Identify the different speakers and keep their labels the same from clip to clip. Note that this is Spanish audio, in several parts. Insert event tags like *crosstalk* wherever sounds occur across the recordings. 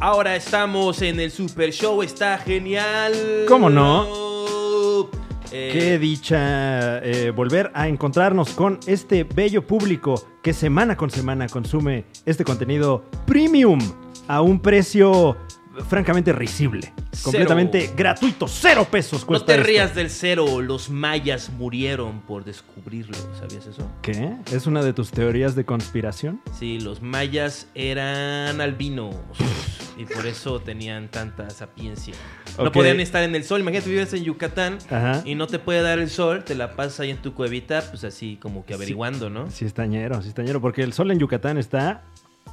Speaker 1: Ahora estamos en el Super Show, está genial.
Speaker 2: ¿Cómo no?
Speaker 1: Eh,
Speaker 2: Qué dicha eh, volver a encontrarnos con este bello público que semana con semana consume este contenido premium a un precio eh, francamente risible.
Speaker 1: Cero.
Speaker 2: Completamente gratuito, cero pesos
Speaker 1: no
Speaker 2: cuesta
Speaker 1: te
Speaker 2: esto.
Speaker 1: rías del cero, los mayas murieron por descubrirlo, ¿sabías eso?
Speaker 2: ¿Qué? ¿Es una de tus teorías de conspiración?
Speaker 1: Sí, los mayas eran albinos y por eso tenían tanta sapiencia. No
Speaker 2: Ok.
Speaker 1: podían estar en el sol, imagínate vives en Yucatán
Speaker 2: Ajá.
Speaker 1: y no te puede dar el sol, te la pasas ahí en tu cuevita, pues así como que averiguando, ¿no?
Speaker 2: Sí, estañero, sí, estañero, porque el sol en Yucatán está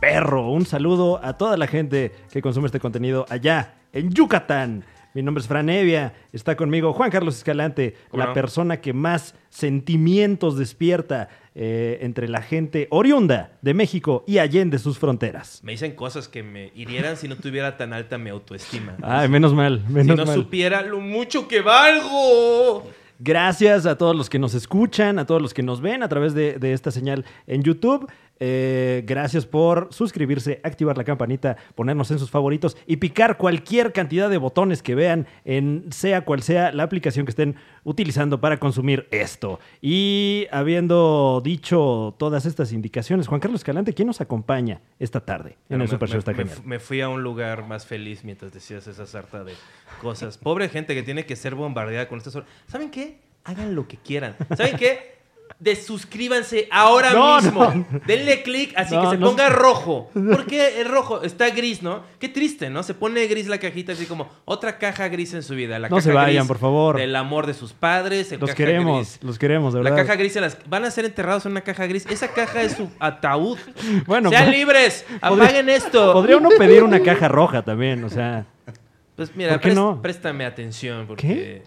Speaker 2: perro. Un saludo a toda la gente que consume este contenido allá, en Yucatán. Mi nombre es Fran Evia, está conmigo Juan Carlos Escalante,
Speaker 1: ¿Cómo
Speaker 2: la
Speaker 1: no?
Speaker 2: persona que más sentimientos despierta eh, entre la gente oriunda de México y allende sus fronteras.
Speaker 1: Me dicen cosas que me hirieran si no tuviera tan alta mi autoestima.
Speaker 2: Ay, menos mal,
Speaker 1: si
Speaker 2: menos
Speaker 1: no
Speaker 2: mal.
Speaker 1: supiera lo mucho que valgo.
Speaker 2: Gracias a todos los que nos escuchan, a todos los que nos ven a través de, de esta señal en YouTube. Eh, gracias por suscribirse, activar la campanita, ponernos en sus favoritos y picar cualquier cantidad de botones que vean en sea cual sea la aplicación que estén utilizando para consumir esto. Y habiendo dicho todas estas indicaciones, Juan Carlos Calante, ¿quién nos acompaña esta tarde en
Speaker 1: Pero
Speaker 2: el
Speaker 1: me-
Speaker 2: Super
Speaker 1: me,
Speaker 2: Show? Está
Speaker 1: me-
Speaker 2: genial.
Speaker 1: me fui a un lugar más feliz mientras decías esa sarta de
Speaker 2: *laughs*
Speaker 1: cosas. Pobre gente que tiene que ser bombardeada con estas horas. ¿Saben qué? Hagan lo que quieran. ¿Saben qué? Desuscríbanse ahora
Speaker 2: No,
Speaker 1: mismo.
Speaker 2: no.
Speaker 1: Denle clic así
Speaker 2: No,
Speaker 1: que se
Speaker 2: no.
Speaker 1: ponga rojo. ¿Por qué el rojo? Está gris, ¿no? Qué triste, ¿no? Se pone gris la cajita así como otra caja gris en su vida. La
Speaker 2: No
Speaker 1: caja
Speaker 2: se vayan,
Speaker 1: gris
Speaker 2: por favor.
Speaker 1: Del amor de sus padres. el
Speaker 2: Los
Speaker 1: caja
Speaker 2: queremos,
Speaker 1: gris.
Speaker 2: los queremos, de
Speaker 1: La
Speaker 2: verdad.
Speaker 1: caja gris, se las... van a ser enterrados en una caja gris. Esa caja es su ataúd.
Speaker 2: *laughs* Bueno,
Speaker 1: Sean
Speaker 2: pa-
Speaker 1: libres,
Speaker 2: podría-
Speaker 1: apaguen esto.
Speaker 2: Podría uno pedir una caja roja también, o sea.
Speaker 1: Pues mira,
Speaker 2: ¿Por qué
Speaker 1: prés-
Speaker 2: no?
Speaker 1: préstame atención porque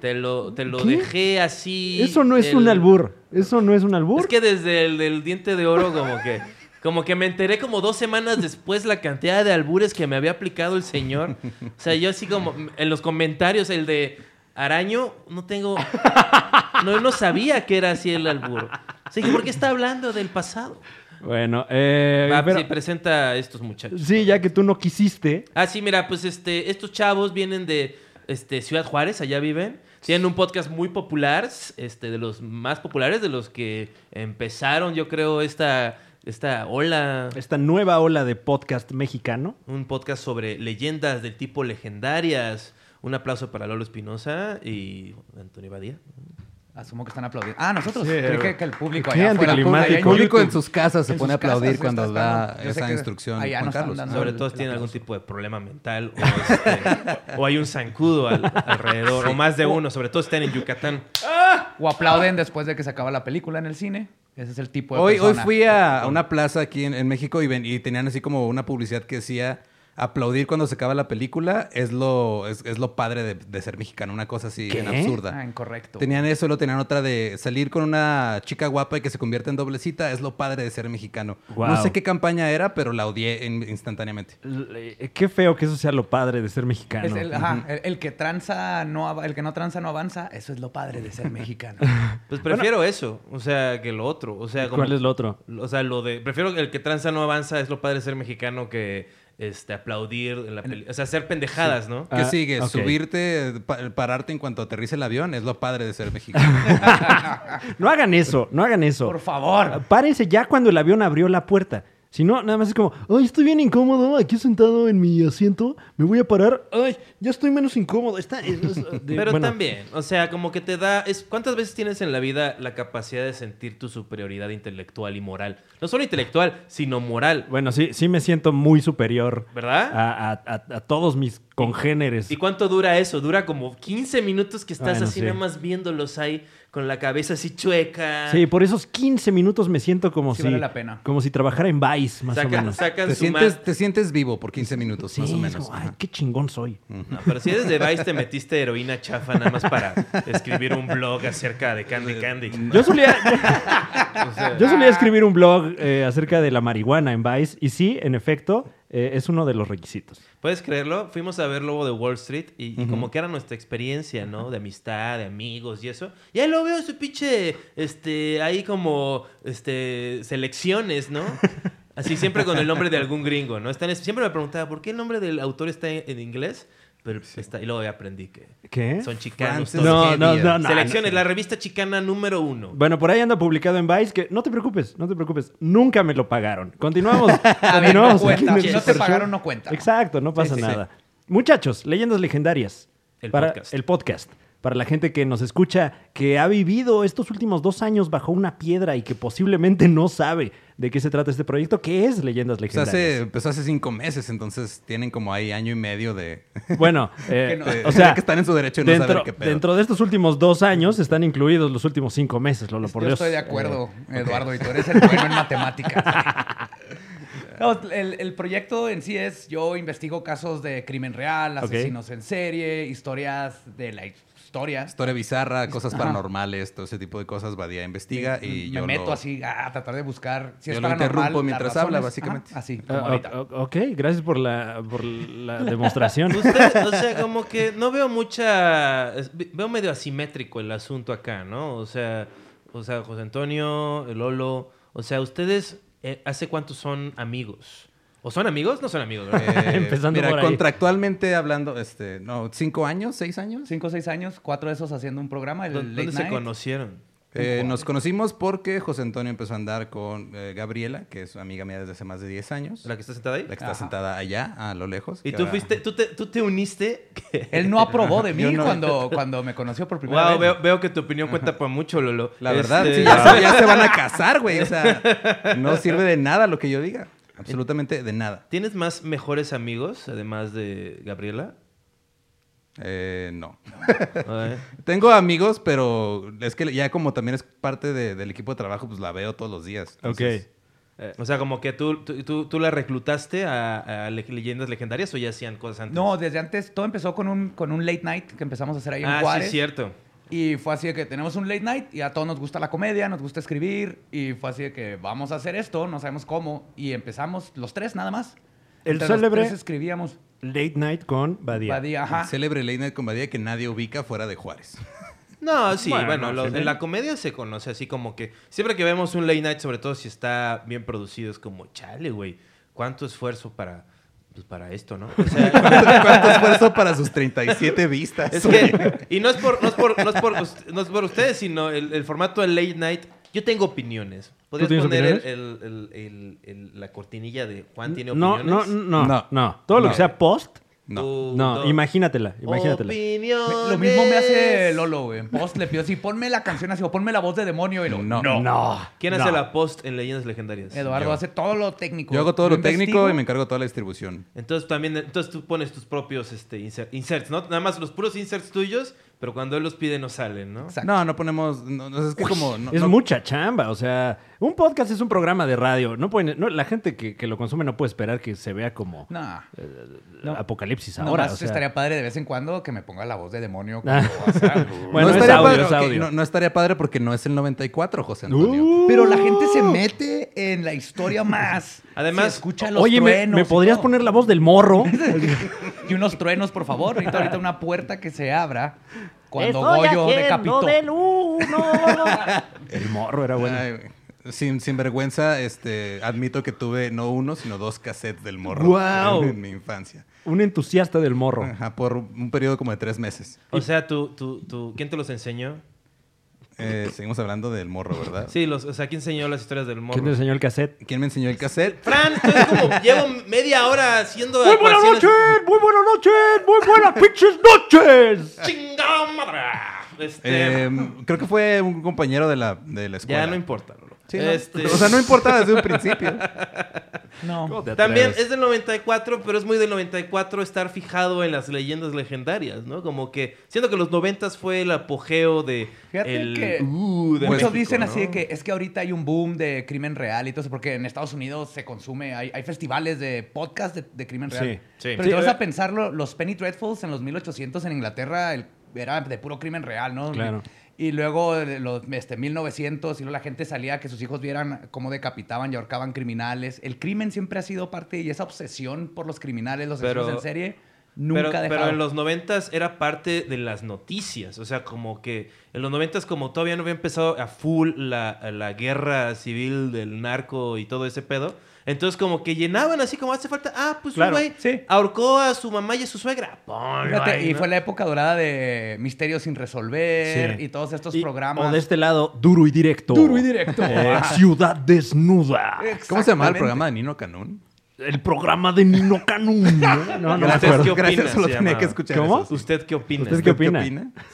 Speaker 1: te lo, te lo
Speaker 2: ¿Qué?
Speaker 1: dejé así.
Speaker 2: Eso no es
Speaker 1: el-
Speaker 2: un albur. Eso no es un albur.
Speaker 1: Es que desde el del diente de oro como que como que me enteré como dos semanas después la cantidad de albures que me había aplicado el señor. O sea, yo así como en los comentarios el de Araño no tengo no no sabía que era así el albur. Así que ¿por qué está hablando del pasado?
Speaker 2: Bueno, eh,
Speaker 1: Va,
Speaker 2: pero-
Speaker 1: sí, presenta a estos muchachos.
Speaker 2: sí, ya que tú no quisiste.
Speaker 1: Ah, sí, mira, pues este, estos chavos vienen de este, Ciudad Juárez, allá viven. Tienen un podcast muy popular, este, de los más populares, de los que empezaron, yo creo, esta, esta ola.
Speaker 2: Esta nueva ola de podcast mexicano.
Speaker 1: Un podcast sobre leyendas del tipo legendarias. Un aplauso para Lolo Espinosa y Antonio Badía.
Speaker 3: Asumo que están aplaudiendo. Ah, nosotros.
Speaker 2: Sí,
Speaker 3: Creí
Speaker 2: güey.
Speaker 3: que, que el público
Speaker 2: Qué
Speaker 3: allá afuera,
Speaker 2: anticlimático.
Speaker 3: allá
Speaker 4: El
Speaker 3: en
Speaker 4: público
Speaker 3: YouTube.
Speaker 4: en sus casas se
Speaker 3: En
Speaker 4: pone a
Speaker 3: sus casas,
Speaker 4: aplaudir
Speaker 3: sí,
Speaker 4: cuando
Speaker 3: estás
Speaker 4: da
Speaker 3: dando- yo sé
Speaker 4: esa
Speaker 3: que
Speaker 4: instrucción.
Speaker 3: allá
Speaker 4: Juan
Speaker 3: nos están
Speaker 4: Carlos.
Speaker 3: dando-
Speaker 1: Sobre
Speaker 3: Ah, el-
Speaker 1: todo
Speaker 3: el
Speaker 1: tienen algún
Speaker 3: aplauso.
Speaker 1: tipo de problema mental o, este, *laughs* o hay un zancudo al- alrededor, o más de
Speaker 3: Uh.
Speaker 1: uno, sobre todo si están en Yucatán.
Speaker 3: O aplauden después de que se acaba la película en el cine. Ese es el tipo de
Speaker 4: Hoy, hoy
Speaker 3: persona.
Speaker 4: fui a a una plaza aquí en, en México y, ven- y tenían así como una publicidad que decía aplaudir cuando se acaba la película es lo, es, es lo padre de, de ser mexicano, una cosa así
Speaker 2: ¿Qué?
Speaker 4: bien absurda.
Speaker 3: Ah, incorrecto.
Speaker 4: Tenían eso, lo tenían otra de salir con una chica guapa y que se convierte en doblecita, es lo padre de ser mexicano.
Speaker 2: Guau.
Speaker 4: No sé qué campaña era, pero la odié in- instantáneamente.
Speaker 2: L- eh, Qué feo que eso sea lo padre de ser mexicano.
Speaker 3: Es el, ajá, el- el que tranza no av- el que no tranza no avanza, eso es lo padre de ser
Speaker 4: *laughs*
Speaker 3: mexicano.
Speaker 1: Pues prefiero eso, o sea, que lo otro. O sea, como-
Speaker 2: ¿Cuál es lo otro?
Speaker 1: O sea, lo de. Prefiero que el que tranza no avanza es lo padre de ser mexicano que este, aplaudir en la peli- O sea, hacer pendejadas, ¿no?
Speaker 4: ¿Qué
Speaker 2: Ah,
Speaker 4: sigue?
Speaker 2: ok.
Speaker 4: Subirte, pa- pararte en cuanto aterrice el avión, es lo padre de ser mexicano.
Speaker 2: No
Speaker 1: *laughs*
Speaker 2: hagan eso, no hagan eso.
Speaker 3: Por
Speaker 4: Ah,
Speaker 3: favor.
Speaker 2: Párense ya cuando el avión abrió la puerta. Si no, nada más es como, ay, estoy bien incómodo, aquí sentado en mi asiento, me voy a parar, ay, ya estoy menos incómodo. Está, es-
Speaker 1: *laughs*
Speaker 2: es- de-
Speaker 1: Pero
Speaker 2: bueno,
Speaker 1: también, o sea, como que te da. Es, ¿Cuántas veces tienes en la vida la capacidad de sentir tu superioridad intelectual y moral? No solo intelectual, sino moral,
Speaker 2: Bueno, sí, sí me siento muy superior
Speaker 1: ¿verdad?
Speaker 2: a, a- a- a todos mis congéneres.
Speaker 1: ¿Y cuánto dura eso? Dura como 15 minutos que estás
Speaker 2: Bueno,
Speaker 1: así
Speaker 2: sí.
Speaker 1: nada más viéndolos ahí con la cabeza así chueca.
Speaker 2: Sí, por esos 15 minutos me siento como
Speaker 3: Sí
Speaker 2: si.
Speaker 3: vale la pena.
Speaker 2: Como si trabajara en Vice, más o
Speaker 1: Sacan-
Speaker 2: menos.
Speaker 1: sacan
Speaker 4: te,
Speaker 1: su ma-
Speaker 4: sientes, te sientes vivo por 15 minutos,
Speaker 2: Sí,
Speaker 4: más o
Speaker 2: es
Speaker 4: menos.
Speaker 2: como, ay, qué chingón soy.
Speaker 1: No, pero si eres de Vice te metiste heroína chafa nada más para escribir un blog acerca de Candy Candy.
Speaker 2: Yo solía. yo solía escribir un blog eh, acerca de la marihuana en Vice, y sí, en efecto, eh, es uno de los requisitos.
Speaker 1: ¿Puedes creerlo? Fuimos a ver Lobo de Wall Street y, y como que era nuestra experiencia, ¿no? De amistad, de amigos y eso. Y ahí lo veo su pinche, este, ahí como, este, selecciones, ¿no? Así siempre con el nombre de algún gringo, ¿no? Está en- siempre me preguntaba, ¿por qué el nombre del autor está en, en inglés? Pero está, y luego ya aprendí que
Speaker 2: ¿Qué?
Speaker 1: son chicanos.
Speaker 4: Francis
Speaker 1: todos.
Speaker 2: ¿Eh? No, no,
Speaker 4: Xavier.
Speaker 2: no, no.
Speaker 1: Selecciones, la revista chicana número uno.
Speaker 2: Bueno, por ahí anda publicado en Vice que no te preocupes, no te preocupes, nunca me lo pagaron. Continuamos.
Speaker 3: *laughs* A ver, no
Speaker 2: continuamos aquí
Speaker 3: cuenta.
Speaker 2: en el
Speaker 3: Si no te
Speaker 2: Super Show.
Speaker 3: pagaron, no cuenta.
Speaker 2: Exacto, no pasa
Speaker 4: sí, sí.
Speaker 2: nada. Muchachos, leyendas legendarias.
Speaker 1: El
Speaker 2: para
Speaker 1: podcast.
Speaker 2: El podcast. Para la gente que nos escucha, que ha vivido estos últimos dos años bajo una piedra y que posiblemente no sabe de qué se trata este proyecto, ¿qué es Leyendas
Speaker 4: O sea,
Speaker 2: Legendarias?
Speaker 4: Pues hace, empezó hace cinco meses, entonces tienen como ahí año y
Speaker 2: *laughs*
Speaker 4: medio de...
Speaker 2: Bueno, eh,
Speaker 3: Que no.
Speaker 4: de-
Speaker 2: o sea,
Speaker 4: *laughs* que están en su derecho de no
Speaker 2: dentro,
Speaker 4: saber qué pedo.
Speaker 2: dentro de estos últimos dos años están incluidos los últimos cinco meses, Lolo, por
Speaker 3: Yo
Speaker 2: Dios.
Speaker 3: estoy de acuerdo,
Speaker 4: Eh,
Speaker 3: Eduardo, y tú eres el bueno en
Speaker 4: *laughs*
Speaker 3: matemáticas. No, el, el proyecto en sí es, yo investigo casos de crimen real,
Speaker 2: Ok.
Speaker 3: asesinos en serie, historias de la historia.
Speaker 4: Historia bizarra, cosas
Speaker 3: Ajá.
Speaker 4: paranormales, todo ese tipo de cosas. Badía investiga y
Speaker 3: me
Speaker 4: yo
Speaker 3: meto
Speaker 4: *laughs* lo-
Speaker 3: así a, a tratar de buscar si
Speaker 4: Yo
Speaker 3: es
Speaker 4: lo
Speaker 3: paranormal.
Speaker 4: interrumpo
Speaker 3: las
Speaker 4: mientras
Speaker 3: razones.
Speaker 4: habla, básicamente.
Speaker 3: Ajá, así,
Speaker 2: Eh,
Speaker 3: como ahorita.
Speaker 2: o- o- ok, gracias por la, por la *laughs* demostración.
Speaker 1: Usted, o sea, como que no veo mucha... es- Veo medio asimétrico el asunto acá, ¿no? O sea, o sea José Antonio, el Lolo... O sea, ustedes, eh, ¿hace cuánto son amigos? ¿O son amigos? No son amigos,
Speaker 4: *laughs*
Speaker 1: ¿verdad?
Speaker 2: *laughs*
Speaker 4: Eh,
Speaker 2: Empezando
Speaker 4: mira,
Speaker 2: por ahí.
Speaker 4: contractualmente hablando, este, no, cinco años, seis
Speaker 2: ah.
Speaker 4: años. eh,
Speaker 3: Cinco o seis años, cuatro de esos haciendo un programa, el
Speaker 1: ¿Dó- ¿Dónde
Speaker 3: Late
Speaker 1: se
Speaker 3: Night.
Speaker 1: conocieron?
Speaker 4: Eh, nos conocimos porque José Antonio empezó a andar con eh, Gabriela, que es amiga mía desde hace más de 10 años.
Speaker 1: ¿La que está sentada ahí? Ah,
Speaker 4: La que
Speaker 3: Ajá.
Speaker 4: está sentada allá, a lo lejos.
Speaker 1: Y
Speaker 4: que
Speaker 1: tú
Speaker 4: ahora-
Speaker 1: fuiste, tú te, tú te
Speaker 4: *laughs*
Speaker 1: uniste.
Speaker 3: Él no aprobó de
Speaker 4: Yo
Speaker 3: mí
Speaker 4: no.
Speaker 3: cuando, cuando me conoció por primera
Speaker 1: Wow,
Speaker 3: vez.
Speaker 1: veo, veo que tu opinión cuenta para mucho, Lolo.
Speaker 4: La verdad,
Speaker 1: Este,
Speaker 4: sí, ya, ya se
Speaker 2: *laughs*
Speaker 4: van a casar, güey. O sea, no sirve de nada lo que yo diga. Absolutamente de nada.
Speaker 1: ¿Tienes más mejores amigos, además de
Speaker 4: *laughs*
Speaker 1: Gabriela?
Speaker 4: Eh, no.
Speaker 1: Ay.
Speaker 4: Tengo amigos, pero es que ya como también es parte de- del equipo de trabajo, pues la veo todos los días.
Speaker 2: Ok.
Speaker 4: Entonces,
Speaker 1: Eh, O sea, como que tú, tú, tú- tú la reclutaste a, a le- leyendas legendarias o ya hacían cosas antes.
Speaker 3: No, desde antes todo empezó con un, con un late night que empezamos a hacer ahí en
Speaker 1: ah, sí,
Speaker 3: Juárez.
Speaker 1: es cierto.
Speaker 3: Y fue así de que tenemos un late night y a todos nos gusta la comedia, nos gusta escribir. Y fue así de que vamos a hacer esto, no sabemos cómo. Y empezamos los tres nada más.
Speaker 2: El
Speaker 3: los
Speaker 2: célebre-
Speaker 3: tres escribíamos.
Speaker 2: Late Night con Badía.
Speaker 3: Badía,
Speaker 4: el
Speaker 3: ajá.
Speaker 4: Célebre Late Night Comedia que nadie ubica fuera de Juárez.
Speaker 1: No, sí,
Speaker 2: Bueno,
Speaker 1: bueno,
Speaker 2: no,
Speaker 1: lo-
Speaker 2: sí.
Speaker 1: en la comedia se conoce así como que siempre que vemos un late night, sobre todo si está bien producido, es como, chale, güey, cuánto esfuerzo para, pues, para esto, ¿no? O sea,
Speaker 2: *laughs*
Speaker 4: ¿Cuánto, cuánto esfuerzo para sus 37 vistas?
Speaker 1: Es que, y no es por, no es por, no es por, us- no es por ustedes, sino el, el formato del late night. Yo tengo opiniones. ¿Podrías
Speaker 2: tienes
Speaker 1: poner el- el- el- el- el- la cortinilla de Juan tiene
Speaker 2: no,
Speaker 1: opiniones?
Speaker 2: no, no, no,
Speaker 4: No.
Speaker 2: Todo lo
Speaker 4: No.
Speaker 2: que sea post,
Speaker 4: No.
Speaker 1: Tú,
Speaker 2: no,
Speaker 1: dos.
Speaker 2: imagínatela, imagínatela.
Speaker 1: Opiniones.
Speaker 3: Lo mismo me hace Lolo, güey. En post le pido así, ponme la canción así o ponme la voz de demonio. Y lo, no.
Speaker 4: No.
Speaker 2: No.
Speaker 1: ¿Quién
Speaker 2: no.
Speaker 1: hace la post en Leyendas Legendarias?
Speaker 3: Eduardo
Speaker 4: Yo.
Speaker 3: hace todo lo técnico.
Speaker 4: Yo hago todo lo técnico
Speaker 3: investigo.
Speaker 4: y me encargo de toda la distribución.
Speaker 1: Entonces también, entonces tú pones tus propios este, inser- inserts, ¿no? Nada más los puros inserts tuyos, pero cuando él los pide no salen, ¿no?
Speaker 3: Exacto.
Speaker 4: No, no ponemos. No, no, es que como. no-
Speaker 2: Es
Speaker 4: no-
Speaker 2: mucha chamba, o sea, un podcast es un programa de radio. No pueden, no, la gente que, que lo consume no puede esperar que se vea como
Speaker 3: Nah.
Speaker 2: eh, apocalipsis
Speaker 3: Ahora,
Speaker 2: ahora. o sea. *laughs*
Speaker 3: estaría padre de vez en cuando que me ponga la voz de demonio.
Speaker 2: Ah.
Speaker 3: cuando hace algo.
Speaker 2: Bueno,
Speaker 4: no
Speaker 2: es
Speaker 4: estaría
Speaker 2: audio,
Speaker 4: padre,
Speaker 2: es
Speaker 4: ok,
Speaker 2: audio.
Speaker 4: no- no estaría padre porque no es el 94, José Antonio.
Speaker 2: Uh.
Speaker 3: Pero la gente se mete en la historia más.
Speaker 1: Además,
Speaker 3: Se escucha los
Speaker 2: Oye, ¿me,
Speaker 3: truenos
Speaker 2: me
Speaker 3: y
Speaker 2: podrías
Speaker 3: todo.
Speaker 2: poner la voz del morro?
Speaker 3: Y unos truenos, por favor. Ahorita, ahorita una puerta que se abra cuando Goyo decapitó. *laughs*
Speaker 2: El morro era Ah, bueno.
Speaker 4: Ay, sin, sin vergüenza, este, admito que tuve no uno, sino dos cassettes del morro
Speaker 2: Guau.
Speaker 4: en, mi infancia.
Speaker 2: Un entusiasta del morro.
Speaker 4: Ajá, por un periodo como de tres meses.
Speaker 1: O sea, tú, tú, tú, ¿quién te los enseñó?
Speaker 4: Eh, seguimos hablando del morro, ¿verdad?
Speaker 1: Sí, los, o sea, ¿quién enseñó las historias del morro?
Speaker 2: ¿Quién te enseñó el cassette?
Speaker 4: ¿Quién me enseñó el cassette?
Speaker 1: Fran, tú es como llevo media hora haciendo
Speaker 2: Muy buenas
Speaker 1: ecuaciones.
Speaker 2: noches, muy buenas noches, muy
Speaker 3: *laughs*
Speaker 2: buenas pinches noches.
Speaker 1: ¡Chingada madre! Este,
Speaker 4: Eh, creo que fue un compañero de la, de la escuela.
Speaker 1: ya no importa, Lolo.
Speaker 4: Sí, ¿no?
Speaker 1: Este,
Speaker 4: O sea, no importaba desde un principio.
Speaker 3: No.
Speaker 1: También es del 94, pero es muy del 94 estar fijado en las leyendas legendarias, ¿no? Como que siento que los 90 fue el apogeo de
Speaker 3: Fíjate
Speaker 1: el
Speaker 3: que
Speaker 1: uh, de
Speaker 3: Muchos
Speaker 1: México,
Speaker 3: dicen
Speaker 1: ¿no?
Speaker 3: así de que es que ahorita hay un boom de crimen real y todo eso, porque en Estados Unidos se consume, hay, hay festivales de podcast de, de crimen real.
Speaker 2: Sí,
Speaker 1: sí.
Speaker 3: Pero
Speaker 1: Sí,
Speaker 3: te vas
Speaker 1: eh.
Speaker 3: a pensarlo, los Penny Dreadfuls en los 1800 en Inglaterra el- era de puro crimen real, ¿no?
Speaker 2: Claro.
Speaker 3: Y luego eh, los este, 1900, y luego la gente salía a que sus hijos vieran cómo decapitaban y ahorcaban criminales. El crimen siempre ha sido parte y esa obsesión por los criminales, los
Speaker 1: Pero-
Speaker 3: asesinos en serie,
Speaker 1: Pero,
Speaker 3: nunca ha
Speaker 1: pero
Speaker 3: dejado.
Speaker 1: en los 90 era parte de las noticias, o sea, como que en los 90 como todavía no había empezado a full la, la guerra civil del narco y todo ese pedo, Entonces, como que llenaban así como hace falta. Ah, pues
Speaker 2: Claro,
Speaker 1: un güey
Speaker 3: sí.
Speaker 1: ahorcó a su mamá y a su suegra. Ponlo
Speaker 3: Fíjate,
Speaker 1: ahí,
Speaker 3: y
Speaker 1: ¿no?
Speaker 3: fue la época dorada de Misterios sin resolver
Speaker 2: Sí.
Speaker 3: y todos estos
Speaker 2: Y-
Speaker 3: programas.
Speaker 2: O de este lado, duro y directo.
Speaker 3: Duro y directo.
Speaker 2: Eh, ciudad desnuda.
Speaker 4: ¿Cómo se llamaba el
Speaker 3: Exactamente.
Speaker 4: programa de Nino Canún?
Speaker 2: El programa de Nino Canún.
Speaker 3: *laughs*
Speaker 2: No, no, no me
Speaker 1: ¿Usted
Speaker 2: acuerdo.
Speaker 1: qué opina?
Speaker 4: Gracias, solo
Speaker 1: se
Speaker 4: tenía
Speaker 1: llamaba.
Speaker 4: que escuchar
Speaker 2: ¿Cómo?
Speaker 4: eso.
Speaker 1: ¿Usted qué opina?
Speaker 2: ¿Usted qué opina?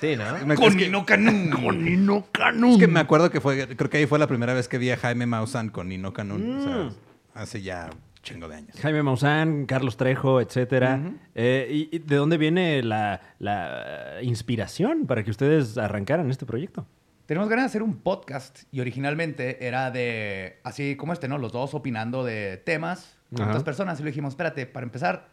Speaker 1: Sí, ¿no?
Speaker 4: Me-
Speaker 3: Con
Speaker 4: es que-
Speaker 3: Nino Canún.
Speaker 2: Con Nino Canún.
Speaker 4: Es que me acuerdo que fue, creo que ahí fue la primera vez que vi a Jaime Maussan con Nino Canún. o sea, hace ya un chingo de años.
Speaker 2: Jaime Maussan, Carlos Trejo, etcétera. Eh, y, y de dónde viene la, la inspiración para que ustedes arrancaran este proyecto?
Speaker 3: *laughs* Tenemos ganas de hacer un podcast y originalmente era de, así como este, ¿no? Los dos opinando de temas con
Speaker 2: Ajá.
Speaker 3: otras personas y le dijimos, espérate, para empezar,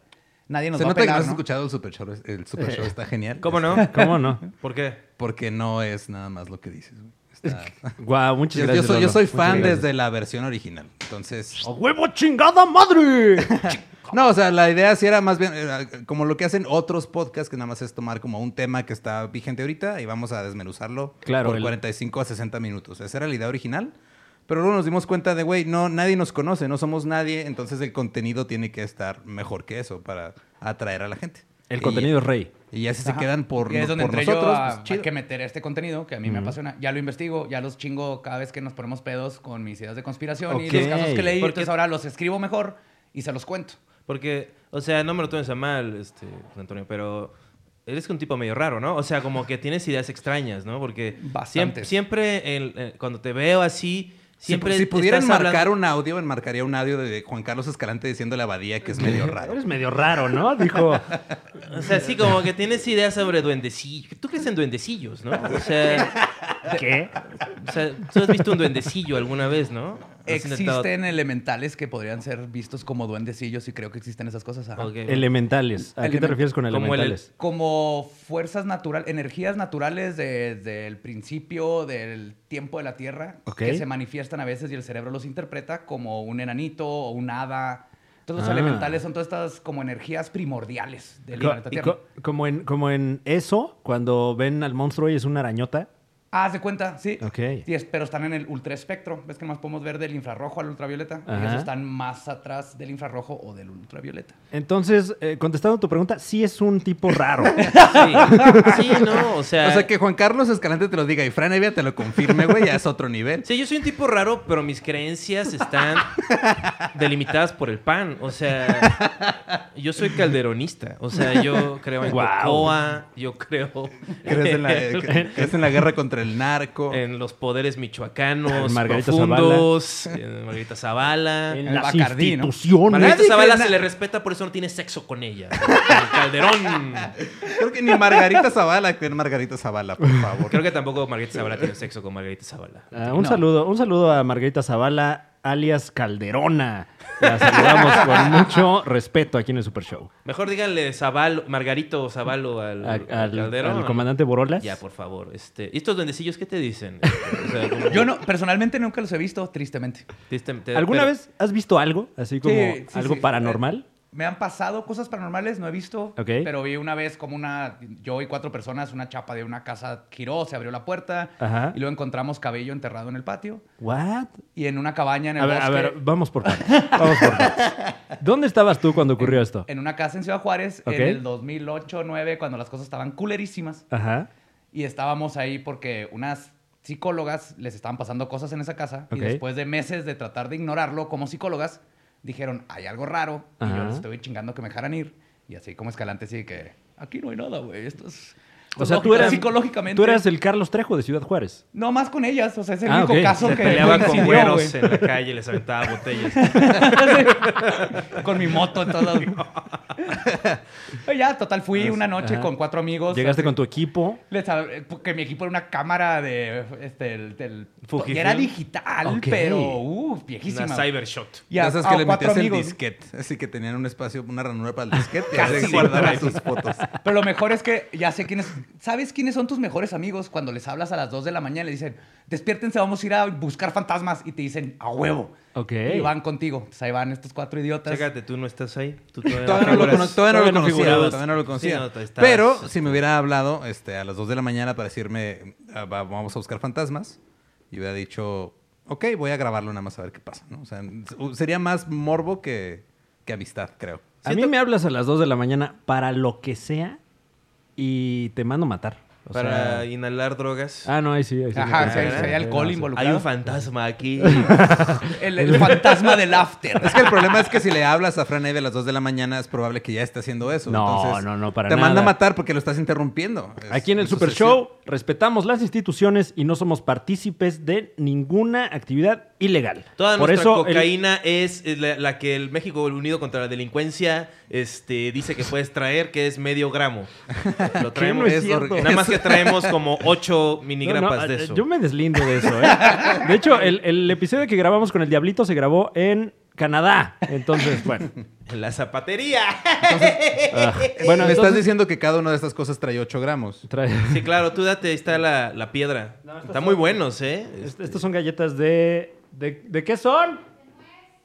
Speaker 3: nadie nos
Speaker 4: Se
Speaker 3: va a
Speaker 4: nota que no
Speaker 3: pelar,
Speaker 4: has
Speaker 3: ¿no?
Speaker 4: escuchado el Super Show. El Super Show está genial. este,
Speaker 1: ¿Cómo
Speaker 4: *laughs*
Speaker 1: no?
Speaker 2: ¿Cómo no?
Speaker 1: ¿Por qué?
Speaker 4: Porque no es nada más lo que dices. güey. Está- *laughs*
Speaker 2: Guau, muchas
Speaker 4: Yo, yo
Speaker 2: gracias.
Speaker 4: soy, yo
Speaker 2: Lolo.
Speaker 4: soy
Speaker 2: Muchas
Speaker 4: fan
Speaker 2: gracias.
Speaker 4: desde la versión original. Entonces.
Speaker 2: ¡A huevo chingada
Speaker 4: *laughs*
Speaker 2: madre!
Speaker 4: No, o sea, la idea sí era más bien era como lo que hacen otros podcasts, que nada más es tomar como un tema que está vigente ahorita y vamos a desmenuzarlo
Speaker 2: Claro,
Speaker 4: por
Speaker 2: el-
Speaker 4: 45 a 60 minutos. Esa era la idea original. Pero luego nos dimos cuenta de, güey, no, nadie nos conoce, no somos nadie, entonces el contenido tiene que estar mejor que eso para atraer a la gente.
Speaker 2: El
Speaker 4: Y-
Speaker 2: contenido es rey.
Speaker 4: Y ya si se
Speaker 3: Ajá.
Speaker 4: quedan por,
Speaker 3: Y es donde
Speaker 4: por
Speaker 3: entré
Speaker 4: nosotros,
Speaker 3: yo a,
Speaker 4: pues, chido.
Speaker 3: hay que meter este contenido que a mí me apasiona. Ya lo investigo, ya los chingo cada vez que nos ponemos pedos con mis ideas de conspiración
Speaker 2: Ok.
Speaker 3: y los casos que leí.
Speaker 1: Porque-
Speaker 3: Entonces ahora los escribo mejor y se los cuento.
Speaker 1: Porque, o sea, no me lo tomes a mal, este, Antonio, pero eres un tipo medio raro, ¿no? O sea, como que tienes ideas extrañas, ¿no? Porque siempre,
Speaker 3: Bastantes.
Speaker 1: siempre en- en- cuando te veo así,
Speaker 4: Si-
Speaker 1: siempre.
Speaker 4: si, pudieran
Speaker 1: estás
Speaker 4: marcar
Speaker 1: hablando-
Speaker 4: un audio, enmarcaría un audio de Juan Carlos Escalante diciéndole a Badía que
Speaker 2: *laughs*
Speaker 4: es medio raro.
Speaker 2: Eres medio raro, ¿no?
Speaker 4: *laughs*
Speaker 2: Dijo.
Speaker 1: O sea, sí, como que tienes ideas sobre duendecillos. Tú crees en duendecillos, ¿no? O sea,
Speaker 2: ¿Qué?
Speaker 1: o sea, tú has visto un duendecillo alguna vez, ¿no? Has intentado-
Speaker 3: Existen elementales que podrían ser vistos como duendecillos y creo que existen esas cosas. ajá.
Speaker 1: Ok.
Speaker 4: Eh,
Speaker 2: Elementales. ¿A qué te
Speaker 3: Element-
Speaker 2: refieres con
Speaker 1: Como el-
Speaker 2: elementales?
Speaker 3: Como fuerzas naturales, energías naturales desde el principio del tiempo de la Tierra
Speaker 2: Ok.
Speaker 3: que se manifiestan a veces y el cerebro los interpreta como un enanito o un hada. Todos los
Speaker 2: Ah.
Speaker 3: elementales son todas estas como energías primordiales del
Speaker 2: Co-
Speaker 3: planeta
Speaker 2: y
Speaker 3: Tierra.
Speaker 2: co- como, en, como en eso, cuando ven al monstruo y es una arañota.
Speaker 3: Ah, ¿se cuenta? Sí.
Speaker 2: Ok.
Speaker 3: Sí, es- pero están en el ultraespectro. ¿Ves que más podemos ver del infrarrojo al ultravioleta? Y
Speaker 2: Ajá.
Speaker 3: esos están más atrás del infrarrojo o del ultravioleta.
Speaker 2: Entonces, eh, contestando tu pregunta, sí es un tipo raro.
Speaker 4: *laughs*
Speaker 1: Sí. Sí, no, o sea.
Speaker 4: O sea, que Juan Carlos Escalante te lo diga y Fran Evia te lo confirme, güey, ya es otro nivel.
Speaker 1: Sí, yo soy un tipo raro, pero mis creencias están delimitadas por el pan. O sea, yo soy calderonista. O sea, yo creo en
Speaker 2: Guau.
Speaker 1: Cocoa, yo creo *laughs*
Speaker 4: Crees en la, eh, crees en la guerra contra el narco.
Speaker 1: en los poderes michoacanos
Speaker 2: En Margarita
Speaker 1: profundos, en Margarita Zavala.
Speaker 2: en
Speaker 3: El
Speaker 2: las
Speaker 3: Bacardí, ¿no?
Speaker 2: instituciones.
Speaker 1: Margarita
Speaker 4: Nadie
Speaker 1: Zavala
Speaker 4: cree
Speaker 1: se le
Speaker 4: na-
Speaker 1: respeta, por eso no tiene sexo con ella. El Calderón.
Speaker 4: Creo que ni Margarita Zavala, creen Margarita
Speaker 1: *laughs*
Speaker 4: Zavala, por favor.
Speaker 1: Creo que tampoco Margarita Zavala tiene sexo con Margarita Zavala.
Speaker 2: Ah, un
Speaker 3: No.
Speaker 2: saludo, un saludo a Margarita Zavala, alias Calderona. La saludamos
Speaker 3: *laughs*
Speaker 2: con mucho respeto aquí en el Super Show.
Speaker 1: Mejor díganle Zavalo, Margarito Zavalo al,
Speaker 2: A-
Speaker 1: al
Speaker 2: al,
Speaker 1: Calderón.
Speaker 2: al comandante Borolas.
Speaker 1: Ya, por favor. Este, ¿Y estos duendecillos qué te dicen? O sea, como-
Speaker 3: Yo no, personalmente nunca los he visto, tristemente.
Speaker 1: Diste- te-
Speaker 2: ¿Alguna
Speaker 1: pero-
Speaker 2: vez has visto algo? Así como
Speaker 3: Sí, sí,
Speaker 2: algo
Speaker 3: sí.
Speaker 2: paranormal.
Speaker 3: Eh, me han pasado cosas paranormales, no he visto.
Speaker 2: Ok.
Speaker 3: Pero vi una vez como una, yo y cuatro personas, una chapa de una casa giró, se abrió la puerta.
Speaker 2: Ajá.
Speaker 3: Y luego encontramos cabello enterrado en el patio.
Speaker 2: ¿What?
Speaker 3: Y en una cabaña en el
Speaker 2: A ver,
Speaker 3: bosque.
Speaker 2: a ver, vamos por partes. Vamos por partes. ¿Dónde estabas tú cuando ocurrió esto?
Speaker 3: En una casa en Ciudad Juárez,
Speaker 2: Ok.
Speaker 3: en el 2008-2009, cuando las cosas estaban culerísimas.
Speaker 2: Ajá.
Speaker 3: Y estábamos ahí porque unas psicólogas les estaban pasando cosas en esa casa.
Speaker 2: Ok.
Speaker 3: Y después de meses de tratar de ignorarlo como psicólogas, dijeron, hay algo raro. Y
Speaker 2: Ajá.
Speaker 3: yo les estoy chingando que me dejaran ir. Y así como Escalante sí que, aquí no hay nada, güey. Esto es...
Speaker 2: O sea, tú
Speaker 3: lógico,
Speaker 2: eras,
Speaker 3: Pues Psicológicamente...
Speaker 2: tú eras el Carlos Trejo de Ciudad Juárez.
Speaker 3: No, más con ellas. O sea, es el
Speaker 2: Ah,
Speaker 3: único
Speaker 2: ok.
Speaker 3: caso
Speaker 1: Se
Speaker 3: que...
Speaker 1: peleaba con
Speaker 3: coincidió,
Speaker 1: güeros
Speaker 2: eh.
Speaker 3: *laughs* güey.
Speaker 1: en la calle, les aventaba botellas.
Speaker 3: Con mi moto en
Speaker 2: *laughs*
Speaker 3: todos lados. Oye, ya, total, fui una noche
Speaker 2: Ajá.
Speaker 3: con cuatro amigos.
Speaker 2: Llegaste
Speaker 3: así-
Speaker 2: con tu equipo.
Speaker 3: Les hab- eh, que mi equipo era una cámara de este el, del-
Speaker 1: Fujifilm.
Speaker 3: era digital,
Speaker 2: Ok.
Speaker 3: pero uh, viejísima.
Speaker 1: Una cybershot.
Speaker 3: Y a,
Speaker 4: Esas
Speaker 3: a
Speaker 4: que le
Speaker 3: cuatro
Speaker 4: metías el
Speaker 3: amigos.
Speaker 4: disquete. Así que tenían un espacio, una ranura para el disquete y
Speaker 3: Casi,
Speaker 4: ahí
Speaker 1: *laughs*
Speaker 3: güey.
Speaker 4: guardaban sus fotos.
Speaker 3: Pero lo mejor es que ya sé quiénes. ¿Sabes quiénes son tus mejores amigos cuando les hablas a las 2 de la mañana y le dicen, despiértense, vamos a ir a buscar fantasmas? Y te dicen, a huevo.
Speaker 2: Ok.
Speaker 3: Y van contigo. Pues ahí van estos cuatro idiotas.
Speaker 1: Chécate, tú no estás ahí. Tú todavía,
Speaker 4: Todavía no, lo
Speaker 1: figuras.
Speaker 4: cono- todavía no
Speaker 1: Todavía
Speaker 4: lo conocía,
Speaker 1: figuras.
Speaker 4: todavía no lo
Speaker 1: Sí,
Speaker 4: conocía.
Speaker 1: no, te- estás-
Speaker 4: Pero si me hubiera hablado este, a las 2 de la mañana para decirme, "Ah, va- vamos a buscar fantasmas, y hubiera dicho, ok, voy a grabarlo nada más a ver qué pasa. ¿no? O sea, sería más morbo que, que amistad, creo.
Speaker 2: A mí me hablas a las 2 de la mañana para lo que sea y te mando matar. O
Speaker 1: para
Speaker 2: sea-
Speaker 1: inhalar drogas.
Speaker 2: Ah, no, ahí sí. Ahí sí
Speaker 3: Ajá,
Speaker 2: me
Speaker 3: sí,
Speaker 2: cae.
Speaker 1: sí, hay
Speaker 3: alcohol
Speaker 2: no, sí.
Speaker 3: involucrado.
Speaker 1: Hay un fantasma aquí.
Speaker 3: El, el fantasma del
Speaker 4: *laughs*
Speaker 3: after.
Speaker 4: Es que el problema es que si le hablas a Fran Eve a las 2 de la mañana, es probable que ya esté haciendo eso.
Speaker 2: No,
Speaker 4: Entonces,
Speaker 2: no, no, para
Speaker 4: Te
Speaker 2: nada.
Speaker 4: manda a matar porque lo estás interrumpiendo. Es-
Speaker 2: Aquí en el
Speaker 4: eso
Speaker 2: Super
Speaker 4: se
Speaker 2: Show respetamos las instituciones y no somos partícipes de ninguna actividad ilegal.
Speaker 1: Toda
Speaker 2: Por
Speaker 1: nuestra
Speaker 2: eso el-
Speaker 1: cocaína es eh, la, la que el México Unido contra la Delincuencia este, dice que puedes traer, que es medio gramo. Lo traemos.
Speaker 2: no es
Speaker 1: es
Speaker 2: cierto?
Speaker 1: org- Nada más que traemos como 8
Speaker 2: *laughs* No, no,
Speaker 1: miligramas de
Speaker 2: eh,
Speaker 1: eso.
Speaker 2: Yo me deslindo de eso, ¿eh? De hecho, el, el episodio que grabamos con el Diablito se grabó en Canadá.
Speaker 1: *laughs*
Speaker 2: Entonces, bueno.
Speaker 1: En la zapatería.
Speaker 2: ah,
Speaker 4: Bueno,
Speaker 2: bueno,
Speaker 4: me estás
Speaker 2: entonces-
Speaker 4: diciendo que cada una de estas cosas trae 8 gramos.
Speaker 2: Trae-
Speaker 1: Sí, claro, tú date, ahí está la, la piedra.
Speaker 2: No, estos
Speaker 1: Están muy
Speaker 2: son-
Speaker 1: buenos, ¿eh?
Speaker 3: Este
Speaker 2: Est- Estas son galletas de, de... ¿de qué son?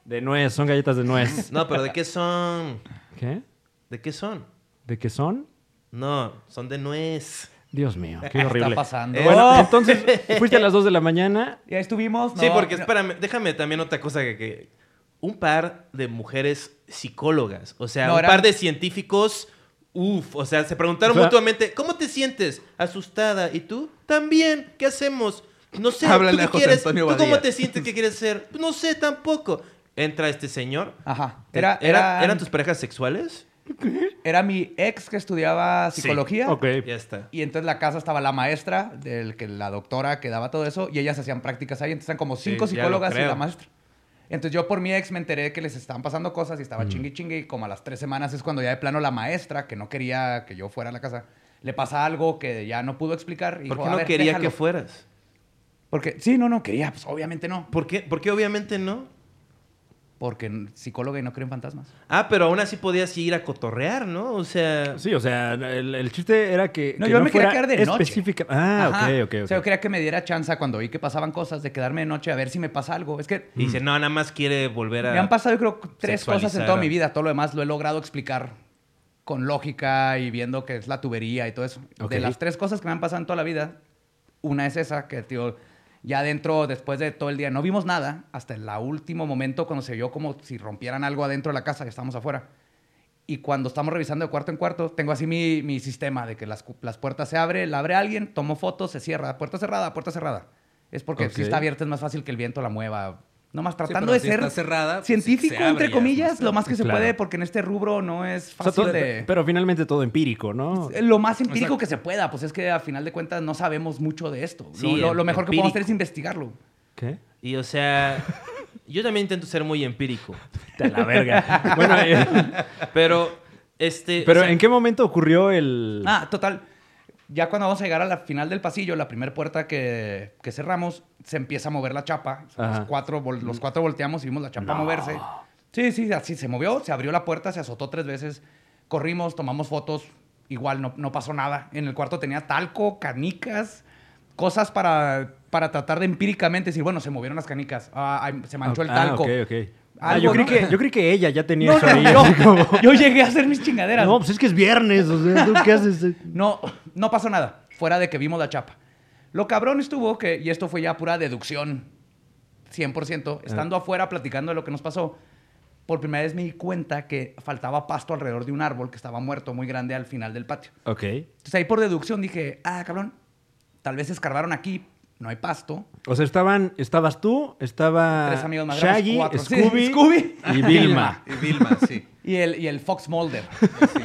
Speaker 2: De nuez, son galletas de nuez.
Speaker 3: *laughs*
Speaker 1: No, pero ¿de qué son?
Speaker 2: ¿Qué?
Speaker 1: ¿De qué son?
Speaker 2: ¿De qué son?
Speaker 1: No, son de nuez.
Speaker 2: Dios mío, qué
Speaker 3: ¿Qué
Speaker 2: horrible.
Speaker 3: está pasando?
Speaker 1: Eh,
Speaker 2: Bueno, entonces,
Speaker 1: *laughs*
Speaker 2: fuiste a las 2 de la mañana.
Speaker 3: y ahí estuvimos.
Speaker 1: sí,
Speaker 3: no,
Speaker 1: porque
Speaker 3: no.
Speaker 1: espérame, déjame también otra cosa que, que- un par de mujeres psicólogas, o sea,
Speaker 3: No,
Speaker 1: un
Speaker 3: eran-
Speaker 1: par de científicos, uff, o sea, se preguntaron
Speaker 2: O sea-
Speaker 1: mutuamente, ¿cómo te sientes? Asustada. ¿Y tú? También, ¿qué hacemos? No sé,
Speaker 4: Háblale
Speaker 1: ¿tú qué
Speaker 4: a José
Speaker 1: quieres?
Speaker 4: Antonio
Speaker 1: ¿Tú cómo
Speaker 4: Badía".
Speaker 1: te sientes que quieres ser? No sé tampoco. Entra este señor. ¿e-,
Speaker 3: Ajá. Era,
Speaker 1: Era-
Speaker 3: era,
Speaker 1: ¿Eran tus parejas sexuales?
Speaker 3: era mi ex que estudiaba
Speaker 1: Sí,
Speaker 3: psicología.
Speaker 2: Ok.
Speaker 1: Ya está.
Speaker 3: Y entonces en la casa estaba la maestra, del que la doctora que daba todo eso, y ellas hacían prácticas ahí. Entonces eran como
Speaker 1: Sí,
Speaker 3: cinco
Speaker 1: ya lo
Speaker 3: psicólogas y
Speaker 1: creo.
Speaker 3: la maestra. Entonces yo por mi ex me enteré que les estaban pasando cosas y estaba chingue chingue. Y como a las tres semanas es cuando ya de plano la maestra, que no quería que yo fuera a la casa, le pasa algo que ya no pudo explicar. Y
Speaker 1: ¿Por
Speaker 3: dijo,
Speaker 1: qué
Speaker 3: "A
Speaker 1: no
Speaker 3: ver,
Speaker 1: quería
Speaker 3: déjalo".
Speaker 1: que fueras?
Speaker 3: Porque, sí, no, no quería, pues obviamente no.
Speaker 1: ¿Por qué? Porque obviamente no.
Speaker 3: Porque n- psicóloga y no creen fantasmas.
Speaker 1: Ah, pero aún así podías ir a cotorrear, ¿no? O sea,
Speaker 2: Sí, o sea, el, el chiste era que.
Speaker 3: No,
Speaker 2: que
Speaker 3: yo me quería
Speaker 2: fuera
Speaker 3: quedar de noche.
Speaker 2: específica. Ah,
Speaker 3: Ajá.
Speaker 2: ok, ok, ok.
Speaker 3: O sea, yo quería que me diera chance cuando vi que pasaban cosas de quedarme de noche a ver si me pasa algo. Es que
Speaker 1: dice, no, nada más quiere volver a...
Speaker 3: me han pasado, yo creo, tres
Speaker 1: sexualizar
Speaker 3: cosas en toda
Speaker 1: a-
Speaker 3: mi vida. Todo lo demás lo he logrado explicar con lógica y viendo que es la tubería y todo eso.
Speaker 2: Ok.
Speaker 3: De las tres cosas que me han pasado en toda la vida, una es esa que, tío, ya adentro, después de todo el día, no vimos nada hasta el último momento cuando se vio como si rompieran algo adentro de la casa y estábamos afuera. Y cuando estamos revisando de cuarto en cuarto, tengo así mi, mi sistema de que las, cu- las puertas se abren, la abre alguien, tomo fotos, se cierra, puerta cerrada, puerta cerrada. Es porque
Speaker 2: Ok.
Speaker 3: si está abierta es más fácil que el viento la mueva. Nomás
Speaker 4: Sí,
Speaker 3: tratando
Speaker 4: pero
Speaker 3: de
Speaker 4: si
Speaker 3: ser
Speaker 4: está cerrada, pues,
Speaker 3: científico,
Speaker 4: sí, se abre
Speaker 3: entre
Speaker 4: ya,
Speaker 3: comillas,
Speaker 4: más
Speaker 3: lo más que se
Speaker 2: Claro.
Speaker 3: puede, porque en este rubro no es
Speaker 2: O sea,
Speaker 3: fácil
Speaker 2: todo-
Speaker 3: de...
Speaker 2: Pero finalmente todo empírico, ¿no?
Speaker 3: Lo más empírico que se pueda, pues es que a final de cuentas no sabemos mucho de esto.
Speaker 1: Sí,
Speaker 3: Lo- lo, lo
Speaker 1: em-
Speaker 3: mejor que podemos hacer
Speaker 1: empírico.
Speaker 3: es investigarlo.
Speaker 2: ¿Qué?
Speaker 1: Y o sea, yo también intento ser muy empírico.
Speaker 2: A la verga. *laughs* bueno,
Speaker 3: *laughs*
Speaker 2: eh,
Speaker 1: Pero, este...
Speaker 2: pero
Speaker 1: o sea,
Speaker 2: ¿en qué momento ocurrió el.
Speaker 3: Ah, total. Ya cuando vamos a llegar a la final del pasillo, la primera puerta que, que cerramos, se empieza a mover la chapa. Los
Speaker 2: Ajá. Mm.
Speaker 3: cuatro, vol- los cuatro volteamos y vimos la chapa moverse. Sí, sí, así se movió, se abrió la puerta, se azotó tres veces. Corrimos, tomamos fotos. Igual no, no pasó nada. En el cuarto tenía talco, canicas, cosas para, para tratar de empíricamente decir, bueno, se movieron las canicas, ah, ay, se manchó el
Speaker 2: Ah,
Speaker 3: talco.
Speaker 2: ok, ok. Ah,
Speaker 3: Algo,
Speaker 2: yo, creí
Speaker 3: ¿no?
Speaker 2: que, yo creí que ella ya tenía
Speaker 3: No,
Speaker 2: eso
Speaker 3: no,
Speaker 2: ahí. así *laughs*
Speaker 3: yo,
Speaker 2: como-
Speaker 3: yo llegué a hacer mis chingaderas.
Speaker 2: No, pues es que es viernes. O sea, ¿tú qué haces?
Speaker 3: *laughs* No, no pasó nada, fuera de que vimos la chapa. Lo cabrón estuvo que, y esto fue ya pura deducción, 100%, estando afuera platicando de lo que nos pasó, por primera vez me di cuenta que faltaba pasto alrededor de un árbol que estaba muerto muy grande al final del patio.
Speaker 2: Ok.
Speaker 3: Entonces ahí por deducción dije, ah, cabrón, tal vez escarbaron aquí, no hay pasto.
Speaker 2: O sea, estaban, estabas tú, estaba
Speaker 3: Tres amigos más grandes,
Speaker 2: Shaggy,
Speaker 3: cuatro. Sí,
Speaker 2: Scooby,
Speaker 3: Scooby.
Speaker 2: y
Speaker 3: *laughs*
Speaker 2: Vilma.
Speaker 4: Y Vilma, sí.
Speaker 3: Y el, y el Fox Mulder.
Speaker 4: sí.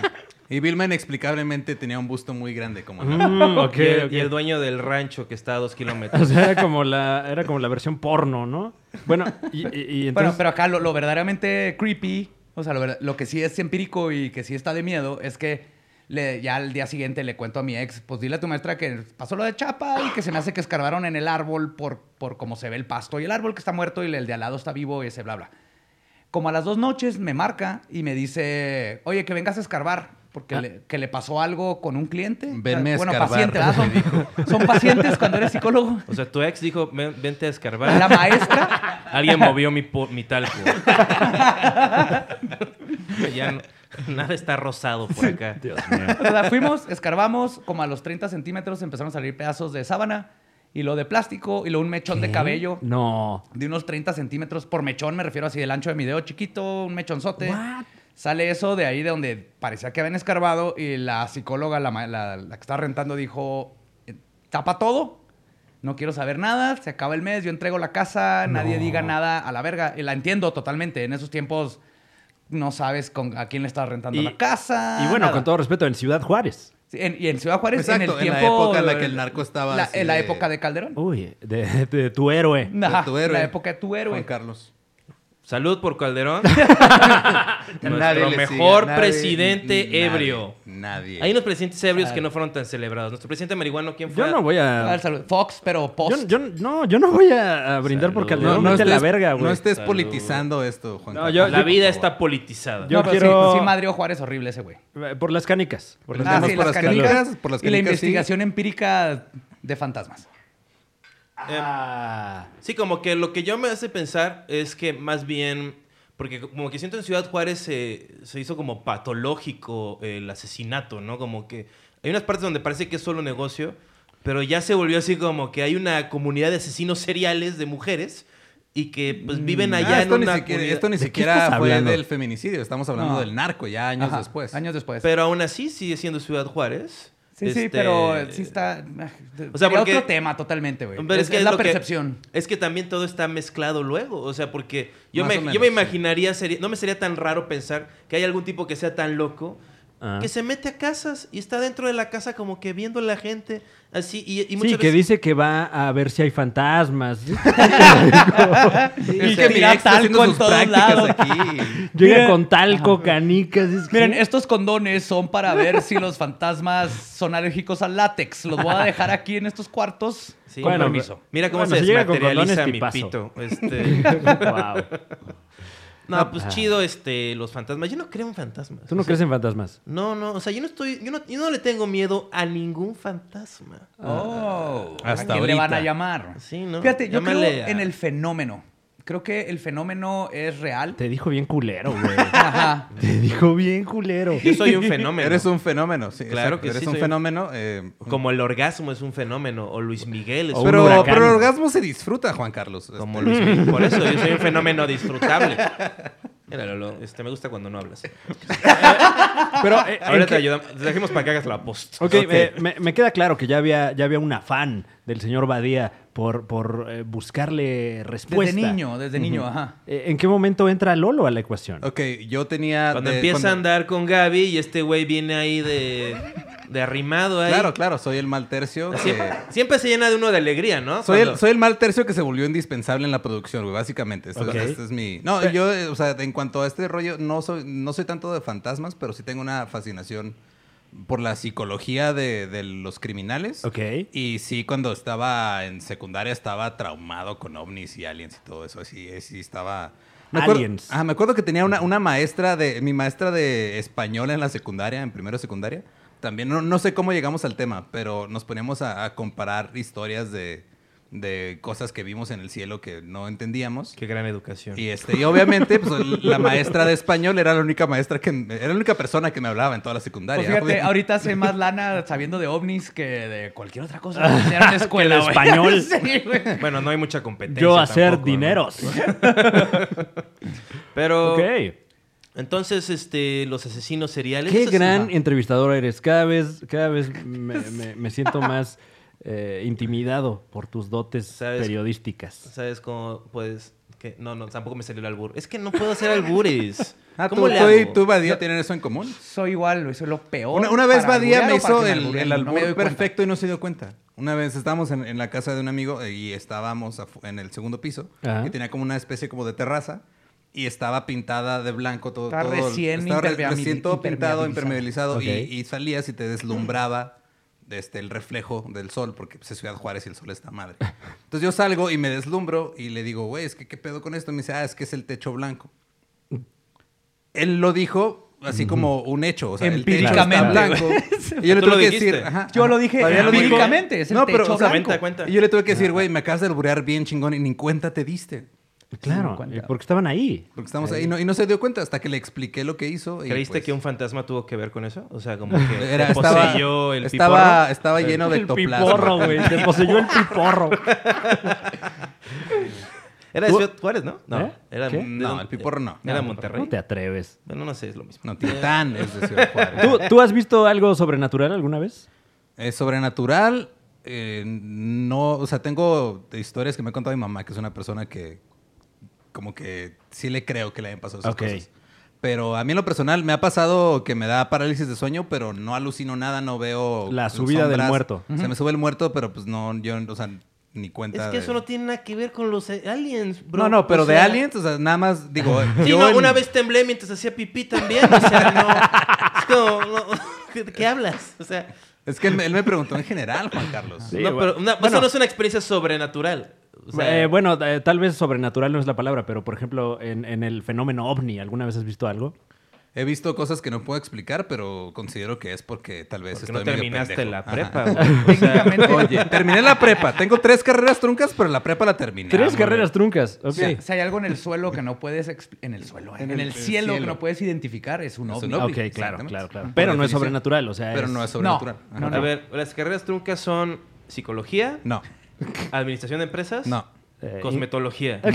Speaker 4: Y Vilma inexplicablemente tenía un busto muy grande como la-
Speaker 2: Mm, ok,
Speaker 1: y, el,
Speaker 2: ok.
Speaker 1: y el dueño del rancho que está a dos
Speaker 2: O
Speaker 1: kilómetros.
Speaker 2: sea, era como la, era como la versión porno, ¿no? Bueno, y, y- y
Speaker 3: Bueno,
Speaker 2: entonces...
Speaker 3: pero acá lo, lo verdaderamente creepy, o sea, lo, ver- lo que sí es empírico y que sí está de miedo es que le, ya al día siguiente le cuento a mi ex, pues dile a tu maestra que pasó lo de chapa y que se me hace que escarbaron en el árbol por, por cómo se ve el pasto y el árbol que está muerto y el de al lado está vivo y ese bla bla. Como a las dos noches me marca y me dice, oye, que vengas a escarbar porque
Speaker 2: Ah.
Speaker 3: le, que le pasó algo con un cliente.
Speaker 4: Venme a
Speaker 3: bueno,
Speaker 4: escarbar, *laughs*
Speaker 3: paciente, ¿verdad? Son- Son, pacientes cuando eres psicólogo.
Speaker 1: O sea, tu ex dijo, "Ven- vente a escarbar.
Speaker 3: La maestra
Speaker 1: Alguien movió mi, po- mi talco. *laughs* ya no- nada está rosado por acá.
Speaker 3: *laughs*
Speaker 2: Dios mío.
Speaker 3: O sea, fuimos, escarbamos, como a los 30 centímetros empezaron a salir pedazos de sábana. y lo de plástico, y lo un mechón de cabello
Speaker 2: ¿Eh? No.
Speaker 3: de unos 30 centímetros por mechón, me refiero así del ancho de mi dedo chiquito, un mechonzote.
Speaker 2: What?
Speaker 3: Sale eso de ahí de donde parecía que habían escarbado y la psicóloga, la, ma- la- la que estaba rentando, dijo, "Eh, tapa todo, no quiero saber nada, se acaba el mes, yo entrego la casa, nadie diga nada a la verga. Y la entiendo totalmente, en esos tiempos no sabes con, a quién le estás rentando
Speaker 2: Y-
Speaker 3: la casa.
Speaker 2: Y bueno,
Speaker 3: nada.
Speaker 2: con todo respeto, en Ciudad Juárez.
Speaker 3: Sí, en- y en Ciudad Juárez, en
Speaker 4: Exacto,
Speaker 3: el
Speaker 4: en la
Speaker 3: tiempo...
Speaker 4: época en la que el narco estaba
Speaker 3: la-
Speaker 4: así
Speaker 3: en la
Speaker 4: de-
Speaker 3: época de Calderón. *laughs*
Speaker 2: Uy, de, de tu héroe.
Speaker 3: Ajá,
Speaker 4: tu héroe.
Speaker 3: La época de tu héroe.
Speaker 4: Juan Carlos.
Speaker 1: Salud por
Speaker 2: *laughs*
Speaker 1: Calderón.
Speaker 4: Nadie
Speaker 1: Nuestro
Speaker 4: le sigue,
Speaker 1: mejor
Speaker 4: nadie,
Speaker 1: presidente
Speaker 4: nadie,
Speaker 1: ebrio.
Speaker 4: Nadie.
Speaker 1: Hay unos presidentes ebrios que no fueron tan celebrados. Nuestro presidente marihuano, ¿quién fue?
Speaker 2: Yo no voy
Speaker 3: Ah,
Speaker 2: a.
Speaker 3: el saludo. Fox, pero
Speaker 2: Yo,
Speaker 3: post.
Speaker 2: yo- no, yo no voy a a brindar por
Speaker 1: Salud.
Speaker 2: Calderón.
Speaker 1: No,
Speaker 2: vete a la verga, güey.
Speaker 4: no estés
Speaker 1: Salud.
Speaker 4: politizando esto, Juan
Speaker 2: No,
Speaker 4: Carlos.
Speaker 2: yo-
Speaker 1: La
Speaker 2: yo-
Speaker 1: vida está politizada.
Speaker 2: Yo
Speaker 3: no, pero
Speaker 2: quiero-
Speaker 3: sí, sí, Madrio Juárez horrible ese güey.
Speaker 2: Eh, Por las canicas. Por las
Speaker 4: Pero nada
Speaker 3: Ah,
Speaker 4: más
Speaker 3: sí,
Speaker 4: por
Speaker 3: las
Speaker 4: las
Speaker 3: canicas,
Speaker 4: canicas, por las
Speaker 3: y la
Speaker 4: canicas, sí.
Speaker 3: investigación empírica de fantasmas.
Speaker 2: Ah.
Speaker 1: Sí, como que lo que yo me hace pensar es que más bien, porque como que siento en Ciudad Juárez se, se hizo como patológico el asesinato, ¿no? Como que hay unas partes donde parece que es solo negocio, pero ya se volvió así como que hay una comunidad de asesinos seriales de mujeres y que pues viven
Speaker 4: Ah,
Speaker 1: allá en
Speaker 4: esto,
Speaker 1: una
Speaker 4: ni siquiera,
Speaker 1: comunidad-
Speaker 4: esto ni
Speaker 2: ¿De qué
Speaker 4: siquiera
Speaker 2: estás
Speaker 4: fue
Speaker 2: hablando?
Speaker 4: del feminicidio, estamos hablando
Speaker 3: No.
Speaker 4: del narco ya años
Speaker 3: Ajá,
Speaker 4: después.
Speaker 3: Años después.
Speaker 1: Pero aún así sigue siendo Ciudad Juárez.
Speaker 3: sí, sí,
Speaker 1: Este,
Speaker 3: pero eh, sí está.
Speaker 1: O
Speaker 3: O
Speaker 1: sea,
Speaker 3: sea,
Speaker 1: porque-
Speaker 3: otro tema totalmente, güey.
Speaker 1: Pero
Speaker 3: es, es
Speaker 1: lo
Speaker 3: la
Speaker 1: que- *laughs*
Speaker 3: percepción.
Speaker 1: es que también todo está mezclado luego. O sea, porque yo,
Speaker 4: Más
Speaker 1: me,
Speaker 4: o menos,
Speaker 1: yo me
Speaker 4: sí.
Speaker 1: imaginaría, sería- no me sería tan raro pensar que hay algún tipo que sea tan loco
Speaker 2: Ah.
Speaker 1: que se mete a casas y está dentro de la casa como que viendo a la gente así. Y, y muchas
Speaker 2: Sí, que
Speaker 1: veces-
Speaker 2: dice que va a ver si hay fantasmas.
Speaker 3: Y
Speaker 4: Es
Speaker 3: que
Speaker 4: mi
Speaker 3: mira
Speaker 4: ex está haciendo
Speaker 3: talco en
Speaker 4: sus
Speaker 3: todos
Speaker 4: prácticas
Speaker 1: *laughs*
Speaker 3: lados.
Speaker 4: aquí.
Speaker 2: Llega
Speaker 3: Miren.
Speaker 2: con talco, canicas. es que-
Speaker 3: Miren, estos condones son para ver si los fantasmas son alérgicos al látex. Los voy a dejar aquí en estos cuartos.
Speaker 1: Sí,
Speaker 2: Bueno,
Speaker 1: con
Speaker 2: permiso.
Speaker 1: Mira cómo
Speaker 2: bueno,
Speaker 1: se
Speaker 2: si llega con
Speaker 1: desmaterializa mi
Speaker 2: condones,
Speaker 1: pito.
Speaker 2: tipazo.
Speaker 1: Este,
Speaker 2: *laughs* Guau.
Speaker 1: *laughs* no, pues chido este, los fantasmas. Yo no creo en fantasmas.
Speaker 2: Ah. ¿Tú no
Speaker 1: O sea,
Speaker 2: crees en fantasmas?
Speaker 1: No, no, o sea, yo no estoy, yo no, yo no le tengo miedo a ningún
Speaker 2: *laughs*
Speaker 1: fantasma.
Speaker 3: Oh,
Speaker 4: Ah, Hasta
Speaker 3: ¿a quién le van
Speaker 4: ahorita.
Speaker 3: a llamar?
Speaker 1: Sí, ¿no?
Speaker 3: Fíjate, yo
Speaker 1: Llámale
Speaker 3: creo
Speaker 1: a-
Speaker 3: en el fenómeno. Creo que el fenómeno es real.
Speaker 2: Te dijo bien culero, güey.
Speaker 3: Ajá.
Speaker 2: *laughs* Te dijo bien culero.
Speaker 1: Yo soy un fenómeno.
Speaker 4: Eres un fenómeno, sí,
Speaker 1: Claro
Speaker 4: exacto,
Speaker 1: que
Speaker 4: Eres
Speaker 1: sí,
Speaker 4: un
Speaker 1: soy-
Speaker 4: fenómeno. eh,
Speaker 1: Como el orgasmo es un fenómeno, o Luis Miguel es
Speaker 2: O
Speaker 1: un
Speaker 4: pero,
Speaker 2: huracán.
Speaker 4: pero el orgasmo se disfruta, Juan Carlos.
Speaker 1: Como
Speaker 4: Este,
Speaker 1: Luis Miguel.
Speaker 2: *laughs*
Speaker 1: Por eso yo soy un fenómeno disfrutable. Mira, Lolo, este, me gusta cuando no hablas.
Speaker 2: Pero, eh, ¿en
Speaker 1: Ahora te
Speaker 2: qué-
Speaker 1: ayudamos. Te dejemos para que hagas la post.
Speaker 2: Ok, eh, me, me queda claro que ya había, ya había un afán del señor Badía por, por eh, buscarle respuesta.
Speaker 3: Desde niño, desde niño, ajá.
Speaker 2: Eh, ¿En qué momento entra Lolo a la ecuación?
Speaker 4: ok, yo tenía.
Speaker 1: Cuando
Speaker 4: de-
Speaker 1: empieza a
Speaker 4: cuando-
Speaker 1: andar con Gaby y este güey viene ahí de, de arrimado ahí.
Speaker 4: Claro, claro, soy el mal tercio. eh, que-
Speaker 1: Siempre, siempre se llena de uno de alegría, ¿no?
Speaker 4: Soy
Speaker 1: Cuando-
Speaker 4: el, soy el mal tercio que se volvió indispensable en la producción, güey, básicamente. Esto,
Speaker 2: Ok.
Speaker 4: este es mi... No, yo, eh, o sea, en cuanto a este rollo, no soy, no soy tanto de fantasmas, pero sí tengo una fascinación por la psicología de, de los criminales.
Speaker 2: Ok.
Speaker 4: Y sí, cuando estaba en secundaria estaba traumado con ovnis y aliens y todo eso. Así, eh, sí estaba... Me acuerdo-
Speaker 2: Aliens.
Speaker 4: Ah, me acuerdo que tenía una, una maestra de... Mi maestra de español en la secundaria, en primero de secundaria. También, no, no sé cómo llegamos al tema, pero nos poníamos a, a comparar historias de, de cosas que vimos en el cielo que no entendíamos.
Speaker 1: Qué gran educación.
Speaker 2: eh,
Speaker 4: Y, este, y obviamente, pues, la maestra de español era la única maestra que... Era la única persona que me hablaba en toda la secundaria.
Speaker 3: Pues fíjate, ahorita hace más lana sabiendo de ovnis que de cualquier otra cosa que
Speaker 4: *laughs*
Speaker 3: enseñaron en la escuela,
Speaker 2: Que de
Speaker 3: güey.
Speaker 2: español.
Speaker 3: *laughs* Sí, güey.
Speaker 1: Bueno, no hay mucha competencia.
Speaker 2: Yo hacer
Speaker 1: tampoco, ¿no?
Speaker 2: dineros.
Speaker 1: Pero.
Speaker 2: Ok.
Speaker 1: Entonces, este, los asesinos seriales.
Speaker 2: Qué
Speaker 1: eso sí,
Speaker 2: gran
Speaker 1: ¿no?
Speaker 2: entrevistador eres. Cada vez, cada vez me, me- me siento más eh, intimidado por tus dotes
Speaker 1: ¿Sabes?
Speaker 2: periodísticas.
Speaker 1: ¿Sabes cómo puedes.? pues, que No, no, tampoco me salió el albur. Es que no puedo hacer albures.
Speaker 4: *laughs* Ah,
Speaker 1: ¿Cómo
Speaker 4: tú,
Speaker 1: le
Speaker 4: tú y
Speaker 1: hago?
Speaker 4: tú, Badía, tienen eso en común.
Speaker 3: Soy igual, güey, soy lo peor.
Speaker 4: Una, una vez
Speaker 3: para alburear
Speaker 4: Badía me
Speaker 3: o para
Speaker 4: hizo
Speaker 3: que me
Speaker 4: el,
Speaker 3: albureen,
Speaker 4: el
Speaker 3: no me
Speaker 4: albur
Speaker 3: doy cuenta.
Speaker 4: perfecto y no se dio cuenta. Una vez estábamos en, en la casa de un amigo eh, y estábamos afu- en el segundo piso
Speaker 2: Ajá.
Speaker 4: y tenía como una especie como de terraza y estaba pintada de blanco todo.
Speaker 3: Estaba
Speaker 4: todo
Speaker 3: recién
Speaker 4: estaba re-
Speaker 3: impermeabil-
Speaker 4: recién todo pintado, impermeabilizado
Speaker 2: impermeabilizado.
Speaker 4: y-
Speaker 2: Ok.
Speaker 4: y, salías y te deslumbraba este, el reflejo del sol porque pues, es Ciudad Juárez y el sol
Speaker 2: *laughs*
Speaker 4: está madre. Entonces yo salgo y me deslumbro y le digo, güey, es que qué pedo con esto. Y me dice, ah, es que es el techo blanco. Él lo dijo así como un hecho, o sea, el techo está
Speaker 3: Empíricamente,
Speaker 4: blanco.
Speaker 1: *laughs*
Speaker 4: Y yo le
Speaker 1: Tú lo
Speaker 4: tuve que
Speaker 1: dijiste.
Speaker 4: decir, ajá,
Speaker 3: Yo
Speaker 4: ajá.
Speaker 3: lo dije
Speaker 4: Todavía lo dijo.
Speaker 3: empíricamente, es el techo
Speaker 4: o sea,
Speaker 3: blanco.
Speaker 1: Cuenta, cuenta.
Speaker 4: Y yo le tuve que decir, güey, me acabas de alburear bien chingón y ni en cuenta te diste.
Speaker 2: Claro,
Speaker 3: cuenta.
Speaker 2: eh, porque estaban ahí.
Speaker 4: Porque estamos ahí. No, y no se dio cuenta hasta que le expliqué lo que hizo. y,
Speaker 1: ¿Creíste
Speaker 4: pues,
Speaker 1: que un fantasma tuvo que ver con eso? O sea, como que
Speaker 4: *laughs* era,
Speaker 1: te
Speaker 4: estaba,
Speaker 1: poseyó el
Speaker 4: estaba,
Speaker 1: piporro.
Speaker 4: estaba
Speaker 1: El-
Speaker 4: lleno de
Speaker 2: El
Speaker 4: toplasma.
Speaker 2: piporro, güey. Te poseyó el piporro.
Speaker 1: Era de
Speaker 2: ¿Tú-
Speaker 1: Ciudad Juárez, ¿no? No,
Speaker 2: ¿Eh?
Speaker 1: era
Speaker 2: ¿Qué?
Speaker 1: de-
Speaker 4: No, el piporro no.
Speaker 1: Era
Speaker 4: No,
Speaker 1: Monterrey.
Speaker 2: No te atreves.
Speaker 1: Bueno, no sé, es lo mismo.
Speaker 4: No, Titán es de Ciudad
Speaker 1: *laughs*
Speaker 4: Juárez.
Speaker 2: ¿Tú, tú has visto algo sobrenatural alguna vez?
Speaker 4: Eh, sobrenatural, eh, no, o sea, tengo de historias que me ha contado mi mamá, que es una persona que como que sí le creo que le hayan pasado esas
Speaker 2: Ok.
Speaker 4: cosas. Pero a mí en lo personal me ha pasado que me da parálisis de sueño, pero no alucino nada, no veo...
Speaker 2: La
Speaker 4: las
Speaker 2: subida del muerto.
Speaker 4: Se me sube el muerto, pero pues no, yo, o sea, ni
Speaker 1: Es
Speaker 4: cuenta
Speaker 1: que
Speaker 4: de-
Speaker 1: eso no tiene nada que ver con los eh, aliens, bro.
Speaker 4: No, no, pero
Speaker 1: O
Speaker 4: de
Speaker 1: sea,
Speaker 4: aliens, o sea, nada más *laughs* digo...
Speaker 1: Sí,
Speaker 4: yo
Speaker 1: no,
Speaker 4: en-
Speaker 1: una vez temblé mientras hacía pipí también. O sea, no. Es como, no, *laughs* ¿qué, qué hablas? O sea,
Speaker 4: Es que él, me- él me preguntó en general, Juan Carlos.
Speaker 2: Sí,
Speaker 1: no,
Speaker 2: bueno.
Speaker 1: pero una-
Speaker 2: Bueno.
Speaker 1: eso no es una experiencia sobrenatural. O sea,
Speaker 2: Eh, bueno, eh, tal vez sobrenatural no es la palabra, pero por ejemplo, en, en el fenómeno ovni, ¿alguna vez has visto algo?
Speaker 4: He visto cosas que no puedo explicar, pero considero que es porque tal vez
Speaker 1: porque no
Speaker 4: estoy medio
Speaker 1: terminaste
Speaker 4: pendejo.
Speaker 1: la
Speaker 4: Ajá. *laughs*
Speaker 1: prepa, güey. O sea,
Speaker 3: Técnicamente, *laughs*
Speaker 4: Oye, terminé la prepa. Tengo tres carreras truncas, pero la prepa la terminé.
Speaker 2: Tres
Speaker 4: Amor.
Speaker 2: carreras truncas. Ok.
Speaker 3: si, si hay algo en el suelo que no puedes... expl- En el suelo, eh, en, el, cielo,
Speaker 4: cielo.
Speaker 3: que no puedes identificar, es un
Speaker 4: Es
Speaker 3: ovni.
Speaker 4: un
Speaker 2: Ok,
Speaker 4: ovni.
Speaker 2: claro,
Speaker 4: Exactamente.
Speaker 2: claro, claro.
Speaker 4: Por
Speaker 2: Pero no es
Speaker 4: definición.
Speaker 2: sobrenatural, o sea.
Speaker 4: Pero no es sobrenatural. Ajá.
Speaker 3: No,
Speaker 1: a ver, las carreras truncas son
Speaker 4: *laughs*
Speaker 1: psicología,
Speaker 4: No,
Speaker 1: administración de empresas,
Speaker 4: no.
Speaker 2: eh,
Speaker 1: cosmetología.
Speaker 4: no.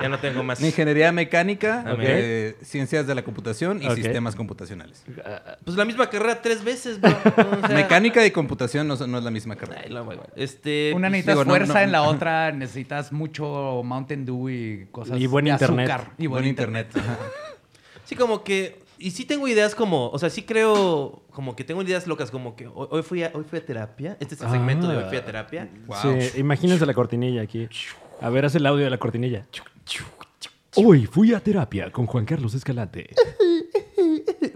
Speaker 1: Ya no tengo más.
Speaker 4: Ni Ingeniería mecánica,
Speaker 1: Ok.
Speaker 4: eh, ciencias de la computación y
Speaker 2: Ok.
Speaker 4: sistemas computacionales.
Speaker 1: Pues la misma carrera tres veces, bro. O sea,
Speaker 4: *laughs* Mecánica y computación no, son- no es la misma carrera.
Speaker 1: ay, la madre. Este,
Speaker 3: Una necesitas
Speaker 4: Digo, no,
Speaker 3: fuerza,
Speaker 4: no.
Speaker 3: en la otra necesitas mucho Mountain Dew y cosas
Speaker 2: Y buen
Speaker 3: de
Speaker 2: internet.
Speaker 3: azúcar.
Speaker 4: Y buen internet.
Speaker 1: *laughs*
Speaker 4: Ajá.
Speaker 1: Sí, como que. Y sí tengo ideas como. O sea, sí creo. Como que tengo ideas locas. Como que hoy, hoy fui, a, hoy fui a terapia. Este es el segmento de hoy
Speaker 4: Ah.
Speaker 1: fui a terapia.
Speaker 4: Wow.
Speaker 2: Sí, imagínense la cortinilla aquí. A ver, haz el audio de la cortinilla. Hoy fui a terapia con Juan Carlos Escalante.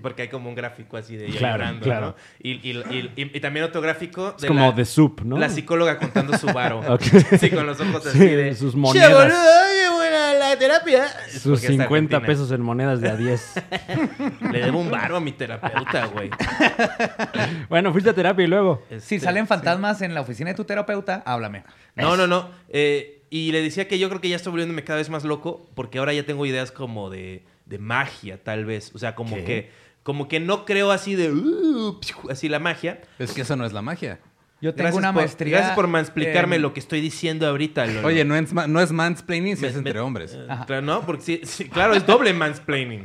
Speaker 1: Porque hay como un gráfico así de ella
Speaker 2: Claro,
Speaker 1: llorando,
Speaker 2: claro.
Speaker 1: ¿no? Y, y- y- y- y también otro gráfico.
Speaker 2: Es como de Soup, ¿no?
Speaker 1: La psicóloga contando su varo.
Speaker 2: *laughs* Ok.
Speaker 1: Sí, con los ojos así
Speaker 2: Sí,
Speaker 1: de.
Speaker 2: sus
Speaker 1: "Che,
Speaker 2: monedas".
Speaker 1: boludo, oye, buena la terapia. Es
Speaker 2: Sus
Speaker 1: porque es
Speaker 2: 50
Speaker 1: argentina.
Speaker 2: pesos en monedas de a 10.
Speaker 1: Le debo un varo a mi terapeuta,
Speaker 3: *laughs*
Speaker 1: güey.
Speaker 2: bueno, fuiste a terapia y luego.
Speaker 3: Si
Speaker 1: Este,
Speaker 3: salen fantasmas en la oficina de tu terapeuta, háblame.
Speaker 1: No, no, no. Eh, y le decía que yo creo que ya estoy volviéndome cada vez más loco porque ahora ya tengo ideas como de, de magia, tal vez. O sea, como
Speaker 2: ¿Qué?
Speaker 1: que como que no creo así de... "Uh", piu, así la magia.
Speaker 4: Es que eso no es la magia.
Speaker 3: Yo tengo
Speaker 1: Gracias
Speaker 3: una
Speaker 1: por-
Speaker 3: maestría.
Speaker 1: Gracias por mansplicarme
Speaker 3: en-
Speaker 1: lo que estoy diciendo ahorita. Lolo.
Speaker 4: Oye, no es, ma- no es mansplaining si
Speaker 1: Me-
Speaker 4: es entre
Speaker 1: me-
Speaker 4: hombres.
Speaker 1: Eh, claro, no, porque sí, sí, claro, es doble mansplaining.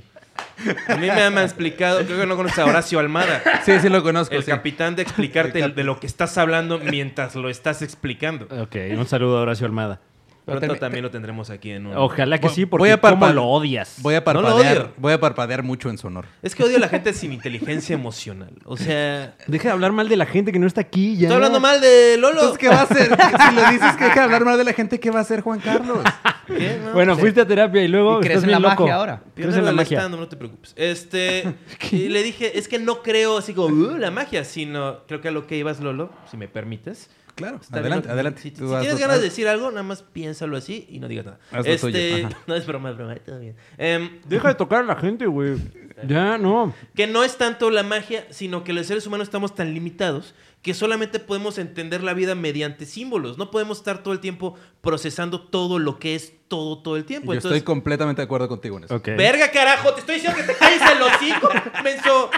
Speaker 1: A mí me han explicado, creo que no conoces a Horacio Almada,
Speaker 4: Sí, sí lo conozco.
Speaker 1: el
Speaker 4: sí.
Speaker 1: capitán de explicarte el- de lo que estás hablando mientras lo estás explicando.
Speaker 2: Ok, un saludo a Horacio Almada.
Speaker 1: Pronto
Speaker 3: termi-
Speaker 1: también lo tendremos aquí en un...
Speaker 2: Ojalá que
Speaker 4: Voy-
Speaker 2: sí,
Speaker 4: voy
Speaker 2: porque
Speaker 4: a
Speaker 2: cómo
Speaker 4: parpade-
Speaker 2: lo odias.
Speaker 4: Voy a
Speaker 1: No lo
Speaker 4: parpadear.
Speaker 1: odio.
Speaker 4: voy a parpadear mucho en su honor.
Speaker 1: Es que odio a la gente sin inteligencia emocional. O sea,
Speaker 2: Deja de hablar mal de la gente que no está aquí ya.
Speaker 1: estoy hablando mal de Lolo.
Speaker 4: Entonces, ¿qué va
Speaker 1: *laughs*
Speaker 4: a hacer? si le dices que deja de hablar mal de la gente, ¿qué va a hacer Juan Carlos?
Speaker 1: ¿Qué? No,
Speaker 2: Bueno,
Speaker 1: pues,
Speaker 2: fuiste a terapia y luego.
Speaker 3: Y crees
Speaker 2: estás
Speaker 3: en la
Speaker 2: bien loco.
Speaker 3: magia ahora.
Speaker 2: Crees en la
Speaker 1: piérdelo al
Speaker 2: magia.
Speaker 1: stand-up, no te preocupes. Este, y le dije, es que no creo así como "Uh, la magia, sino creo que a lo que ibas, Lolo, si me permites.
Speaker 4: Claro,
Speaker 1: Está
Speaker 4: adelante,
Speaker 1: bien,
Speaker 4: adelante.
Speaker 1: Si, si
Speaker 4: Tú haz
Speaker 1: tienes
Speaker 4: lo-
Speaker 1: ganas
Speaker 4: haz-
Speaker 1: de decir algo, nada más piénsalo así y no digas nada.
Speaker 4: Haz lo
Speaker 1: Este,
Speaker 4: tuyo, ajá.
Speaker 1: *laughs* no es broma, es broma, todo bien. Em,
Speaker 2: Deja de tocar a la gente, güey. Ya, no.
Speaker 1: que no es tanto la magia, sino que los seres humanos estamos tan limitados que solamente podemos entender la vida mediante símbolos. No podemos estar todo el tiempo procesando todo lo que es todo, todo el tiempo.
Speaker 4: Yo estoy
Speaker 1: Entonces,
Speaker 4: completamente de acuerdo contigo en eso.
Speaker 2: Ok.
Speaker 1: verga, carajo, te estoy diciendo que te calles el hocico, menso.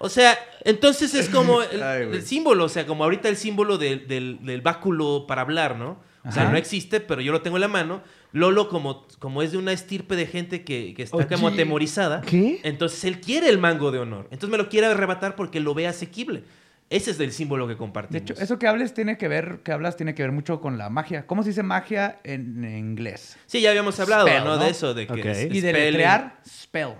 Speaker 1: O sea, entonces es como el,
Speaker 4: Ay, güey.
Speaker 1: el símbolo, o sea, como ahorita el símbolo del, del- del báculo para hablar, ¿no? O sea,
Speaker 3: Ajá.
Speaker 1: no existe, pero yo lo tengo en la mano. Lolo, como, como es de una estirpe de gente que, que está
Speaker 2: Oye,
Speaker 1: como atemorizada,
Speaker 2: ¿qué?
Speaker 1: entonces él quiere el mango de honor. Entonces me lo quiere arrebatar porque lo ve asequible. Ese es el símbolo que
Speaker 3: De
Speaker 1: compartimos.
Speaker 3: hecho, eso que hables tiene que ver, que hablas tiene que ver mucho con la magia. ¿Cómo se dice magia en inglés?
Speaker 1: Sí, ya habíamos hablado,
Speaker 3: Spell,
Speaker 1: ¿no?
Speaker 3: ¿no?
Speaker 1: De eso, de que...
Speaker 2: Ok.
Speaker 1: es-
Speaker 3: Y
Speaker 1: es
Speaker 3: de
Speaker 1: spelling.
Speaker 3: crear spell.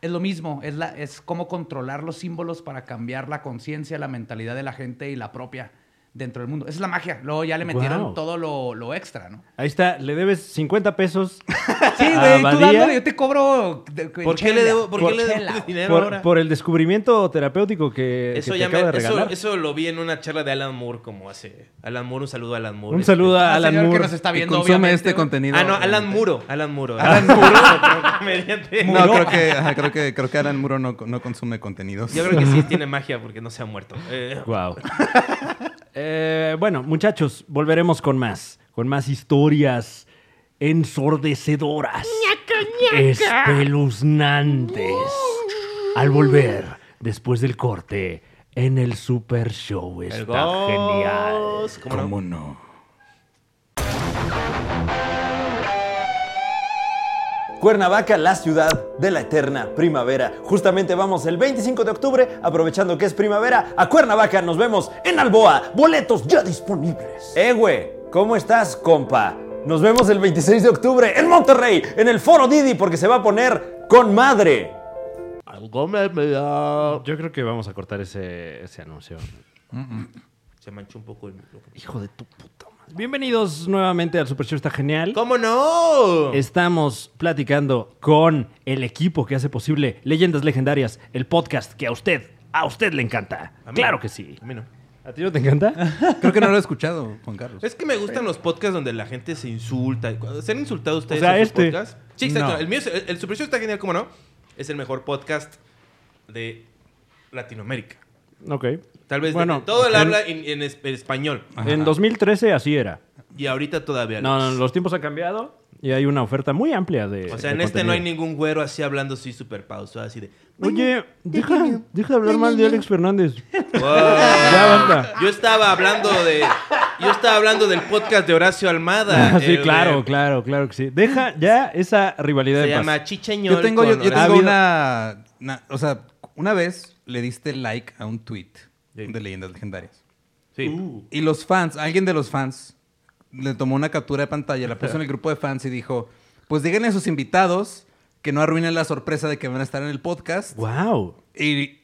Speaker 3: Es lo mismo, es, la, es cómo controlar los símbolos para cambiar la conciencia, la mentalidad de la gente y la propia dentro del mundo. Esa es la magia. Luego ya le metieron
Speaker 2: Guau.
Speaker 3: todo lo, lo extra, ¿no?
Speaker 2: Ahí está, le debes 50 pesos
Speaker 3: Sí,
Speaker 2: Ah,
Speaker 3: güey, tú
Speaker 2: Badía.
Speaker 3: dándole, yo te cobro. de-
Speaker 1: ¿Por
Speaker 3: en
Speaker 1: qué le
Speaker 3: chela.
Speaker 1: debo, por qué
Speaker 3: Por
Speaker 1: le debo
Speaker 3: chela.
Speaker 1: dinero
Speaker 2: por,
Speaker 1: ahora?
Speaker 2: por el descubrimiento terapéutico que,
Speaker 1: Eso
Speaker 2: que te
Speaker 1: ya me-
Speaker 2: acaba de
Speaker 1: eso-
Speaker 2: regalar.
Speaker 1: eso lo vi en una charla de Alan Moore como hace. Alan Moore, un saludo a Alan Moore.
Speaker 2: Un
Speaker 1: Este-
Speaker 2: saludo a
Speaker 3: Ah,
Speaker 2: Alan
Speaker 3: señor que
Speaker 2: Moore.
Speaker 3: nos
Speaker 2: *laughs*
Speaker 3: está
Speaker 4: Que
Speaker 3: viendo,
Speaker 4: consume
Speaker 3: obviamente,
Speaker 4: este
Speaker 3: güey.
Speaker 4: contenido.
Speaker 1: Ah, no, Alan Muro. Alan Muro.
Speaker 4: Alan
Speaker 1: Muro. otro
Speaker 2: *laughs*
Speaker 1: comediante.
Speaker 4: No, creo que, ajá, creo que creo que Alan Muro no, no consume contenidos.
Speaker 1: Yo creo que sí tiene magia porque no se ha muerto. Eh,
Speaker 2: *laughs* Wow. Eh, bueno, muchachos, volveremos con más, con más historias ensordecedoras, espeluznantes. Al volver, después del corte, en el Super Show está genial.
Speaker 1: Ghost, ¿cómo no?
Speaker 4: no?
Speaker 5: Cuernavaca, la ciudad de la eterna primavera. Justamente vamos el 25 de octubre, aprovechando que es primavera, a Cuernavaca. Nos vemos en Alboa. Boletos ya disponibles. Eh, güey, ¿cómo estás, compa? Nos vemos el 26 de octubre en Monterrey, en el Foro Didi, porque se va a poner con madre.
Speaker 1: Algo me- me da-
Speaker 2: Yo creo que vamos a cortar ese, ese anuncio.
Speaker 1: Se manchó un poco el micrófono.
Speaker 2: Hijo de tu puta madre. Bienvenidos nuevamente al Super Show está genial.
Speaker 1: ¿Cómo no?
Speaker 2: Estamos platicando con el equipo que hace posible Leyendas Legendarias, el podcast que a usted, a usted le encanta.
Speaker 1: A mí
Speaker 2: Claro
Speaker 1: no.
Speaker 2: que sí.
Speaker 1: A mí no.
Speaker 2: ¿A ti no te encanta?
Speaker 4: Creo que no lo he escuchado, Juan Carlos.
Speaker 1: Es que me gustan los podcasts donde la gente se insulta. Cuando ¿Se han insultado ustedes
Speaker 2: O sea,
Speaker 1: en sus
Speaker 2: este.
Speaker 1: podcasts? Sí, exacto.
Speaker 3: No.
Speaker 1: El, mío es- el, el Super Show está genial, ¿cómo no? Es el mejor podcast de Latinoamérica.
Speaker 2: *laughs* ok.
Speaker 1: Tal vez de-
Speaker 2: Bueno,
Speaker 1: de todo el
Speaker 2: en-
Speaker 1: habla en, en es- en español.
Speaker 2: En 2013 así era.
Speaker 1: Y ahorita todavía.
Speaker 2: No, no,
Speaker 1: es.
Speaker 2: los tiempos han cambiado y hay una oferta muy amplia de.
Speaker 1: O sea,
Speaker 2: de
Speaker 1: en este no hay
Speaker 2: contenido.
Speaker 1: ningún güero así hablando así super pausado, así de...
Speaker 2: Oye, deja, deja de hablar mal de Alex
Speaker 1: *laughs*
Speaker 2: Fernández. *laughs*
Speaker 1: "Wow".
Speaker 2: Ya basta.
Speaker 1: Yo estaba hablando de... Yo estaba hablando del podcast de Horacio Almada.
Speaker 2: Ah, *laughs* sí,
Speaker 1: el de-
Speaker 2: claro, claro, claro que sí. Deja ya esa rivalidad
Speaker 1: eh. Se
Speaker 2: de paz.
Speaker 1: llama Chicheñol.
Speaker 4: Yo tengo, yo,
Speaker 1: con
Speaker 4: yo
Speaker 1: Horacio.
Speaker 4: tengo una, una- O sea, una vez le diste like a un tweet
Speaker 1: Sí.
Speaker 4: de leyendas legendarias.
Speaker 1: Sí.
Speaker 4: Y los fans, alguien de los fans, le tomó una captura de pantalla, la puso en el grupo de fans y dijo: Pues díganle a sus invitados que no arruinen la sorpresa de que van a estar en el podcast.
Speaker 2: Wow.
Speaker 4: Y,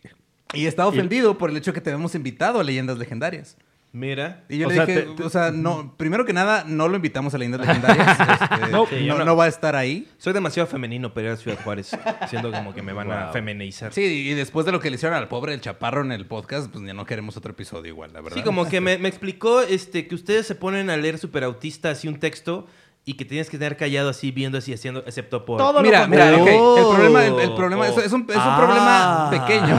Speaker 4: y está ofendido por el hecho que te habíamos invitado a leyendas legendarias.
Speaker 1: Mira.
Speaker 4: Y yo
Speaker 2: O
Speaker 4: le
Speaker 2: sea,
Speaker 4: dije,
Speaker 2: te- te-
Speaker 4: o sea, no, primero que nada, no lo invitamos a
Speaker 2: *laughs*
Speaker 4: leyendas legendarias. este,
Speaker 2: No.
Speaker 4: no,
Speaker 1: Sí, yo no.
Speaker 4: no va a estar ahí.
Speaker 1: Soy demasiado femenino para ir a Ciudad Juárez, siendo como que me van a femenizar. Sí,
Speaker 4: Sí, y después de lo que le hicieron al pobre el chaparro en el podcast, pues ya no queremos otro episodio igual, la verdad.
Speaker 1: como que me, me explicó este, que ustedes se ponen a leer superautista así un texto y que tienes que tener callado así, viendo así, haciendo, excepto por...
Speaker 3: Todo lo
Speaker 4: Mira, mira, ok,
Speaker 1: contrario.
Speaker 4: el problema, el, el
Speaker 1: Oh,
Speaker 4: problema,
Speaker 1: oh.
Speaker 4: es, es un, es un
Speaker 1: Ah.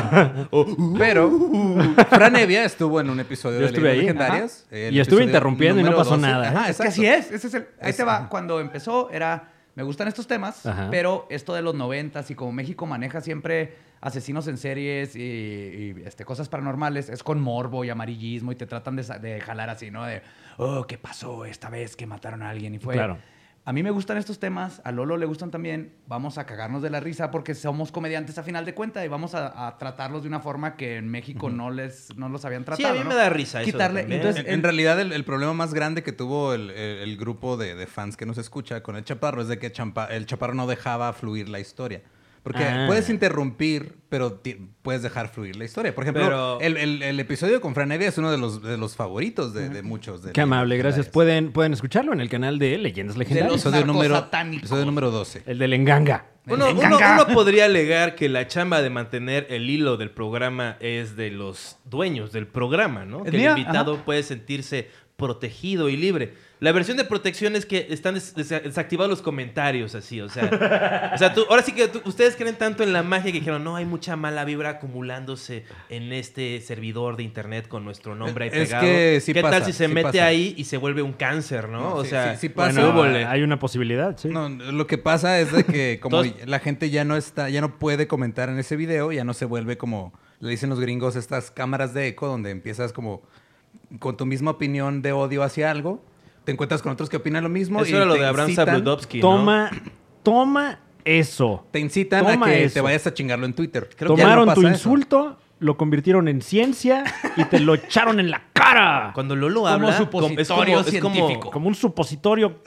Speaker 2: *laughs*
Speaker 4: problema pequeño. Pero Fran Evia estuvo en un episodio
Speaker 2: Oh. Yo
Speaker 4: de
Speaker 2: estuve
Speaker 4: Leyendas
Speaker 2: ahí,
Speaker 4: Legendarias.
Speaker 2: ajá.
Speaker 4: el
Speaker 2: Y estuve
Speaker 4: episodio
Speaker 2: interrumpiendo y no
Speaker 4: número
Speaker 2: pasó
Speaker 4: 12.
Speaker 2: nada, ¿eh?
Speaker 4: Ajá,
Speaker 3: Es que
Speaker 4: exacto.
Speaker 3: así es. Ese es el, ahí te
Speaker 4: Es-
Speaker 3: va.
Speaker 4: ajá.
Speaker 3: Cuando empezó era, me gustan estos temas,
Speaker 2: Ajá.
Speaker 3: pero esto de los noventas y como México maneja siempre asesinos en series y, y, este, cosas paranormales, es con morbo y amarillismo y te tratan de, sa- de jalar así, ¿no? De, oh, ¿qué pasó esta vez que mataron a alguien? Y fue...
Speaker 2: Claro.
Speaker 3: A mí me gustan estos temas, a Lolo le gustan también. Vamos a cagarnos de la risa porque somos comediantes a final de cuenta y vamos a, a tratarlos de una forma que en México no les no los habían
Speaker 1: Sí,
Speaker 3: tratado.
Speaker 1: a mí
Speaker 3: ¿no?
Speaker 1: me da risa eso.
Speaker 3: Quitarle-
Speaker 1: también.
Speaker 3: entonces-
Speaker 4: En, en realidad, el, el problema más grande que tuvo el, el- el grupo de, de fans que nos escucha con el Chaparro es de que Champa- el Chaparro no dejaba fluir la historia. Porque
Speaker 2: Ah.
Speaker 4: puedes interrumpir, pero ti- puedes dejar fluir la historia. Por ejemplo,
Speaker 1: Pero-
Speaker 4: el, el- el episodio con Fran Evia es uno de los, de los favoritos de, de muchos. de
Speaker 2: Qué amable,
Speaker 4: Leyendas
Speaker 2: gracias.
Speaker 4: Legendarias.
Speaker 2: Pueden, pueden escucharlo en el canal de Leyendas
Speaker 3: De
Speaker 2: Legendarias.
Speaker 3: los-
Speaker 4: Episodio número,
Speaker 3: narcosatánicos.
Speaker 4: episodio número 12.
Speaker 2: El del enganga.
Speaker 1: uno, uno- uno podría alegar que la chamba de mantener el hilo del programa es de los dueños del programa, ¿no?
Speaker 3: ¿Es
Speaker 1: Que
Speaker 3: mía?
Speaker 1: el invitado puede sentirse protegido y libre. La versión de protección es que están des- des- desactivados los comentarios, así, o sea, o sea, tú- ahora sí que tú- ustedes creen tanto en la magia que dijeron, no, hay mucha mala vibra acumulándose en este servidor de internet con nuestro nombre ahí
Speaker 4: Es
Speaker 1: pegado.
Speaker 4: que sí
Speaker 1: ¿Qué
Speaker 4: pasa,
Speaker 1: tal si se
Speaker 4: sí
Speaker 1: mete
Speaker 4: pasa.
Speaker 1: ahí y se vuelve un cáncer, no?
Speaker 4: No,
Speaker 1: o
Speaker 4: sí,
Speaker 1: sea,
Speaker 4: sí, sí
Speaker 2: Bueno,
Speaker 4: pasa.
Speaker 1: húbole.
Speaker 2: hay una posibilidad, sí.
Speaker 4: No, lo que pasa es
Speaker 1: *laughs*
Speaker 4: de que como
Speaker 1: Todos-
Speaker 4: la gente ya no está, ya no puede comentar en ese video, ya no se vuelve como le dicen los gringos estas cámaras de eco donde empiezas como con tu misma opinión de odio hacia algo, te encuentras con otros que opinan lo mismo y
Speaker 1: Eso era lo
Speaker 4: te
Speaker 1: de Abraham
Speaker 4: incitan-
Speaker 1: Sabludovsky, ¿no?
Speaker 2: toma, toma eso.
Speaker 4: Te incitan
Speaker 2: Toma
Speaker 4: a que
Speaker 2: eso.
Speaker 4: te vayas a chingarlo en Twitter. Creo que ya no
Speaker 2: Tomaron tu
Speaker 4: pasa eso.
Speaker 2: insulto, lo convirtieron en ciencia y te lo echaron en la cara.
Speaker 1: Cuando Lolo habla,
Speaker 3: supositorio
Speaker 1: com- es como- es como-
Speaker 3: científico.
Speaker 2: Como un supositorio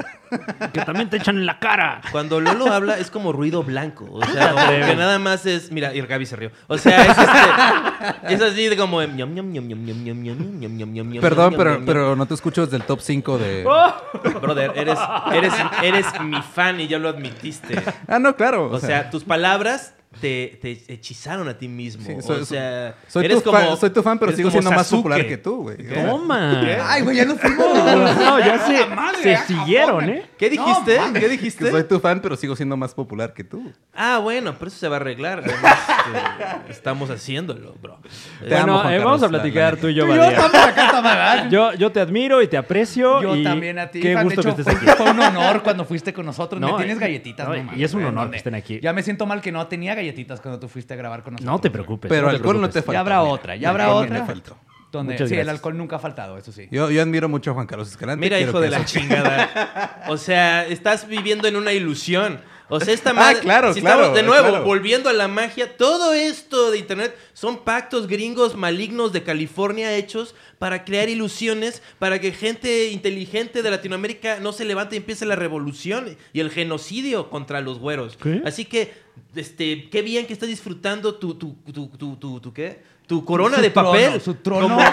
Speaker 2: que también te echan en la cara.
Speaker 1: Cuando Lolo habla es como ruido blanco. O
Speaker 3: *laughs*
Speaker 1: sea, como que nada más es. Mira, y el Gaby se rió. O sea, es, este, es así de como. em, ñam, ñam, ñam, ñam, ñam, ñam, ñam, ñam, ñam, ñam, ñam,
Speaker 4: Perdón,
Speaker 1: ñam,
Speaker 4: pero,
Speaker 1: ñam,
Speaker 4: pero no te escucho desde el top
Speaker 1: *laughs*
Speaker 4: 5 de...
Speaker 1: Oh. ñam. Brother, eres, eres, eres mi fan y ya lo admitiste.
Speaker 4: Ah, no, claro.
Speaker 1: O sea, tus palabras. Te, te hechizaron a ti mismo.
Speaker 4: Sí, soy-
Speaker 1: o sea,
Speaker 4: soy
Speaker 1: eres
Speaker 4: tu
Speaker 1: como,
Speaker 4: fan- soy tu fan, pero
Speaker 1: eres
Speaker 4: sigo
Speaker 1: como
Speaker 4: siendo más
Speaker 1: Sasuke.
Speaker 4: popular que tú, güey.
Speaker 1: ¿Qué?
Speaker 2: Toma. *laughs*
Speaker 3: Ay, güey, ya nos fuimos.
Speaker 2: No, ya sé.
Speaker 4: ah,
Speaker 2: Se siguieron, ¿eh?
Speaker 1: ¿Qué
Speaker 3: No,
Speaker 1: dijiste?
Speaker 3: mames.
Speaker 1: ¿Qué
Speaker 4: Que *laughs* soy
Speaker 1: dijiste?
Speaker 4: tu fan, pero sigo siendo más popular que tú.
Speaker 1: Ah, bueno, pero eso se va a arreglar. Además, eh, estamos haciéndolo, bro. Eh,
Speaker 4: Te amo,
Speaker 2: Bueno,
Speaker 4: Juan
Speaker 2: eh, vamos a
Speaker 4: Carlos, la-
Speaker 2: platicar
Speaker 4: la-
Speaker 2: tú y yo,
Speaker 3: Yo,
Speaker 2: Badía.
Speaker 3: estamos
Speaker 2: *laughs*
Speaker 3: acá, Tamara.
Speaker 2: Yo, yo te admiro y te aprecio.
Speaker 3: Yo
Speaker 2: y
Speaker 3: también a ti.
Speaker 2: Qué
Speaker 3: Fan.
Speaker 2: gusto
Speaker 3: de hecho,
Speaker 2: que estés aquí.
Speaker 3: fue, fue un honor cuando fuiste con nosotros.
Speaker 2: No,
Speaker 3: Me tienes
Speaker 2: y-
Speaker 3: galletitas,
Speaker 2: no,
Speaker 3: no,
Speaker 2: y
Speaker 3: mames,
Speaker 2: es un
Speaker 3: güey,
Speaker 2: honor
Speaker 3: ¿dónde?
Speaker 2: que estén aquí.
Speaker 3: Ya me siento mal que no tenía galletitas cuando tú fuiste a grabar con nosotros.
Speaker 2: No te
Speaker 3: güey.
Speaker 2: preocupes.
Speaker 4: Pero
Speaker 2: no te
Speaker 4: alcohol no
Speaker 2: preocupes.
Speaker 4: te falta.
Speaker 3: Ya habrá
Speaker 4: mira.
Speaker 3: otra, ya habrá
Speaker 4: Alcohol
Speaker 3: otra.
Speaker 4: Me faltó.
Speaker 3: Donde,
Speaker 2: Muchas
Speaker 3: sí, el
Speaker 2: gracias.
Speaker 3: alcohol nunca ha faltado, eso sí.
Speaker 4: Yo, yo admiro mucho a Juan Carlos Escalante.
Speaker 1: Mira,
Speaker 4: quiero
Speaker 1: hijo de
Speaker 4: que
Speaker 1: la
Speaker 4: eso-
Speaker 1: chingada. O sea, estás viviendo en una ilusión. O sea, esta
Speaker 4: Ah,
Speaker 1: madre.
Speaker 4: claro,
Speaker 1: si
Speaker 4: claro,
Speaker 1: estamos de nuevo
Speaker 4: claro.
Speaker 1: volviendo a la magia, todo esto de internet son pactos gringos malignos de California hechos para crear ilusiones, para que gente inteligente de Latinoamérica no se levante y empiece la revolución y el genocidio contra los güeros.
Speaker 2: ¿Qué?
Speaker 1: Así que, este, qué bien que estás disfrutando tu, tu, tu, tu, tu, tu ¿qué? Tu corona
Speaker 4: *laughs*
Speaker 1: de
Speaker 3: trono,
Speaker 1: papel.
Speaker 3: su trono.
Speaker 1: Como-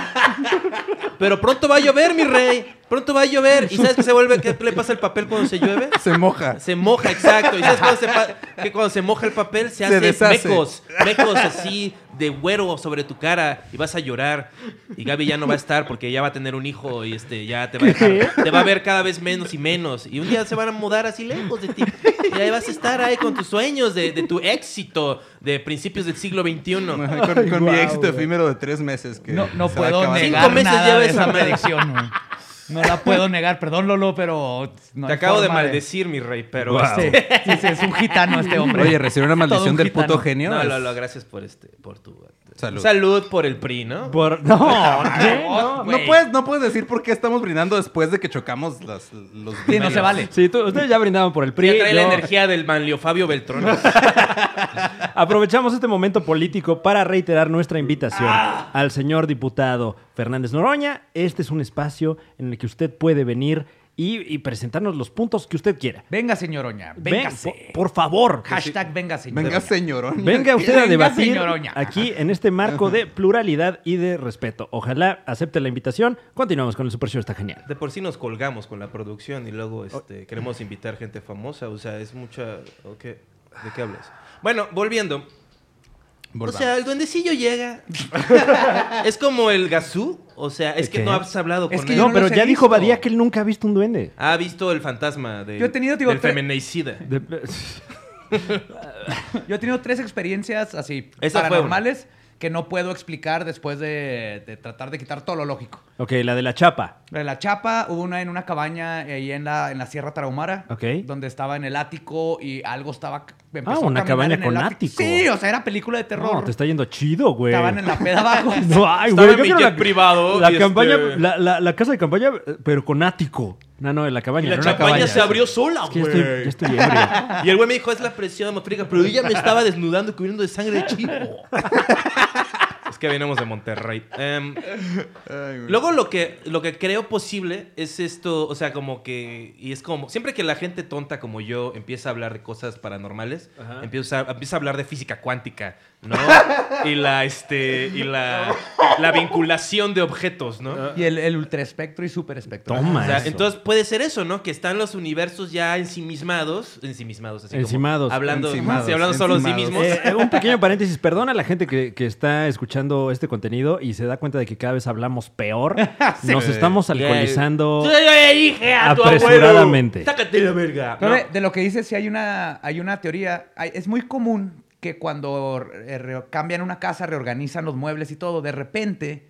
Speaker 1: pero pronto va a llover, mi rey. Pronto va a llover. ¿Y sabes qué se vuelve? ¿Qué le pasa al papel cuando se llueve? *laughs*
Speaker 4: Se moja.
Speaker 1: Se moja, exacto. ¿Y sabes cuando se pa- que cuando se moja el papel se, hace
Speaker 4: deshace.
Speaker 1: mecos? Mecos así de güero sobre tu cara y vas a llorar. Y Gaby ya no va a estar porque ya va a tener un hijo y este ya te va a dejar- te va a ver cada vez menos y menos. Y un día se van a mudar así lejos de ti. Y ahí vas a estar ahí con tus sueños de, de tu éxito de principios del siglo XXI.
Speaker 4: Ajá, Con, con mi
Speaker 2: guau,
Speaker 4: éxito
Speaker 2: güey.
Speaker 4: efímero de tres meses. Que
Speaker 3: No, no
Speaker 4: se va a
Speaker 3: puedo
Speaker 4: acabar.
Speaker 3: negar
Speaker 1: Cinco meses
Speaker 3: nada
Speaker 1: lleva
Speaker 3: de
Speaker 1: esa
Speaker 3: esa
Speaker 1: madre.
Speaker 3: predicción, güey. No la puedo negar. Perdón, Lolo, pero... no
Speaker 1: Te
Speaker 3: hay
Speaker 1: acabo de
Speaker 3: forma
Speaker 1: maldecir, mi rey, pero...
Speaker 2: Guau.
Speaker 1: este,
Speaker 3: Sí, sí, sí, es un gitano
Speaker 2: *laughs*
Speaker 3: este hombre.
Speaker 4: Oye, recibir una
Speaker 3: Todo
Speaker 4: maldición
Speaker 3: un
Speaker 4: del puto
Speaker 3: gitano.
Speaker 4: genio.
Speaker 1: No,
Speaker 4: es-
Speaker 1: no, no, gracias por este, por tu
Speaker 4: Salud.
Speaker 1: por el PRI, ¿no?
Speaker 2: Por-
Speaker 4: *laughs*
Speaker 2: No, ¿qué? no.
Speaker 4: No puedes, no puedes decir por qué estamos brindando después de que chocamos las, los.
Speaker 3: Sí, no
Speaker 4: binarios.
Speaker 3: se vale.
Speaker 2: Sí, tú- ustedes ya brindaban por el PRI.
Speaker 1: Ya trae la
Speaker 2: yo-
Speaker 1: energía del manlio Fabio Beltrón.
Speaker 2: Aprovechamos este momento político para reiterar nuestra invitación
Speaker 3: Ah.
Speaker 2: al señor diputado Fernández Noroña. Este es un espacio en el que usted puede venir y, y presentarnos los puntos que usted quiera.
Speaker 3: Venga, señor Oña,
Speaker 2: Venga,
Speaker 3: véngase.
Speaker 2: por, por favor.
Speaker 3: Hashtag venga, señor
Speaker 4: Venga,
Speaker 3: Oña.
Speaker 4: señorón.
Speaker 2: Venga usted a
Speaker 3: Venga,
Speaker 2: debatir
Speaker 3: señor Oña.
Speaker 2: aquí en este marco de pluralidad y de respeto. Ojalá acepte la invitación. Continuamos con el Super Show, está genial.
Speaker 1: De por sí nos colgamos con la producción y luego este, queremos invitar gente famosa. O sea, es mucha... ¿o qué? ¿De qué hablas? Bueno, volviendo. O sea, el duendecillo llega. es como el gazú. O sea, es que
Speaker 2: ¿Qué?
Speaker 1: no has hablado con
Speaker 3: Es que
Speaker 1: él.
Speaker 3: yo
Speaker 2: No,
Speaker 3: no
Speaker 2: pero
Speaker 3: los he
Speaker 2: ya dijo
Speaker 3: visto.
Speaker 2: Badía que él nunca ha visto un duende.
Speaker 1: Ha visto el fantasma del,
Speaker 3: Yo he tenido, digo,
Speaker 1: del
Speaker 3: tre-
Speaker 1: feminicida.
Speaker 2: De-
Speaker 3: Yo he tenido tres experiencias así
Speaker 1: Esa fue
Speaker 3: paranormales que no puedo explicar después de, de tratar de quitar todo lo lógico.
Speaker 2: Ok, la de la chapa.
Speaker 3: La de la chapa, hubo una en una cabaña ahí en la, en la Sierra Tarahumara,
Speaker 2: Ok.
Speaker 3: donde estaba en el ático y algo estaba... empezó
Speaker 2: Ah,
Speaker 3: a
Speaker 2: una
Speaker 3: caminar
Speaker 2: cabaña
Speaker 3: en el
Speaker 2: con
Speaker 3: ático.
Speaker 2: ático.
Speaker 3: Sí, o sea, era película de terror.
Speaker 2: No, te está yendo chido, güey.
Speaker 3: Estaban en la peda abajo.
Speaker 2: *laughs* No,
Speaker 1: Estaba
Speaker 2: ay, güey,
Speaker 1: en
Speaker 2: yo
Speaker 1: mi
Speaker 2: quiero
Speaker 1: jet privado,
Speaker 2: La
Speaker 1: y
Speaker 2: campaña,
Speaker 1: este-
Speaker 2: la, la- la casa de campaña, eh, pero con ático. No, no, en la cabaña.
Speaker 1: Y la
Speaker 2: no en
Speaker 1: champaña
Speaker 2: cabaña.
Speaker 1: se abrió sola,
Speaker 2: Es que
Speaker 1: güey.
Speaker 2: ya estoy, ya
Speaker 1: *laughs*
Speaker 2: estoy ebrio.
Speaker 1: Y el güey me dijo, es la presión atmosférica, pero yo ya me estaba desnudando y cubriendo de sangre de chivo. es que venimos de Monterrey. Em, luego lo que, lo que creo posible es esto, o sea, como que, y es como, siempre que la gente tonta como yo empieza a hablar de cosas paranormales, empieza, empieza a hablar de física cuántica, ¿no? y la, este, y la, la vinculación de objetos, ¿no?
Speaker 3: Y el, el ultraespectro y superespectro.
Speaker 2: Toma.
Speaker 1: O sea,
Speaker 2: eso.
Speaker 1: entonces puede ser eso, ¿no? Que están los universos ya ensimismados, ensimismados, así como
Speaker 2: Encimados.
Speaker 1: hablando,
Speaker 4: Encimados,
Speaker 1: sí, hablando solo de sí
Speaker 4: encimados.
Speaker 1: mismos.
Speaker 2: Eh, eh, un pequeño paréntesis. Perdona a la gente que, que está escuchando este contenido y se da cuenta de que cada vez
Speaker 1: *laughs*
Speaker 2: hablamos peor. Nos
Speaker 4: Sí.
Speaker 2: estamos
Speaker 1: Ya,
Speaker 2: alcoholizando.
Speaker 1: Yo le dije a tu abuelo,
Speaker 2: Apresuradamente.
Speaker 1: Sácate la verga.
Speaker 3: Pero
Speaker 1: No.
Speaker 3: de, de lo que dices, sí hay una, hay una teoría. Hay- es muy común que cuando eh, re- cambian una casa, reorganizan los muebles y todo, de repente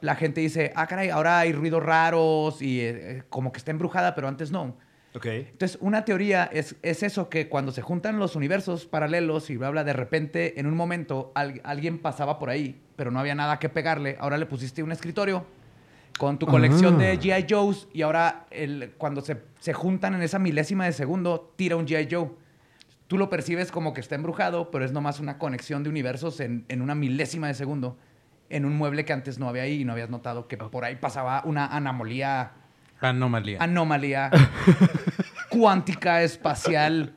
Speaker 3: la gente dice, ah, caray, ahora hay ruidos raros y eh, eh, como que está embrujada, pero antes no. Entonces, una teoría es, es eso, que cuando se juntan los universos paralelos y bla, bla, de repente, en un momento, al- alguien pasaba por ahí, pero no había nada que pegarle. Ahora le pusiste un escritorio con tu colección de G.I. Joes y ahora el- cuando se, se juntan en esa milésima de segundo, tira un G.I. Joe. Tú lo percibes como que está embrujado, pero es nomás una conexión de universos en, en una milésima de segundo en un mueble que antes no había ahí y no habías notado que por ahí pasaba una anomalía
Speaker 4: Anomalía.
Speaker 1: *laughs*
Speaker 3: Ah, anomalía cuántica espacial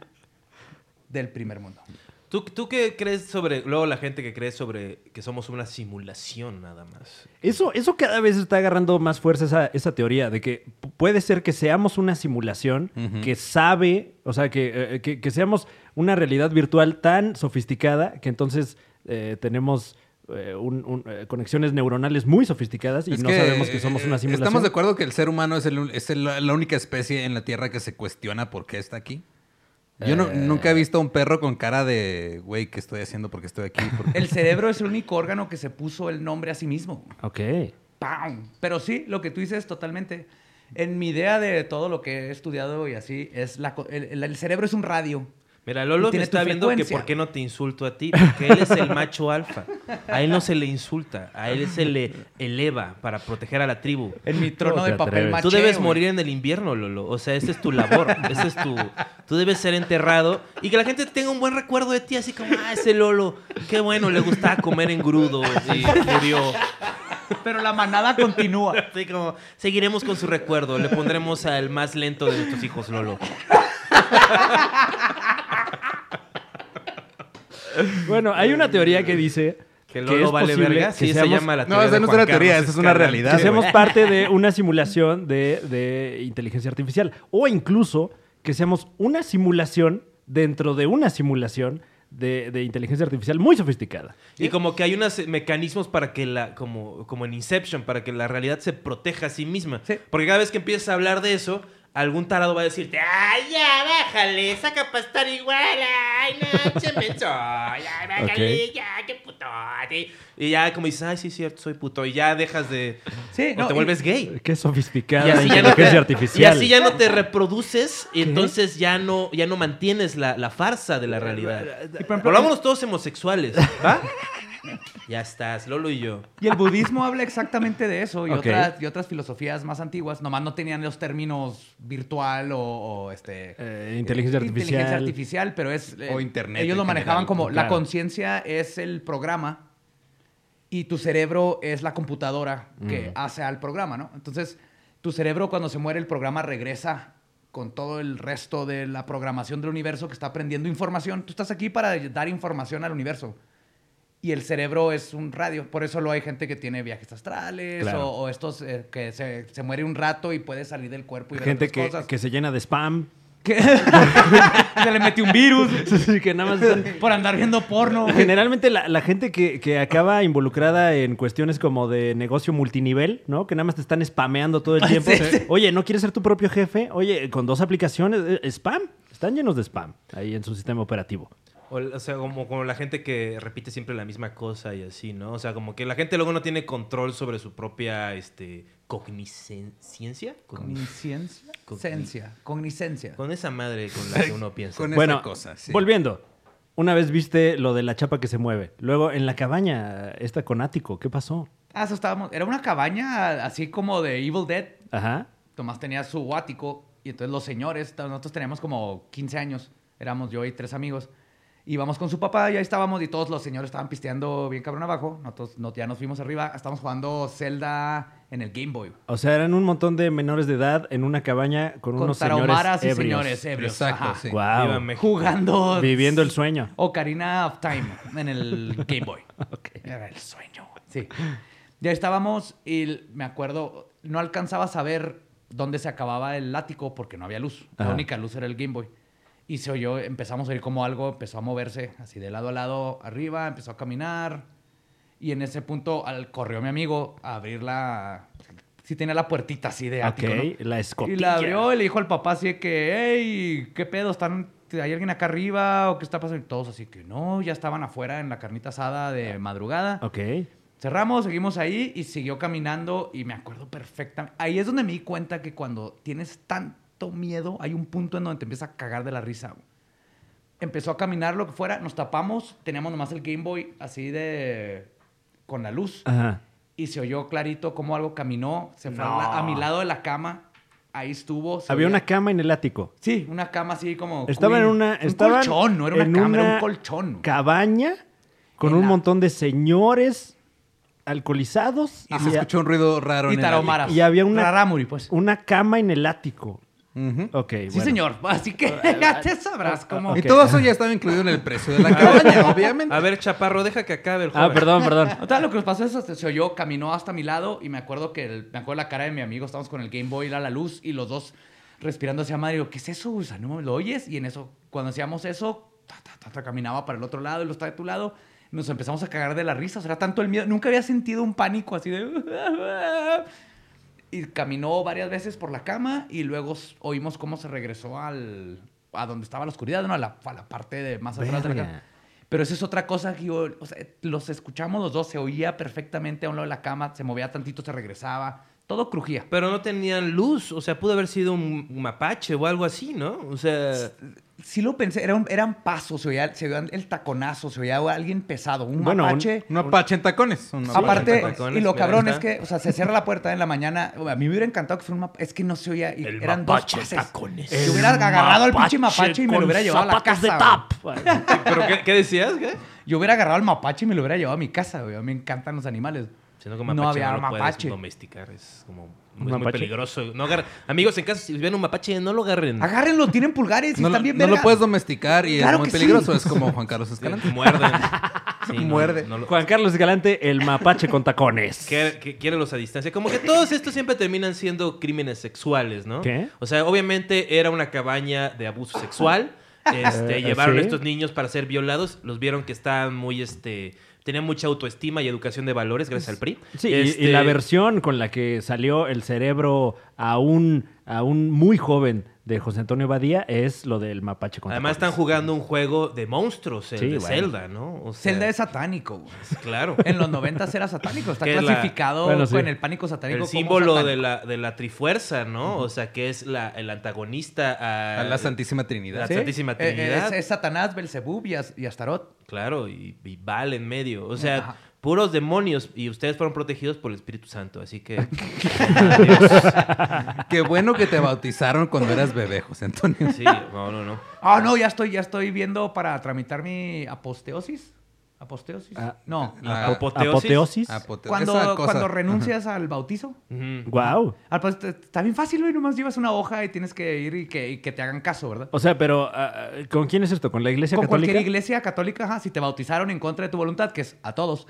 Speaker 3: del primer mundo.
Speaker 1: ¿Tú, ¿Tú qué crees sobre, luego la gente que cree sobre que somos una simulación nada más?
Speaker 2: Eso, eso cada vez está agarrando más fuerza esa, esa teoría de que p- puede ser que seamos una simulación que sabe, o sea, que, eh, que, que seamos una realidad virtual tan sofisticada que entonces eh, tenemos eh, un- un, eh, conexiones neuronales muy sofisticadas y
Speaker 4: Es
Speaker 2: no sabemos que somos
Speaker 4: eh,
Speaker 2: una simulación.
Speaker 4: Estamos de acuerdo que el ser humano es, el- es el- la única especie en la Tierra que se cuestiona por qué está aquí. Yo
Speaker 2: Eh.
Speaker 4: no- nunca he visto a un perro con cara de, güey, ¿qué estoy haciendo? ¿Por qué estoy aquí? ¿Por qué?"
Speaker 3: El cerebro es el único órgano que se puso el nombre a sí mismo.
Speaker 2: Ok.
Speaker 3: ¡Pam! Pero sí, lo que tú dices totalmente. En mi idea de todo lo que he estudiado y así, es la, co- el, el- el cerebro es un radio.
Speaker 1: Mira, Lolo me
Speaker 3: Tiene tu
Speaker 1: está viendo que
Speaker 3: frecuencia.
Speaker 1: por qué no te insulto a ti, porque él es el macho alfa. A él no se le insulta, a él se le eleva para proteger a la tribu. *laughs*
Speaker 3: En mi trono
Speaker 2: ¿Cómo
Speaker 3: de
Speaker 2: te
Speaker 3: papel
Speaker 2: atreves?
Speaker 3: maché.
Speaker 1: Tú debes
Speaker 3: güey.
Speaker 1: morir en el invierno, Lolo. O sea, esa es tu labor. Esa es tu. Tú debes ser enterrado y que la gente tenga un buen recuerdo de ti, así como, ah, ese Lolo, qué bueno, le gustaba comer en grudo y murió.
Speaker 3: Pero la manada continúa.
Speaker 1: Así como, seguiremos con su recuerdo, le pondremos al más lento de nuestros hijos, Lolo.
Speaker 2: Bueno, hay una teoría que dice
Speaker 1: Que Lolo
Speaker 2: es
Speaker 1: vale
Speaker 2: posible
Speaker 1: verga.
Speaker 2: que
Speaker 1: Sí, se
Speaker 2: seamos-
Speaker 1: llama la teoría.
Speaker 4: No, esa
Speaker 1: de
Speaker 4: no es
Speaker 1: Juan
Speaker 4: una teoría,
Speaker 1: Carlos
Speaker 4: esa es una
Speaker 1: Escándala.
Speaker 4: realidad.
Speaker 2: que
Speaker 4: güey.
Speaker 2: seamos parte de una simulación de, de inteligencia artificial o incluso que seamos una simulación dentro de una simulación de, de inteligencia artificial muy sofisticada.
Speaker 1: Y como que hay unos mecanismos para que la, como, como en Inception, para que la realidad se proteja a sí misma.
Speaker 3: Sí.
Speaker 1: Porque cada vez que empiezas a hablar de eso, algún tarado va a decirte, ay, ya, bájale, saca para estar igual, ay, no, che, menso, ay, bájale,
Speaker 2: Ok.
Speaker 1: ya, qué puto. sí". Y ya como dices, ay, sí, cierto, soy puto. Y ya dejas de...
Speaker 3: Sí,
Speaker 1: o
Speaker 3: no,
Speaker 1: te
Speaker 3: y-
Speaker 1: vuelves gay.
Speaker 2: Qué sofisticada
Speaker 1: Y así, ya no te,
Speaker 2: inteligencia
Speaker 1: y
Speaker 2: artificial.
Speaker 1: así ya no te reproduces y entonces ya no, ya no mantienes la, la farsa de la realidad. Volvámonos todos homosexuales, *laughs* ¿va? ya estás, Lolo y yo.
Speaker 3: Y el budismo habla exactamente de eso y,
Speaker 2: Ok.
Speaker 3: otras, y otras filosofías más antiguas. Nomás no tenían los términos virtual o, o, este...
Speaker 2: Eh, inteligencia artificial.
Speaker 3: Inteligencia artificial, pero es... eh,
Speaker 4: O internet
Speaker 3: Ellos
Speaker 4: en
Speaker 3: lo manejaban
Speaker 4: general.
Speaker 3: como la
Speaker 2: Claro.
Speaker 3: conciencia es el programa y tu cerebro es la computadora que hace al programa, ¿no? Entonces, tu cerebro cuando se muere el programa regresa con todo el resto de la programación del universo que está aprendiendo información. Tú estás aquí para dar información al universo. Y el cerebro es un radio. Por eso lo hay gente que tiene viajes astrales
Speaker 2: Claro.
Speaker 3: o, o estos eh, que se, se muere un rato y puede salir del cuerpo y ver
Speaker 2: Gente
Speaker 3: otras
Speaker 2: que,
Speaker 3: cosas. *laughs*
Speaker 2: que se llena de spam.
Speaker 3: Que- se le metió
Speaker 2: *laughs*
Speaker 3: un virus
Speaker 2: que nada más están-
Speaker 3: por andar viendo porno. güey.
Speaker 2: Generalmente la, la gente que, que acaba involucrada en cuestiones como de negocio multinivel, ¿no? Que nada más te están spameando todo el tiempo.
Speaker 3: Ah, Sí, sí.
Speaker 2: Oye, ¿no quieres ser tu propio jefe? Oye, con dos aplicaciones, eh, spam. Están llenos de spam ahí en su sistema operativo.
Speaker 1: O, o sea, como, como la gente que repite siempre la misma cosa y así, ¿no? O sea, como que la gente luego no tiene control sobre su propia este, cognicencia. Cogni-
Speaker 3: Cognicencia.
Speaker 1: Cogni-
Speaker 3: Ciencia. Cognicencia.
Speaker 1: Con esa madre con
Speaker 2: *laughs*
Speaker 1: la que uno piensa.
Speaker 4: Con
Speaker 2: bueno,
Speaker 4: esa cosa, sí.
Speaker 2: volviendo. Una vez viste lo de la chapa que se mueve. Luego en la cabaña, esta con ático, ¿qué pasó?
Speaker 3: Ah, eso estábamos. Era una cabaña así como de Evil Dead.
Speaker 2: Ajá.
Speaker 3: Tomás tenía su ático y entonces los señores, t- nosotros teníamos como 15 años, éramos yo y tres amigos. Íbamos con su papá y ahí estábamos y todos los señores estaban pisteando bien cabrón abajo. Nosotros no- ya nos fuimos arriba, estábamos jugando Zelda en el Game Boy.
Speaker 2: O sea, eran un montón de menores de edad en una cabaña con,
Speaker 3: Con
Speaker 2: unos
Speaker 3: tarahumaras
Speaker 2: señores
Speaker 3: y
Speaker 2: ebrios.
Speaker 3: señores ebrios.
Speaker 4: Exacto,
Speaker 3: ajá.
Speaker 4: sí.
Speaker 2: Guau.
Speaker 1: Viva México.
Speaker 3: Jugando.
Speaker 2: Viviendo el sueño.
Speaker 3: Ocarina of Time en el
Speaker 2: *laughs*
Speaker 3: Game Boy. Era el sueño. Sí. Ya estábamos y l- me acuerdo, no alcanzaba a saber dónde se acababa el ático porque no había luz.
Speaker 2: Ajá.
Speaker 3: La única luz era el Game Boy. Y se oyó, empezamos a oír como algo empezó a moverse así de lado a lado arriba, empezó a caminar. Y en ese punto al, corrió mi amigo a abrir la... Sí tenía la puertita así de ático, ¿no?
Speaker 2: Ok, la escotilla.
Speaker 3: Y la abrió y le dijo al papá así de que, hey, ¿qué pedo? ¿Están, ¿Hay alguien acá arriba? ¿O qué está pasando? Y todos así que no, ya estaban afuera en la carnita asada de madrugada.
Speaker 2: Ok.
Speaker 3: Cerramos, seguimos ahí y siguió caminando y me acuerdo perfectamente. Ahí es donde me di cuenta que cuando tienes tanto miedo, hay un punto en donde te empieza a cagar de la risa. güey. Empezó a caminar lo que fuera, nos tapamos, teníamos nomás el Game Boy así de... con la luz.
Speaker 2: Ajá.
Speaker 3: Y se oyó clarito cómo algo caminó, se fue a,
Speaker 2: No.
Speaker 3: la- a mi lado de la cama, ahí estuvo. se
Speaker 2: Había
Speaker 3: oía-
Speaker 2: una cama en el ático.
Speaker 3: Sí, una cama así como...
Speaker 2: Estaban en
Speaker 3: queen.
Speaker 2: una.
Speaker 3: Un
Speaker 2: estaban
Speaker 3: colchón, no era
Speaker 2: en
Speaker 3: una cama, era un colchón.
Speaker 2: Cabaña con
Speaker 3: En
Speaker 2: un
Speaker 3: la-
Speaker 2: montón de señores alcoholizados
Speaker 4: Y se escuchó un ruido raro
Speaker 3: y
Speaker 4: en el aire.
Speaker 3: taromaras.
Speaker 2: y había una-
Speaker 3: Rarámuri, pues.
Speaker 2: una cama en el ático. Ok,
Speaker 3: Sí,
Speaker 2: bueno.
Speaker 3: señor. Así que *laughs* ya te sabrás cómo...
Speaker 2: Ok.
Speaker 4: Y todo eso ya estaba incluido en el precio
Speaker 3: *laughs*
Speaker 4: de la cabaña, obviamente.
Speaker 1: A ver, Chaparro, deja que acabe el juego.
Speaker 2: Ah, perdón,
Speaker 3: *laughs*
Speaker 2: perdón.
Speaker 3: O sea, lo que nos pasó es que se oyó, caminó hasta mi lado y me acuerdo que el- me acuerdo la cara de mi amigo, estábamos con el Game Boy a la luz y los dos respirando hacia madre, digo, ¿qué es eso? O sea, no me lo oyes y en eso cuando hacíamos eso, ta, ta, ta, ta, caminaba para el otro lado y lo estaba de tu lado. nos empezamos a cagar de la risa. O sea, era tanto el miedo. Nunca había sentido un pánico así de... *laughs* Y caminó varias veces por la cama y luego s- oímos cómo se regresó al, a donde estaba la oscuridad, ¿no? A la, a la parte de más atrás de la
Speaker 2: Verga.
Speaker 3: cama. Pero esa es otra cosa que yo, o sea, los escuchamos los dos, se oía perfectamente a un lado de la cama, se movía tantito, se regresaba, todo crujía.
Speaker 1: Pero no tenían luz, o sea, pudo haber sido un mapache o algo así, ¿no? O sea,
Speaker 3: Sí lo pensé, era un- eran pasos, se oía, se oía el taconazo, se oía a alguien pesado, un
Speaker 2: Bueno, un-
Speaker 3: mapache.
Speaker 4: Un apache en tacones. un apache en
Speaker 3: Aparte,
Speaker 4: tacones.
Speaker 1: tacones,
Speaker 3: y lo
Speaker 1: claro,
Speaker 3: cabrón es
Speaker 1: está.
Speaker 3: que, o sea, se cierra la puerta en la mañana. A mí me hubiera encantado que fuera un mapache. Es que no se oía. y
Speaker 1: El
Speaker 3: eran
Speaker 1: mapache
Speaker 3: dos
Speaker 1: tacones.
Speaker 3: pases. Yo hubiera agarrado al pinche mapache y me lo hubiera llevado a la casa. güey.
Speaker 1: ¿pero qué, qué decías? qué?
Speaker 3: Yo hubiera agarrado al mapache y me lo hubiera llevado a mi casa, güey. A mí Me encantan los animales.
Speaker 1: Sino que
Speaker 3: no había
Speaker 1: lo puedes
Speaker 3: mapache.
Speaker 1: domesticar, es como es
Speaker 2: ¿Un
Speaker 1: muy
Speaker 2: mapache?
Speaker 1: peligroso. No agarra- Amigos, en casa, si ven un mapache, no lo agarren.
Speaker 3: Agárrenlo, tienen pulgares y
Speaker 4: No,
Speaker 3: están
Speaker 4: lo-
Speaker 3: bien
Speaker 4: no lo
Speaker 3: verga.
Speaker 4: puedes domesticar y
Speaker 3: Claro
Speaker 4: es muy
Speaker 3: que sí.
Speaker 4: peligroso. Es como Juan
Speaker 3: *laughs*
Speaker 4: Carlos
Speaker 1: Sí,
Speaker 4: Escalante.
Speaker 1: Muerden. Sí, no,
Speaker 4: Muerde.
Speaker 1: no lo-
Speaker 2: Juan Carlos Escalante, el mapache con tacones.
Speaker 1: que, que quiérelos a distancia. Como que todos estos siempre terminan siendo crímenes sexuales, ¿no?
Speaker 2: ¿Qué?
Speaker 1: O sea, obviamente era una cabaña de abuso sexual. Este,
Speaker 2: Eh,
Speaker 1: llevaron
Speaker 2: ¿sí?
Speaker 1: a estos niños para ser violados. Los vieron que estaban muy, este... Tenían mucha autoestima y educación de valores gracias al PRI.
Speaker 2: Sí, y- y,
Speaker 1: Este,
Speaker 2: la versión con la que salió el cerebro aún, aún muy joven de José Antonio Badía es lo del mapache con
Speaker 1: Además están
Speaker 2: tacones.
Speaker 1: jugando un juego de monstruos, el
Speaker 2: Sí,
Speaker 1: de
Speaker 2: bueno.
Speaker 1: Zelda, ¿no? O sea,
Speaker 3: Zelda es satánico, güey.
Speaker 1: Claro.
Speaker 3: En los 90 era satánico. Está
Speaker 1: Que la-
Speaker 3: clasificado
Speaker 2: Bueno, sí.
Speaker 3: en el pánico satánico.
Speaker 1: El
Speaker 3: como
Speaker 1: símbolo de
Speaker 3: satánico.
Speaker 1: la, de la trifuerza, ¿no? O sea, que es la, el antagonista a...
Speaker 4: A la Santísima Trinidad.
Speaker 1: la
Speaker 4: Sí.
Speaker 1: Santísima
Speaker 3: Eh, eh,
Speaker 1: Trinidad.
Speaker 3: es, es Satanás, Belzebub y, As- y Astaroth.
Speaker 1: Claro, y, y Val en medio. O sea,
Speaker 3: Ajá.
Speaker 1: puros demonios. Y ustedes fueron protegidos por el Espíritu Santo. Así
Speaker 2: *laughs*
Speaker 1: que.
Speaker 4: Qué bueno que te bautizaron cuando eras bebé, José Antonio.
Speaker 1: Sí, no, no, no.
Speaker 3: Ah, no, ya estoy, ya estoy viendo para tramitar mi aposteosis. ¿Aposteosis?
Speaker 2: Ah.
Speaker 3: no.
Speaker 4: La-
Speaker 2: Apoteosis.
Speaker 4: apote- esa
Speaker 3: Cuando,
Speaker 4: cosa.
Speaker 3: cuando renuncias al bautizo.
Speaker 1: Ujú.
Speaker 2: Wow.
Speaker 3: Al bautizo, está bien fácil, güey. Nomás llevas una hoja y tienes que ir y que, y que te hagan caso, ¿verdad?
Speaker 2: O sea, pero ah, ah, ¿con quién es esto? ¿Con la iglesia
Speaker 3: Con
Speaker 2: católica?
Speaker 3: cualquier iglesia católica, ajá, si te bautizaron en contra de tu voluntad, que es a todos,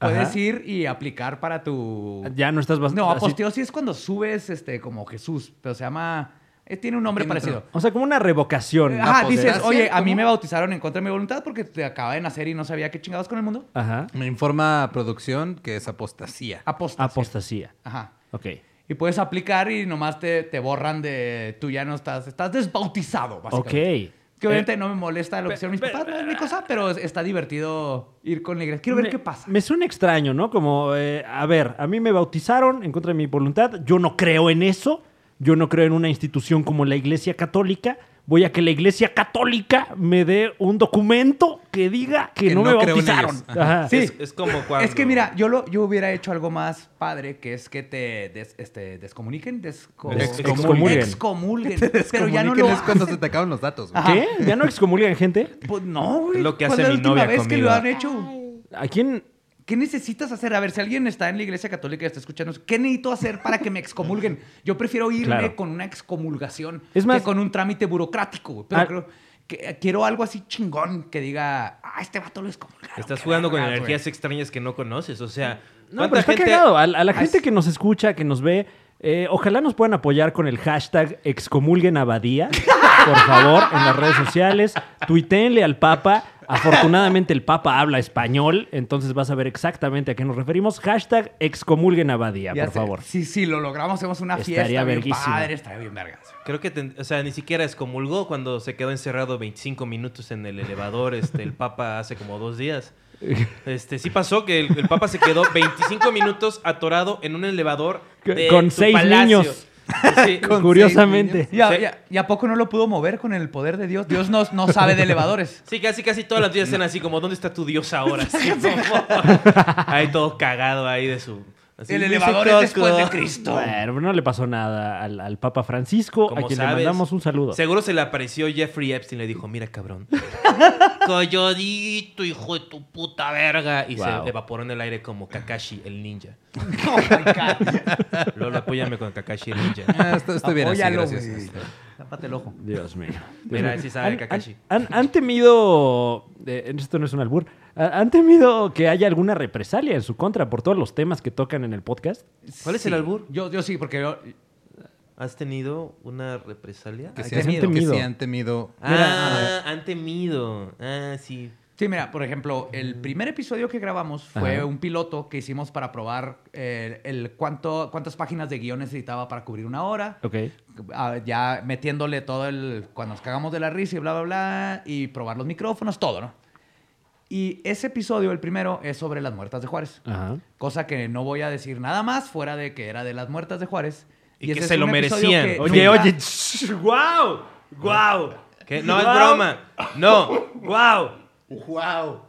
Speaker 3: puedes
Speaker 2: Ajá.
Speaker 3: ir y aplicar para tu...
Speaker 2: Ya no estás bas-
Speaker 3: No,
Speaker 2: así-
Speaker 3: aposteosis es cuando subes este, como Jesús, pero se llama... eh, tiene un nombre
Speaker 4: Tiene otro.
Speaker 3: parecido.
Speaker 2: O sea, como una revocación.
Speaker 3: Ajá,
Speaker 4: ¿Apostasía?
Speaker 3: dices, oye, a mí
Speaker 4: ¿Cómo?
Speaker 3: me bautizaron en contra de mi voluntad porque te acaba de nacer y no sabía qué chingados con el mundo.
Speaker 2: Ajá.
Speaker 4: Me informa producción que es apostasía.
Speaker 3: Apostasía.
Speaker 2: Apostasía.
Speaker 3: Ajá.
Speaker 2: Ok.
Speaker 3: Y puedes aplicar y nomás te, te borran de... Tú ya no estás... Estás desbautizado,
Speaker 2: Ok. Eh,
Speaker 3: básicamente. Que obviamente no me molesta lo que hicieron mis papás, no es mi cosa, pero es- está divertido ir con la iglesia. Quiero ver
Speaker 2: Me-
Speaker 3: qué pasa.
Speaker 2: Me suena extraño, ¿no? Como, eh, a ver, a mí me bautizaron en contra de mi voluntad, yo no creo en eso, yo no creo en una institución como la Iglesia Católica, voy a que la Iglesia Católica me dé un documento que diga que,
Speaker 4: Que
Speaker 2: no,
Speaker 4: no
Speaker 2: me
Speaker 4: creo en
Speaker 2: bautizaron.
Speaker 4: ellos.
Speaker 2: Ajá.
Speaker 3: Sí.
Speaker 1: Es, es como cuando.
Speaker 3: Es que mira, yo lo yo hubiera hecho algo más padre, que es que te des- este, descomuniquen, desco-
Speaker 2: Ex-
Speaker 4: Excomulguen.
Speaker 3: excomulguen. pero
Speaker 4: Pero
Speaker 3: ya no lo
Speaker 4: es cuando se te acaban los datos. güey.
Speaker 2: ¿Qué? ¿Ya no excomulgan gente?
Speaker 3: *laughs* Pues no, güey.
Speaker 1: Es lo que
Speaker 3: ¿Cuándo
Speaker 1: hace
Speaker 3: es la
Speaker 1: mi
Speaker 3: última
Speaker 1: novia
Speaker 3: vez que lo
Speaker 1: conmigo.
Speaker 3: han hecho?
Speaker 2: ¿A quién?
Speaker 3: ¿Qué necesitas hacer? A ver, si alguien está en la iglesia católica y está escuchando, ¿qué necesito hacer para que me excomulguen? Yo prefiero irme
Speaker 2: Claro.
Speaker 3: con una excomulgación
Speaker 2: Es más-
Speaker 3: que con un trámite burocrático. güey. Pero
Speaker 2: Ah.
Speaker 3: creo que quiero algo así chingón que diga, ah, este vato lo excomulgaron.
Speaker 1: Estás
Speaker 3: qué
Speaker 1: jugando con
Speaker 3: vergas,
Speaker 1: energías
Speaker 3: güey".
Speaker 1: extrañas que no conoces. O sea,
Speaker 2: Ah, No, pero está cagado. ah. A, a la gente que nos escucha, que nos ve, eh, ojalá nos puedan apoyar con el hashtag excomulguen a Badía, por favor, en las redes sociales. Tuiteenle al Papa. Afortunadamente el Papa habla español, entonces vas a ver exactamente a qué nos referimos. Hashtag excomulguen a Badía,
Speaker 3: Ya
Speaker 2: por
Speaker 3: sé. *laughs*
Speaker 2: favor.
Speaker 3: Sí, sí, lo logramos. Hacemos una
Speaker 2: Estaría
Speaker 3: fiesta. bien
Speaker 2: verguísima.
Speaker 3: Padre, estaría bien vergas.
Speaker 1: Creo que, ten- o sea, ni siquiera excomulgó cuando se quedó encerrado 25 minutos en el elevador, este, el Papa hace como dos días. Este, sí pasó que el, el Papa se quedó 25 minutos atorado en un elevador
Speaker 2: Que-
Speaker 1: de
Speaker 2: con
Speaker 1: tu
Speaker 2: seis
Speaker 1: palacio.
Speaker 2: niños.
Speaker 1: Sí.
Speaker 2: Curiosamente.
Speaker 3: ¿Y a,
Speaker 1: Sí.
Speaker 3: y a- y a poco no lo pudo mover con el poder de Dios? Dios no, no sabe de
Speaker 4: *laughs*
Speaker 3: elevadores.
Speaker 1: Sí, casi, casi todas las tías están así como, ¿dónde está tu dios
Speaker 3: *laughs*
Speaker 1: ahora? Así como- ahí todo cagado ahí de su... así,
Speaker 3: el
Speaker 1: "Luis
Speaker 3: elevador es
Speaker 1: Cosco".
Speaker 3: después de Cristo.
Speaker 2: Bueno, no le pasó nada al, al Papa Francisco,
Speaker 1: Como
Speaker 2: a quien
Speaker 1: sabes,
Speaker 2: le mandamos un saludo.
Speaker 1: Seguro se le apareció Jeffrey Epstein le dijo, mira
Speaker 3: *laughs*
Speaker 1: cabrón, coyodito, hijo de tu puta verga. Y
Speaker 2: Wow.
Speaker 1: se evaporó en el aire como Kakashi, el ninja.
Speaker 3: *laughs* Oh my God.
Speaker 1: Lolo, apóyame con Kakashi, el ninja.
Speaker 4: Ah, estoy, estoy bien así,
Speaker 3: Apóyalo,
Speaker 4: gracias.
Speaker 3: güey.
Speaker 4: Este,
Speaker 3: Tápate el ojo.
Speaker 2: Dios mío. Dios
Speaker 1: Mira,
Speaker 2: mío.
Speaker 1: sí sabe Kakashi.
Speaker 2: Han, han temido, eh, esto no es un albur, ha- han temido que haya alguna represalia en su contra por todos los temas que tocan en el podcast.
Speaker 1: ¿Cuál es el
Speaker 3: Sí.
Speaker 1: albur?
Speaker 3: Yo, yo sí, porque yo,
Speaker 1: ¿Has tenido una represalia?
Speaker 4: Que,
Speaker 2: Ah,
Speaker 4: sí
Speaker 2: que
Speaker 4: han-
Speaker 2: han temido.
Speaker 4: que sí han temido.
Speaker 1: Ah, han temido. Ah, sí.
Speaker 3: Sí, mira, por ejemplo, el primer episodio que grabamos fue un piloto que hicimos para probar eh, el cuánto, cuántas páginas de guión necesitaba para cubrir una hora.
Speaker 2: Ok.
Speaker 3: Ah, Ya metiéndole todo el. cuando nos cagamos de la risa y bla, bla, bla. Y probar los micrófonos, todo, ¿no? Y ese episodio, el primero, es sobre las muertas de Juárez.
Speaker 1: Ah.
Speaker 2: Ajá.
Speaker 3: Cosa que no voy a decir nada más fuera de que era de las muertas de Juárez.
Speaker 1: Y que
Speaker 3: ese
Speaker 1: se
Speaker 3: es
Speaker 1: lo
Speaker 3: un episodio
Speaker 1: merecían.
Speaker 3: que
Speaker 2: Oye,
Speaker 3: nunca-
Speaker 2: oye, wow, wow.
Speaker 1: ¿Qué? No es broma. No.
Speaker 2: Wow.
Speaker 4: ¡Wow!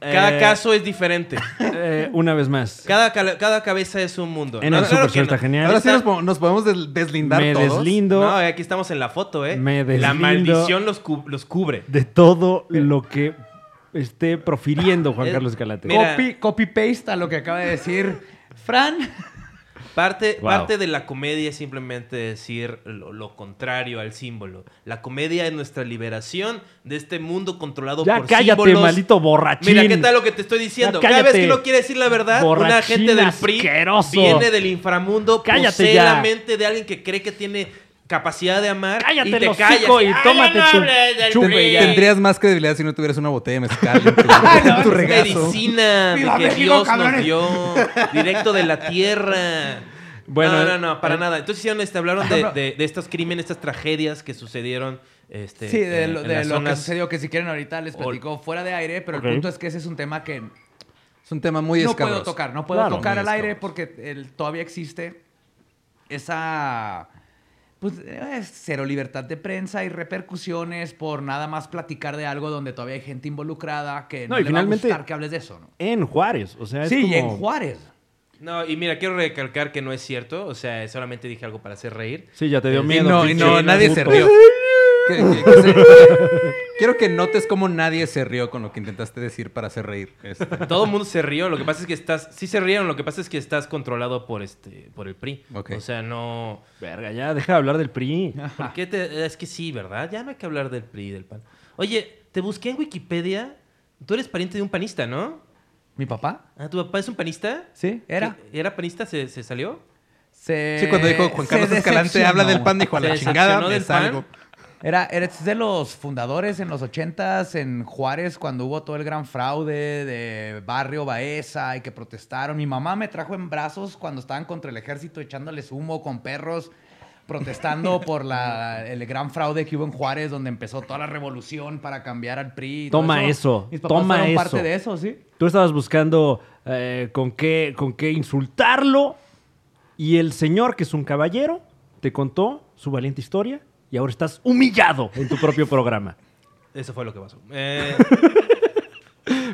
Speaker 1: Cada
Speaker 2: Eh,
Speaker 1: caso es diferente.
Speaker 2: Eh, una vez más.
Speaker 1: Cada, cal- cada cabeza es un mundo.
Speaker 2: en
Speaker 1: No,
Speaker 2: el
Speaker 1: claro
Speaker 2: Super Show
Speaker 1: que
Speaker 2: está
Speaker 1: no.
Speaker 4: Ahora
Speaker 2: genial.
Speaker 4: sí nos, po- nos podemos des- deslindar
Speaker 2: Me
Speaker 4: todos.
Speaker 2: deslindo
Speaker 1: No, eh. aquí estamos en la foto, ¿eh?
Speaker 2: Me
Speaker 1: La
Speaker 2: deslindo.
Speaker 1: maldición los, cu- los cubre.
Speaker 2: de todo lo que esté profiriendo Juan
Speaker 1: Eh,
Speaker 2: Carlos Escalante.
Speaker 1: mira,
Speaker 3: Copy, copy paste a lo que acaba de
Speaker 1: *laughs*
Speaker 3: decir Fran.
Speaker 1: Parte,
Speaker 2: Wow.
Speaker 1: parte de la comedia es simplemente decir lo, lo contrario al símbolo. La comedia es nuestra liberación de este mundo controlado
Speaker 2: ya
Speaker 1: por
Speaker 2: cállate,
Speaker 1: símbolos.
Speaker 2: maldito borrachín.
Speaker 1: Mira, ¿qué tal lo que te estoy diciendo?
Speaker 2: Ya
Speaker 1: Cada vez que
Speaker 2: cállate,
Speaker 1: no quiere decir la verdad, un
Speaker 2: borrachín
Speaker 1: agente del PRI
Speaker 2: asqueroso.
Speaker 1: viene del inframundo,
Speaker 2: Cállate
Speaker 1: posee
Speaker 2: ya.
Speaker 1: la mente de alguien que cree que tiene capacidad de amar
Speaker 2: Cállate
Speaker 1: y te
Speaker 2: el hocico
Speaker 1: callas.
Speaker 2: y
Speaker 1: ¡Ay,
Speaker 2: tómate tu
Speaker 1: hables del
Speaker 2: chupe
Speaker 1: PRI!
Speaker 2: ya.
Speaker 1: Tendría-
Speaker 4: Tendrías más credibilidad si no tuvieras una botella de mezcal en tu, en tu regazo.
Speaker 1: medicina de
Speaker 3: ¡Viva
Speaker 1: que
Speaker 3: México,
Speaker 1: Dios nos
Speaker 3: cabrones!
Speaker 1: dio directo de la tierra.
Speaker 2: Bueno,
Speaker 1: Bueno,
Speaker 2: eh,
Speaker 1: no, no, no, para
Speaker 2: eh,
Speaker 1: nada. Entonces hicieron, este, hablaron de, de- de estos crímenes, estas tragedias que sucedieron, este,
Speaker 3: Sí, de
Speaker 1: en-
Speaker 3: lo,
Speaker 1: en
Speaker 3: de
Speaker 1: las
Speaker 3: lo que
Speaker 1: zonas-
Speaker 3: sucedió, que si quieren ahorita les platico fuera de aire, pero
Speaker 2: Ok.
Speaker 3: el punto es que ese es un tema que no
Speaker 4: Es un tema muy escabroso.
Speaker 3: puedo tocar, no puedo
Speaker 2: Claro.
Speaker 3: tocar
Speaker 4: Muy
Speaker 3: al aire
Speaker 4: escabroso.
Speaker 3: porque el- todavía existe esa pues eh, cero libertad de prensa y repercusiones por nada más platicar de algo donde todavía hay gente involucrada que no,
Speaker 2: No, y
Speaker 3: le
Speaker 2: finalmente-
Speaker 3: va a gustar que hables de eso, ¿no?
Speaker 2: En Juárez, o sea, es
Speaker 3: Sí,
Speaker 2: como...
Speaker 3: y en Juárez.
Speaker 1: No, y mira, quiero recalcar que no es cierto. O sea, solamente dije algo para hacer reír.
Speaker 2: Sí, ya te dio
Speaker 1: Y
Speaker 4: Eh, Y
Speaker 2: miedo.
Speaker 4: no, y
Speaker 2: pinche
Speaker 4: no, nadie se
Speaker 2: puto. *laughs*
Speaker 4: rió. Que- que- que se- Quiero que notes cómo nadie se rió con lo que intentaste decir para hacer reír. Este,
Speaker 1: Todo el mundo se rió. Lo que pasa es que estás... Sí se rieron. Lo que pasa es que estás controlado por este por el PRI.
Speaker 4: Ok.
Speaker 1: O sea, no...
Speaker 2: Verga, ya, deja de hablar del PRI.
Speaker 1: ¿Por qué te- Es que sí, ¿verdad? Ya no hay que hablar del PRI y del PAN. Oye, te busqué en Wikipedia. Tú eres pariente de un panista, ¿no?
Speaker 3: ¿Mi papá?
Speaker 1: Ah, ¿tu papá es un panista?
Speaker 3: Sí, era.
Speaker 1: ¿Qué- ¿Era panista? ¿Se, se salió?
Speaker 3: Se-
Speaker 4: sí, cuando dijo Juan
Speaker 3: Eh, se
Speaker 4: Carlos Escalante habla del
Speaker 3: decepcionó.
Speaker 4: pan, dijo a la
Speaker 1: Se
Speaker 4: chingada,
Speaker 1: decepcionó
Speaker 4: me
Speaker 1: del pan.
Speaker 4: salgo.
Speaker 3: Era, era es de los fundadores en los 80s en Juárez cuando hubo todo el gran fraude de Barrio Baeza y que protestaron. Mi mamá me trajo en brazos cuando estaban contra el ejército echándoles humo con perros
Speaker 2: *laughs*
Speaker 3: protestando por la, el gran fraude que hubo en Juárez donde empezó toda la revolución para cambiar al PRI. y todo
Speaker 2: Toma eso,
Speaker 3: Mis papás
Speaker 2: toma
Speaker 3: fueron
Speaker 2: eso.
Speaker 3: parte de eso, ¿sí?
Speaker 2: Tú estabas buscando eh, con, qué, con qué insultarlo y el señor, que es un caballero, te contó su valiente historia y ahora estás humillado en tu propio programa.
Speaker 1: Eso fue lo que pasó. Eh,
Speaker 2: *laughs*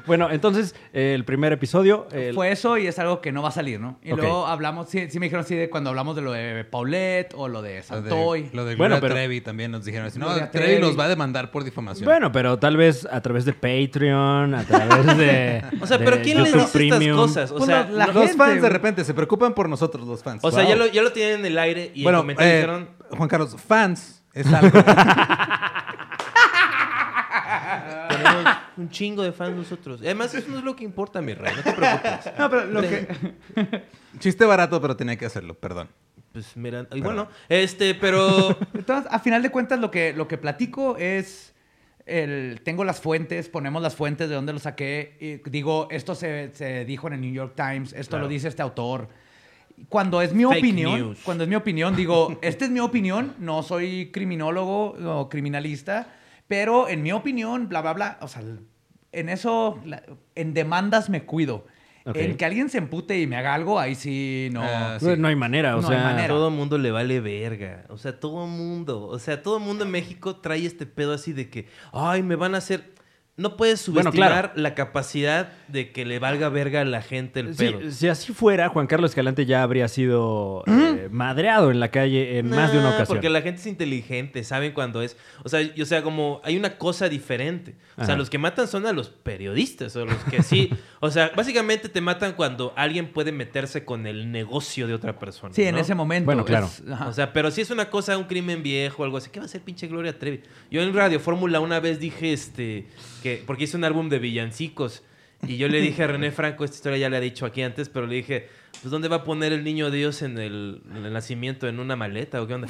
Speaker 2: Bueno, entonces, eh, el primer episodio... el-
Speaker 3: Fue eso y es algo que no va a salir, ¿no? Y
Speaker 2: Ok.
Speaker 3: luego hablamos, sí, sí me dijeron así de cuando hablamos de lo de Paulette o lo de
Speaker 4: Lo de,
Speaker 3: Santoy.
Speaker 4: lo de
Speaker 2: Bueno,
Speaker 4: Gloria
Speaker 2: pero-
Speaker 4: Trevi también nos dijeron así, no,
Speaker 3: Gloria
Speaker 4: Trevi
Speaker 3: Trevi.
Speaker 4: nos va a demandar por difamación.
Speaker 2: Bueno, pero tal vez a través de Patreon, a través *laughs* de.
Speaker 1: o sea,
Speaker 2: de
Speaker 1: ¿pero quién les
Speaker 2: YouTube
Speaker 1: dice
Speaker 2: Premium.
Speaker 1: estas cosas? O
Speaker 3: Pues
Speaker 1: sea,
Speaker 3: los- la
Speaker 1: no-
Speaker 4: los
Speaker 3: gente,
Speaker 4: fans de
Speaker 3: güey.
Speaker 4: repente se preocupan por nosotros los fans.
Speaker 1: o sea ya,
Speaker 4: Wow.
Speaker 1: lo, ya lo tienen en el aire y en
Speaker 4: bueno,
Speaker 1: comentarios
Speaker 4: eh,
Speaker 1: dijeron...
Speaker 4: Juan Carlos, fans es algo.
Speaker 1: Tenemos un chingo de fans nosotros. Además, eso no es lo que importa, mi rey. No te preocupes.
Speaker 3: No, pero lo que...
Speaker 4: Chiste barato, pero tenía que hacerlo, perdón.
Speaker 1: Pues mira... Y bueno, este,
Speaker 2: *laughs*
Speaker 1: pero...
Speaker 3: Entonces, a final de cuentas, lo que, lo que platico es. El, tengo las fuentes, ponemos las fuentes de dónde lo saqué. Y digo, esto se, se dijo en el New York Times, esto
Speaker 1: Claro.
Speaker 3: lo dice este autor. Cuando es mi
Speaker 1: Fake
Speaker 3: opinión,
Speaker 1: news.
Speaker 3: cuando es mi opinión, digo, esta es mi opinión, no soy criminólogo o criminalista, pero en mi opinión, bla, bla, bla. O sea, en eso, la- en demandas me cuido.
Speaker 2: Ok.
Speaker 3: En que alguien se empute y me haga algo, ahí sí no.
Speaker 4: Ah,
Speaker 2: No, no hay manera, o
Speaker 3: No hay
Speaker 2: sea.
Speaker 1: A
Speaker 3: manera.
Speaker 1: todo mundo le vale verga. O sea, todo mundo. O sea, todo mundo en México trae este pedo así de que, ay, me van a hacer. No puedes
Speaker 2: Bueno,
Speaker 1: subestimar
Speaker 2: claro.
Speaker 1: la capacidad de que le valga verga a la gente el
Speaker 2: Sí,
Speaker 1: pedo.
Speaker 2: si así fuera, Juan Carlos Escalante ya habría sido eh, madreado en la calle en más de una
Speaker 1: Nah,
Speaker 2: ocasión.
Speaker 1: Porque la gente es inteligente, saben cuándo es. O sea, y- o sea, como hay una cosa diferente. O sea,
Speaker 2: Ajá.
Speaker 1: los que matan son a los periodistas o los que
Speaker 2: *laughs*
Speaker 1: sí. o sea, básicamente te matan cuando alguien puede meterse con el negocio de otra persona.
Speaker 3: Sí, en
Speaker 1: ¿no?
Speaker 3: ese momento.
Speaker 2: Bueno, claro.
Speaker 3: es- ajá.
Speaker 1: O sea, pero si es una cosa, un crimen viejo o algo así, ¿qué va a ser pinche Gloria Trevi? Yo en Radio Fórmula una vez dije, este, que, porque hice un álbum de villancicos Y yo le dije a
Speaker 3: *laughs*
Speaker 1: René Franco, esta historia ya la he dicho aquí antes, pero le dije, pues ¿dónde va a poner el niño Dios en el, en el nacimiento? ¿En una maleta o qué
Speaker 3: *laughs*
Speaker 1: onda?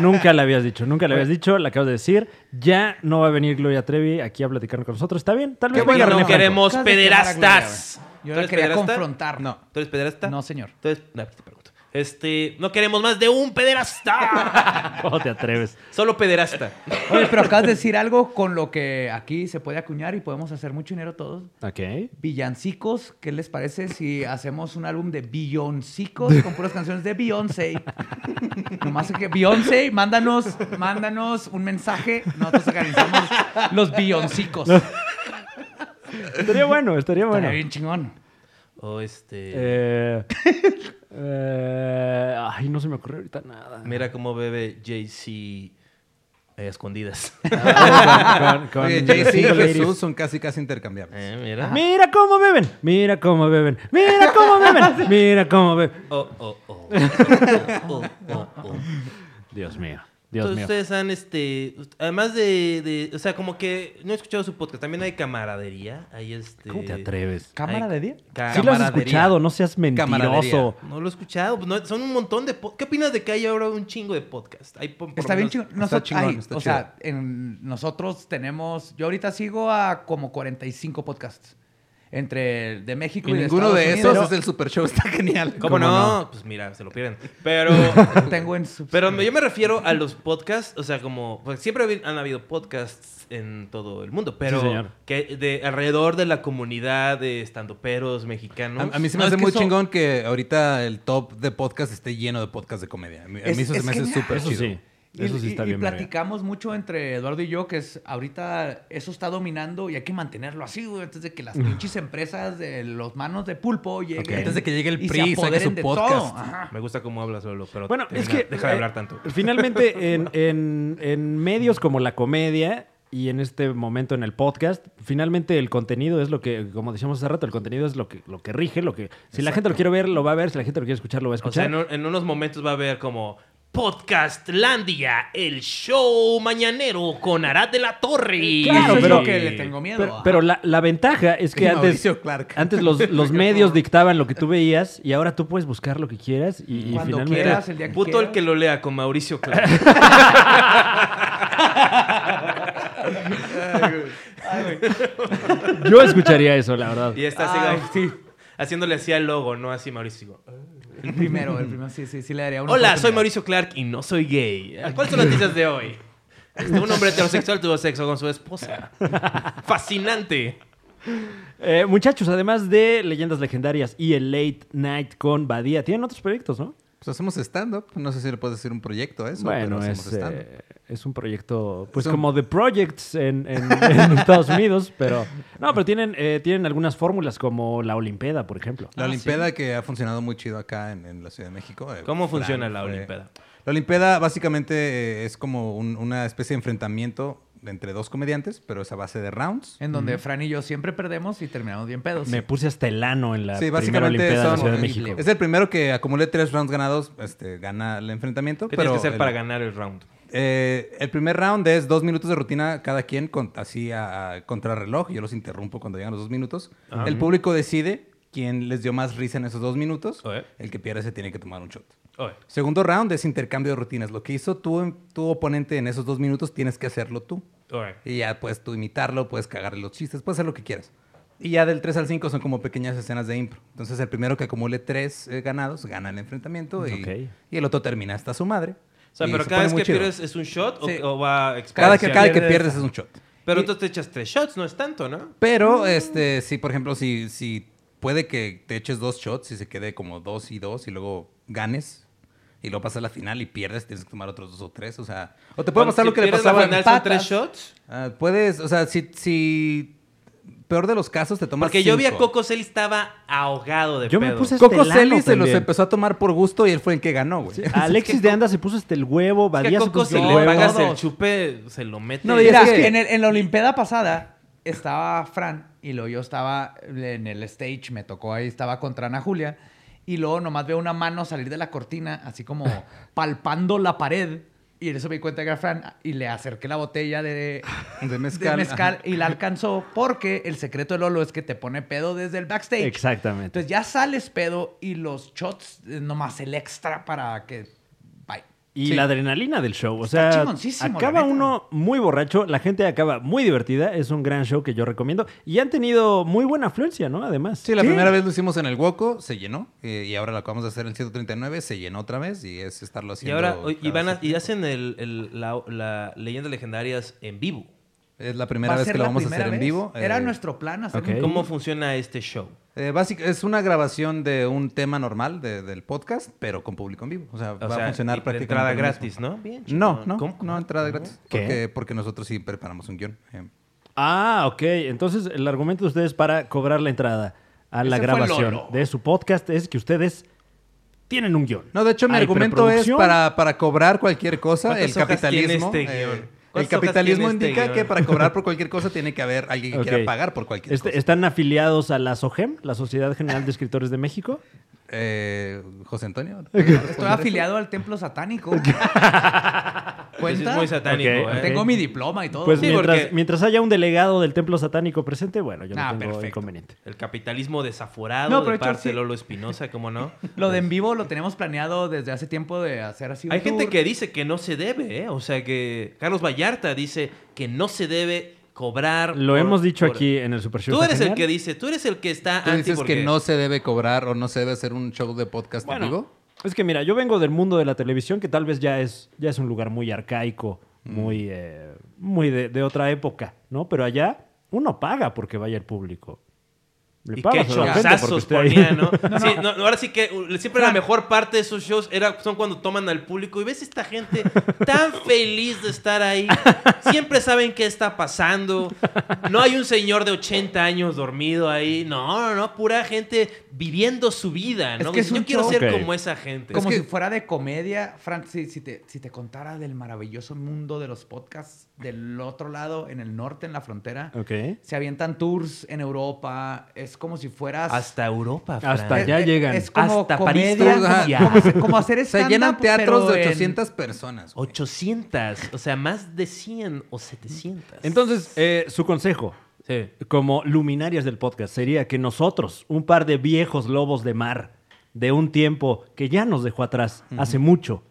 Speaker 2: Nunca la habías dicho, nunca la habías dicho, la acabas de decir. Ya no va a venir Gloria Trevi aquí a platicar con nosotros. Está bien, tal vez
Speaker 1: Qué bueno,
Speaker 2: venga
Speaker 1: no
Speaker 2: René Franco.
Speaker 1: queremos
Speaker 3: Acabas de quemar a Gloria,
Speaker 1: pederastas.
Speaker 3: güey. Yo
Speaker 1: ¿Tú
Speaker 3: la
Speaker 1: eres
Speaker 3: quería
Speaker 1: pederasta?
Speaker 3: confrontar. No.
Speaker 1: ¿Tú eres pederasta?
Speaker 3: No, señor.
Speaker 1: ¿Tú eres- no, pues, te pregunto. Este, no queremos más de un pederasta. *laughs*
Speaker 2: ¿Cómo te atreves?
Speaker 1: Solo pederasta.
Speaker 3: *laughs* Oye, pero acabas de decir algo con lo que aquí se puede acuñar y podemos hacer mucho dinero todos.
Speaker 2: Ok.
Speaker 3: Villancicos, ¿qué les parece si hacemos un álbum de Billoncicos con puras canciones de Beyoncé? *laughs* Nomás que Beyoncé, mándanos, mándanos un mensaje. Nosotros organizamos los
Speaker 1: *laughs*
Speaker 3: Billoncicos.
Speaker 2: Estaría bueno, estaría bueno.
Speaker 3: Estaría bien chingón.
Speaker 1: O este...
Speaker 2: Eh, eh, ay, no se me ocurre ahorita nada.
Speaker 1: Mira cómo bebe Jay-Z eh, a
Speaker 3: *laughs*
Speaker 1: escondidas.
Speaker 2: Con- con-
Speaker 4: Oye,
Speaker 2: con
Speaker 4: Jay-Z y
Speaker 2: Single Ladies.
Speaker 4: Jesús son casi, casi intercambiables.
Speaker 1: Eh, mira.
Speaker 2: Mira cómo beben, mira cómo beben, mira cómo beben, mira cómo beben.
Speaker 1: Oh, oh,
Speaker 2: *laughs*
Speaker 1: oh. Oh, oh, oh.
Speaker 2: Dios mío, Dios
Speaker 1: Entonces,
Speaker 2: mío.
Speaker 1: ustedes han, este, ust- además de, de- o sea, como que no he escuchado su podcast, también hay camaradería, hay este...
Speaker 2: ¿Cómo te atreves?
Speaker 3: ¿Cámara de día?
Speaker 1: Ca-
Speaker 2: Sí lo has
Speaker 1: camaradería.
Speaker 2: escuchado, no seas mentiroso.
Speaker 4: Camaradería.
Speaker 1: No lo he escuchado, pues, no- son un montón de... po- ¿Qué opinas de que hay ahora un chingo de podcast? Hay por- por
Speaker 3: Está
Speaker 1: lo
Speaker 3: bien
Speaker 1: menos-
Speaker 3: chingón.
Speaker 4: está
Speaker 3: Nosotros,
Speaker 4: chingón,
Speaker 3: ay,
Speaker 4: está
Speaker 3: o sea, en- nosotros tenemos. Yo ahorita sigo a como 45 podcasts. Entre de México y,
Speaker 4: Y
Speaker 3: de
Speaker 4: ninguno de
Speaker 3: Estados
Speaker 4: esos
Speaker 3: Unidos.
Speaker 4: es el super show, está genial.
Speaker 1: ¿Cómo, no? Pues mira, se lo pierden. *laughs* Pero...
Speaker 3: Tengo en su-
Speaker 1: Pero me- yo me refiero a los podcasts, o sea, como pues, siempre habi- han habido podcasts en todo el mundo, pero
Speaker 2: Sí, señor.
Speaker 1: que de alrededor de la comunidad de estandoperos mexicanos.
Speaker 4: A, a mí se
Speaker 3: No,
Speaker 4: me hace
Speaker 3: es que
Speaker 4: muy
Speaker 3: eso-
Speaker 4: chingón que ahorita el top de podcast esté lleno de podcast de comedia. A mí a mí
Speaker 3: Es-
Speaker 4: eso se
Speaker 3: es
Speaker 4: me hace
Speaker 3: genial.
Speaker 4: súper
Speaker 2: Eso
Speaker 4: chido.
Speaker 2: sí, eso sí está
Speaker 3: y,
Speaker 2: bien. verga.
Speaker 3: platicamos mucho entre Eduardo y yo que es ahorita eso está dominando y hay que mantenerlo así, güey, antes de que las pinches empresas de los manos de pulpo lleguen.
Speaker 4: Ok. Antes de que llegue el
Speaker 3: y se
Speaker 4: PRI y saque
Speaker 3: apoderen
Speaker 4: su
Speaker 3: de
Speaker 4: podcast.
Speaker 3: todo. Ajá.
Speaker 1: Me gusta cómo hablas solo, pero
Speaker 2: Bueno, es
Speaker 1: termina-
Speaker 2: que.
Speaker 1: deja de
Speaker 2: eh,
Speaker 1: hablar tanto.
Speaker 2: *laughs*
Speaker 1: *laughs*
Speaker 2: Finalmente, en, en- en medios como la comedia y en este momento en el podcast, finalmente el contenido es lo que, como decíamos hace rato, el contenido es lo que, lo que rige, lo que. Si la gente lo quiere ver, lo va a ver, si la gente lo quiere escuchar, lo va a
Speaker 1: O sea,
Speaker 2: escuchar.
Speaker 1: en, un- en unos momentos va a haber como Podcastlandia, el show mañanero con Arad de la Torre.
Speaker 2: Claro,
Speaker 3: Eso es
Speaker 2: pero-
Speaker 3: lo Eh, ¿ah? que le tengo miedo.
Speaker 2: Pero,
Speaker 3: ajá.
Speaker 2: pero la, la ventaja es que
Speaker 4: Y
Speaker 2: antes,
Speaker 4: Mauricio Clark.
Speaker 2: antes los, los medios dictaban lo que tú veías y ahora tú puedes buscar lo que quieras y, y
Speaker 3: Cuando
Speaker 2: finalmente...
Speaker 3: quieras, el día que
Speaker 1: Puto el
Speaker 3: quieras.
Speaker 1: que lo lea con Mauricio
Speaker 3: *laughs*
Speaker 1: Clark.
Speaker 2: *laughs* Yo escucharía eso, la verdad.
Speaker 1: Y está así,
Speaker 3: Ay,
Speaker 1: como- haciéndole así al logo, no así Mauricio.
Speaker 3: El primero, el primero, sí, sí, sí le daría una
Speaker 1: Hola, soy
Speaker 3: oportunidad.
Speaker 1: Mauricio Clark y no soy gay. ¿Cuáles son las noticias de hoy? Un hombre heterosexual tuvo sexo con su
Speaker 4: *laughs*
Speaker 1: esposa. Fascinante.
Speaker 2: Eh, muchachos, además de Leyendas Legendarias y el Late Night con Badía, tienen otros proyectos, ¿no?
Speaker 4: Pues hacemos stand-up. No sé si le puedes decir un proyecto a eso.
Speaker 2: bueno,
Speaker 4: pero hacemos
Speaker 2: es,
Speaker 4: stand-up.
Speaker 2: eh, es un proyecto, pues
Speaker 4: un-
Speaker 2: como The Projects en, en- en *laughs* Estados Unidos, pero... No, pero tienen, eh, tienen algunas fórmulas como la Olimpeda, por ejemplo.
Speaker 1: Ah,
Speaker 4: La Olimpiada que ha funcionado muy chido acá en, en la Ciudad de México. Eh,
Speaker 1: ¿Cómo funciona la Olimpiada?
Speaker 4: La Olimpiada básicamente eh, es como un- una especie de enfrentamiento entre dos comediantes, pero es a base de rounds.
Speaker 3: En donde Fran y yo siempre perdemos y terminamos bien pedos.
Speaker 2: Me puse hasta el ano en la
Speaker 4: Sí,
Speaker 2: primera
Speaker 4: básicamente
Speaker 2: Olimpiada de la
Speaker 4: son-
Speaker 2: Ciudad de
Speaker 3: horrible.
Speaker 2: México.
Speaker 4: es el primero que acumule tres rounds ganados, este, gana el enfrentamiento.
Speaker 1: ¿Qué
Speaker 4: pero
Speaker 1: tienes que hacer
Speaker 4: el-
Speaker 1: para ganar el round?
Speaker 4: Eh, el primer round es dos minutos de rutina cada quien, con- así a, a contrarreloj. Yo los interrumpo cuando llegan los dos minutos.
Speaker 1: Ah.
Speaker 4: El público decide quién les dio más risa en esos dos minutos.
Speaker 1: Oye.
Speaker 4: El que pierde se tiene que tomar un shot.
Speaker 1: Oye,
Speaker 4: Segundo round es intercambio de rutinas. Lo que hizo tu, tu oponente en esos dos minutos tienes que hacerlo tú.
Speaker 1: oye.
Speaker 4: Y ya puedes tú imitarlo, puedes cagarle los chistes, puedes hacer lo que quieras. Y ya del 3 al 5 son como pequeñas escenas de impro. Entonces el primero que acumule 3 ganados gana el enfrentamiento y,
Speaker 2: Ok.
Speaker 4: y el otro termina hasta su madre.
Speaker 1: O sea,
Speaker 4: Y
Speaker 1: pero
Speaker 4: se
Speaker 1: cada
Speaker 4: pone
Speaker 1: vez
Speaker 4: muy
Speaker 1: que
Speaker 4: chido.
Speaker 1: pierdes es un shot o-
Speaker 3: Sí.
Speaker 1: o, va a
Speaker 4: Cada que, cada que
Speaker 3: Pierdes-
Speaker 4: pierdes es un shot.
Speaker 1: Pero entonces te echas tres shots, no es tanto, ¿no?
Speaker 4: Pero, este, sí, por ejemplo, si, si puede que te eches dos shots y se quede como dos y dos y luego ganes y luego pasas a la final y pierdes, tienes que tomar otros dos o tres. O sea, o te puede
Speaker 1: Cuando-
Speaker 4: pasar lo
Speaker 1: si
Speaker 4: que le
Speaker 1: pierdes
Speaker 4: pasaba
Speaker 1: la
Speaker 4: a
Speaker 1: final
Speaker 4: Patas.
Speaker 1: son tres shots?
Speaker 4: Ah, puedes, o sea, si, si peor de los casos te tomas
Speaker 1: Porque yo vi a
Speaker 4: cinco.
Speaker 1: Coco Celis estaba ahogado de
Speaker 2: Yo me
Speaker 1: pedo.
Speaker 2: puse- hasta
Speaker 4: Coco
Speaker 2: el ano
Speaker 4: Celis se los
Speaker 2: también.
Speaker 4: empezó a tomar por gusto y él fue el que ganó, güey.
Speaker 1: ah,
Speaker 2: Alexis de Anda se puso hasta el huevo,
Speaker 1: Es
Speaker 2: Badía
Speaker 1: que a
Speaker 2: se
Speaker 1: Coco
Speaker 2: puso
Speaker 1: si
Speaker 2: hasta el
Speaker 1: le
Speaker 3: huevo.
Speaker 1: pagas el
Speaker 3: Todos.
Speaker 1: chupe, se lo mete.
Speaker 4: No, y
Speaker 3: Mira,
Speaker 4: es que-
Speaker 3: en, el- en la Olimpiada pasada estaba Fran y luego yo estaba en el stage, me tocó ahí, estaba contra Ana Julia.
Speaker 4: *laughs*
Speaker 3: Y luego nomás veo una mano salir de la cortina, así como palpando la pared. Y en eso me di cuenta que era Fran y le acerqué la botella
Speaker 4: *laughs*
Speaker 3: de,
Speaker 4: *laughs* De
Speaker 3: de
Speaker 4: mezcal.
Speaker 3: mezcal y la alcanzó porque el secreto de Lolo es que te pone pedo desde el backstage.
Speaker 2: Exactamente.
Speaker 3: Entonces ya sales pedo y los shots, eh, nomás el extra para que... Bye.
Speaker 2: Y
Speaker 3: Sí.
Speaker 2: la adrenalina del show. O
Speaker 3: Está
Speaker 2: sea,
Speaker 3: chingoncísimo,
Speaker 2: acaba
Speaker 3: la neta.
Speaker 2: uno muy borracho, la gente acaba muy divertida. Es un gran show que yo recomiendo. Y han tenido muy buena afluencia, ¿no? Además.
Speaker 4: Sí, la primera vez lo hicimos en el Woco, se llenó. eh, y ahora lo acabamos de hacer en el 139, se llenó otra vez y es
Speaker 1: Y
Speaker 4: estarlo haciendo.
Speaker 1: ahora oye, y,
Speaker 4: cada
Speaker 1: van a-
Speaker 4: cierto
Speaker 1: y hacen el, el- la, la leyendas legendarias en vivo.
Speaker 4: Es la
Speaker 3: Va
Speaker 4: primera vez
Speaker 3: ser
Speaker 4: que lo
Speaker 3: la
Speaker 4: vamos a
Speaker 3: primera
Speaker 4: hacer en
Speaker 3: vez.
Speaker 4: vivo.
Speaker 3: Era
Speaker 4: eh,
Speaker 3: nuestro plan hacer
Speaker 2: Ok.
Speaker 3: un-
Speaker 1: ¿Cómo funciona este show?
Speaker 4: eh, básica- es una grabación de un tema normal de- del podcast, pero con público en vivo. O sea,
Speaker 1: O
Speaker 4: va
Speaker 1: sea,
Speaker 4: a funcionar
Speaker 1: y- de
Speaker 4: prácticamente.
Speaker 1: entrada
Speaker 4: lo mismo.
Speaker 1: gratis, ¿no? Bien,
Speaker 4: No,
Speaker 1: chingón.
Speaker 4: no,
Speaker 1: ¿Cómo?
Speaker 4: no, entrada gratis.
Speaker 2: ¿Qué?
Speaker 4: Porque, porque nosotros sí preparamos un guión. eh.
Speaker 2: Ah, ok. Entonces, el argumento de ustedes para cobrar la entrada a la
Speaker 3: Ese fue
Speaker 2: grabación
Speaker 3: Lolo.
Speaker 2: de su podcast es que ustedes tienen un guión.
Speaker 4: No, de hecho, mi
Speaker 2: Hay
Speaker 4: argumento es
Speaker 2: preproducción.
Speaker 4: para, para cobrar cualquier cosa,
Speaker 1: ¿Cuántas
Speaker 4: el
Speaker 1: hojas
Speaker 4: capitalismo.
Speaker 1: tiene este
Speaker 4: eh,
Speaker 1: guión?
Speaker 4: el
Speaker 1: ¿Cuántas hojas
Speaker 4: capitalismo
Speaker 1: tiene este
Speaker 4: indica
Speaker 1: guión?
Speaker 4: que para cobrar por cualquier cosa tiene que haber alguien que
Speaker 2: Ok.
Speaker 4: quiera pagar por cualquier
Speaker 2: Este-
Speaker 4: cosa.
Speaker 2: ¿Están afiliados a la SOGEM, la Sociedad General de Escritores de México?
Speaker 4: Eh, José Antonio.
Speaker 3: Estoy afiliado al
Speaker 2: *laughs*
Speaker 3: templo satánico.
Speaker 1: Pues
Speaker 3: ¿Cuenta?
Speaker 1: es muy satánico.
Speaker 2: Ok,
Speaker 1: ¿eh?
Speaker 3: Tengo mi diploma y todo.
Speaker 2: Pues
Speaker 1: Sí,
Speaker 2: mientras,
Speaker 1: porque-
Speaker 2: mientras haya un delegado del templo satánico presente, bueno, yo no
Speaker 3: Ah,
Speaker 2: tengo
Speaker 3: perfecto.
Speaker 2: inconveniente.
Speaker 1: El capitalismo desaforado
Speaker 3: No,
Speaker 1: de
Speaker 3: pero hecho,
Speaker 1: parte de
Speaker 3: sí.
Speaker 1: Lolo Espinosa, ¿cómo
Speaker 4: *laughs*
Speaker 1: no?
Speaker 3: Lo
Speaker 2: pues.
Speaker 3: de en vivo lo tenemos planeado desde hace tiempo de hacer así. un
Speaker 1: Hay gente
Speaker 3: tour.
Speaker 1: que dice que no se debe, ¿eh? O sea que Carlos Vallarta dice que no se debe cobrar.
Speaker 2: Lo
Speaker 1: por-
Speaker 2: hemos dicho
Speaker 1: por-
Speaker 2: aquí en el Super Show.
Speaker 1: Tú eres el
Speaker 2: Genial.
Speaker 1: que dice, tú eres el que está
Speaker 4: ¿Tú
Speaker 1: anti
Speaker 4: dices
Speaker 1: porque-
Speaker 4: que no se debe cobrar o no se debe hacer un show de podcast en
Speaker 2: Bueno,
Speaker 4: vivo?
Speaker 2: Es que mira, yo vengo del mundo de la televisión que tal vez ya es, ya es un lugar muy arcaico, muy, eh, muy de, de otra época, ¿no? Pero allá uno paga porque vaya el público. Le
Speaker 1: Y qué
Speaker 2: pagas a la gente porque
Speaker 1: chongazos
Speaker 2: esté ahí.
Speaker 1: ponía,
Speaker 3: *laughs*
Speaker 1: ¿no? Sí, no, no, Ahora sí que uh, siempre
Speaker 3: Ah.
Speaker 1: la mejor parte de esos shows era, son cuando toman al público y ves esta gente
Speaker 3: *laughs*
Speaker 1: tan feliz de estar ahí. Siempre saben qué está pasando. No hay un señor de 80 años dormido ahí. No, no, no. Pura gente viviendo su vida, ¿no?
Speaker 3: Es que es
Speaker 1: Dicen, Yo
Speaker 3: un
Speaker 1: quiero
Speaker 3: show".
Speaker 1: ser
Speaker 2: Ok.
Speaker 1: como esa gente.
Speaker 3: Como
Speaker 4: Es que-
Speaker 3: si fuera de comedia, Frank, si, si te, si te contara del maravilloso mundo de los podcasts del otro lado, en el norte, en la frontera,
Speaker 2: *laughs* Ok.
Speaker 3: se avientan tours en Europa, es como si fueras...
Speaker 1: Hasta Europa, Fran.
Speaker 2: Hasta
Speaker 3: Eh,
Speaker 2: allá
Speaker 3: eh,
Speaker 2: llegan.
Speaker 3: Es como
Speaker 1: Hasta París.
Speaker 3: comedia,
Speaker 4: Ajá.
Speaker 3: como- como, se- como
Speaker 1: *laughs*
Speaker 3: hacer
Speaker 4: Se
Speaker 3: stand
Speaker 4: llenan teatros de 800 personas. güey.
Speaker 1: 800, o sea, más de 100 o 700.
Speaker 2: Entonces, eh, su consejo,
Speaker 1: Sí.
Speaker 2: como luminarias del podcast, sería que nosotros, un par de viejos lobos de mar, de un tiempo que ya nos dejó atrás hace mucho,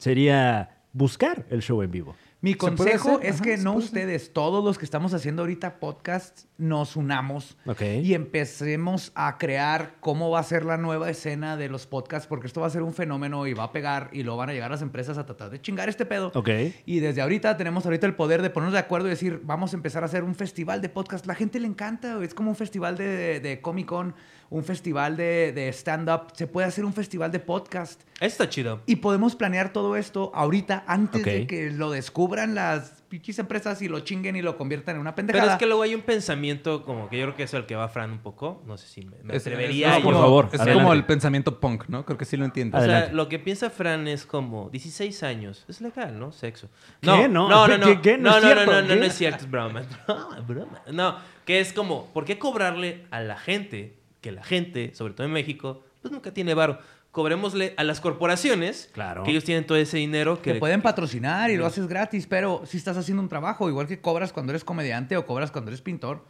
Speaker 2: sería buscar el show en vivo.
Speaker 3: Mi
Speaker 4: puede
Speaker 3: consejo
Speaker 4: hacer,
Speaker 3: es
Speaker 4: ajá,
Speaker 3: que
Speaker 4: se
Speaker 3: no
Speaker 4: puede hacer.
Speaker 3: ustedes, todos los que estamos haciendo ahorita podcast, nos unamos
Speaker 2: Ok.
Speaker 3: y empecemos a crear cómo va a ser la nueva escena de los podcasts, porque esto va a ser un fenómeno y va a pegar y lo van a llegar las empresas a tratar de chingar este pedo.
Speaker 2: Ok.
Speaker 3: Y desde ahorita tenemos ahorita el poder de ponernos de acuerdo y decir, vamos a empezar a hacer un festival de podcast. La gente le encanta, güey. es como un festival de, de Comic Con, un festival de, de stand-up. Se puede hacer un festival de podcast.
Speaker 1: Está chido.
Speaker 3: Y podemos planear todo esto ahorita, antes
Speaker 2: Ok.
Speaker 3: de que lo descubran las pinches empresas y lo chinguen y lo conviertan en una pendejada.
Speaker 1: Pero es que luego hay un pensamiento como que yo creo que es el que va Fran un poco. No sé si me, me
Speaker 4: Es-
Speaker 1: atrevería.
Speaker 4: es
Speaker 1: yo.
Speaker 2: por
Speaker 4: como-
Speaker 2: favor,
Speaker 4: Es
Speaker 2: adelante.
Speaker 4: como el pensamiento punk, ¿no? Creo que sí lo entiendo.
Speaker 1: O sea,
Speaker 2: Adelante.
Speaker 1: lo que piensa Fran es como 16 años. Es legal, ¿no? Sexo.
Speaker 2: ¿Qué?
Speaker 1: No,
Speaker 2: No,
Speaker 1: no, no. No,
Speaker 2: ¿qué- qué? No
Speaker 1: no,
Speaker 2: es
Speaker 1: no, no,
Speaker 2: cierto,
Speaker 1: no, no,
Speaker 2: ¿qué?
Speaker 1: no es cierto. Es broma. No, es broma. No, que es como, ¿por qué cobrarle a la gente? Que la gente, sobre todo en México, pues nunca tiene varo. Cobrémosle a las corporaciones.
Speaker 2: Claro.
Speaker 1: Que ellos tienen todo ese dinero. Que
Speaker 3: Te
Speaker 1: *laughs*
Speaker 3: pueden patrocinar y lo haces gratis, pero si estás haciendo un trabajo, igual que cobras cuando eres comediante o cobras cuando eres pintor,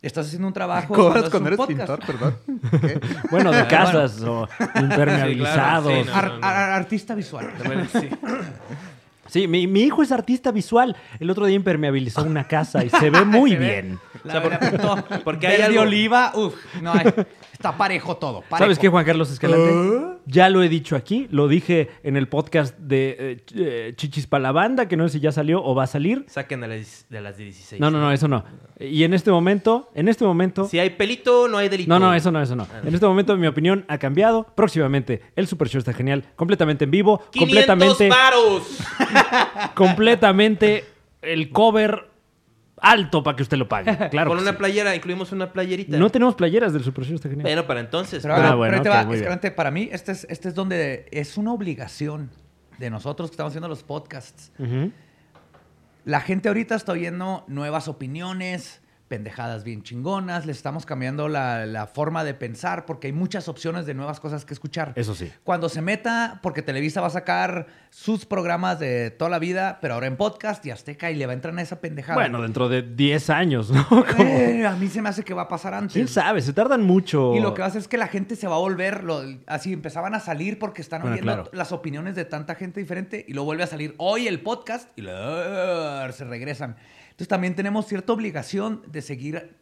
Speaker 3: estás haciendo un trabajo.
Speaker 4: *laughs* ¿Cobras cuando
Speaker 3: haces
Speaker 4: eres
Speaker 3: un
Speaker 4: pintor?
Speaker 3: podcast. *laughs*
Speaker 4: Perdón.
Speaker 1: *laughs*
Speaker 2: Bueno, de casas o impermeabilizados.
Speaker 1: Sí, claro, sí, no.
Speaker 3: Ar- ar- artista visual.
Speaker 1: Sí.
Speaker 2: Sí, mi, mi hijo es artista visual. El otro día impermeabilizó una casa y se ve muy
Speaker 3: *laughs* Se ve.
Speaker 2: bien.
Speaker 3: La,
Speaker 1: O sea, por-
Speaker 3: *laughs* porque,
Speaker 1: porque hay
Speaker 3: hay
Speaker 1: algo-
Speaker 3: oliva, uff, no, hay- está parejo todo. parejo. ¿Ah?
Speaker 2: ¿Sabes qué, Juan Carlos Escalante? Ya lo he dicho aquí, lo dije en el podcast de eh, Ch- eh, Chichis para la Banda, que no sé si ya salió o va a salir.
Speaker 1: Saquen a las, de las 16.
Speaker 2: No, no, no, eso no. Y en este momento, en este momento...
Speaker 1: Si hay pelito, no hay Ah. delito.
Speaker 2: No, no, eso no, eso no. En este momento mi opinión ha cambiado. Próximamente el Super Show está genial, completamente en vivo,
Speaker 1: 500
Speaker 2: completamente
Speaker 1: varos.
Speaker 2: *laughs* completamente el cover alto para que usted lo pague.
Speaker 1: *laughs*
Speaker 2: Claro.
Speaker 1: Con
Speaker 2: que
Speaker 1: una
Speaker 2: sí.
Speaker 1: playera, incluimos una playerita.
Speaker 2: No tenemos playeras del Super Show, está genial.
Speaker 1: Bueno, para entonces.
Speaker 3: Pero,
Speaker 2: Ah,
Speaker 3: ahora,
Speaker 2: bueno,
Speaker 3: pero ahí te
Speaker 2: ok,
Speaker 3: va,
Speaker 2: muy bien.
Speaker 3: Escalante, para mí este es, este es donde es una obligación de nosotros que estamos haciendo los podcasts.
Speaker 2: Ujú.
Speaker 3: La gente ahorita está oyendo nuevas opiniones, pendejadas bien chingonas, les estamos cambiando la, la forma de pensar porque hay muchas opciones de nuevas cosas que escuchar.
Speaker 2: Eso sí.
Speaker 3: Cuando se meta, porque Televisa va a sacar sus programas de toda la vida, pero ahora en podcast y Azteca y le va a entrar en esa pendejada.
Speaker 2: Bueno, dentro de 10 años, ¿no? *laughs*
Speaker 3: Eh, a mí se me hace que va a pasar antes.
Speaker 2: ¿Quién sabe? Se tardan mucho.
Speaker 3: Y lo que va a hacer es que la gente se va a volver, lo- así empezaban a salir porque están
Speaker 2: Bueno,
Speaker 3: oyendo
Speaker 2: claro.
Speaker 3: las opiniones de tanta gente diferente y luego vuelve a salir hoy el podcast y la- se regresan. Entonces también tenemos cierta obligación de seguir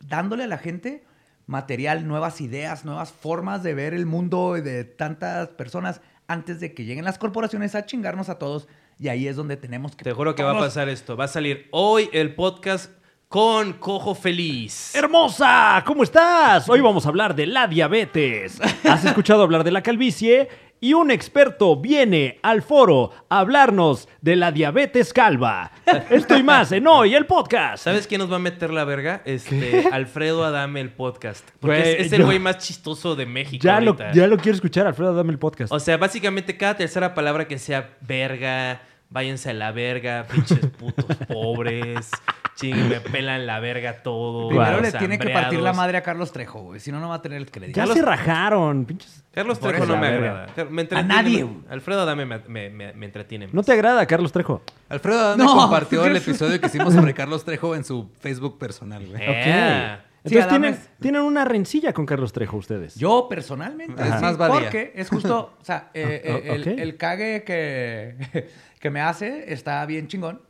Speaker 3: dándole a la gente material, nuevas ideas, nuevas formas de ver el mundo y de tantas personas antes de que lleguen las corporaciones a chingarnos a todos. Y ahí es donde tenemos que...
Speaker 1: Te juro que va a
Speaker 3: todos-
Speaker 1: pasar esto. Va a salir hoy el podcast con Cojo Feliz.
Speaker 2: Hermosa, ¿cómo estás? Hoy vamos a hablar de la
Speaker 1: *laughs*
Speaker 2: diabetes. ¿Has escuchado hablar de la calvicie? Y un experto viene al foro a hablarnos de la diabetes
Speaker 1: *laughs*
Speaker 2: calva. Estoy más en hoy el podcast.
Speaker 1: ¿Sabes quién nos va a meter la verga? Este,
Speaker 2: *laughs*
Speaker 1: Alfredo Adame, el podcast. Porque
Speaker 2: Güey,
Speaker 1: es, es el
Speaker 2: yo-
Speaker 1: güey más chistoso de México.
Speaker 2: Ya lo,
Speaker 1: ahorita.
Speaker 2: ya lo quiero escuchar, Alfredo, dame el podcast.
Speaker 1: O sea, básicamente cada tercera palabra que sea verga, váyanse a la verga, pinches putos
Speaker 2: *laughs*
Speaker 1: pobres, ching, me pelan la verga todo.
Speaker 3: Primero
Speaker 1: los
Speaker 3: le tiene que partir la
Speaker 1: hambreados.
Speaker 3: madre a Carlos Trejo, güey. Si no, no va a tener el crédito.
Speaker 2: Ya se rajaron, pinches.
Speaker 1: Carlos
Speaker 2: Por
Speaker 1: Trejo
Speaker 2: eso
Speaker 1: no
Speaker 2: la
Speaker 1: me
Speaker 2: verga.
Speaker 1: agrada. Me entretiene-
Speaker 3: nadie, güey.
Speaker 1: Alfredo Adame me, me- me- me entretiene.
Speaker 2: No te agrada, Carlos Trejo.
Speaker 4: Alfredo Adame
Speaker 3: No.
Speaker 4: compartió el episodio que
Speaker 3: *laughs*
Speaker 4: hicimos sobre Carlos Trejo en su Facebook personal, güey.
Speaker 1: Eh.
Speaker 2: Entonces
Speaker 3: Sí, Adame
Speaker 2: tienen,
Speaker 3: es-
Speaker 2: tienen una rencilla con Carlos Trejo ustedes.
Speaker 3: Yo personalmente.
Speaker 4: Ajá.
Speaker 3: sí,
Speaker 4: Más Badía.
Speaker 3: Porque es
Speaker 2: *laughs*
Speaker 3: justo, o sea, eh,
Speaker 2: Ah, ah,
Speaker 3: eh, el,
Speaker 2: ok.
Speaker 3: el cague que, *laughs* que me hace está bien chingón.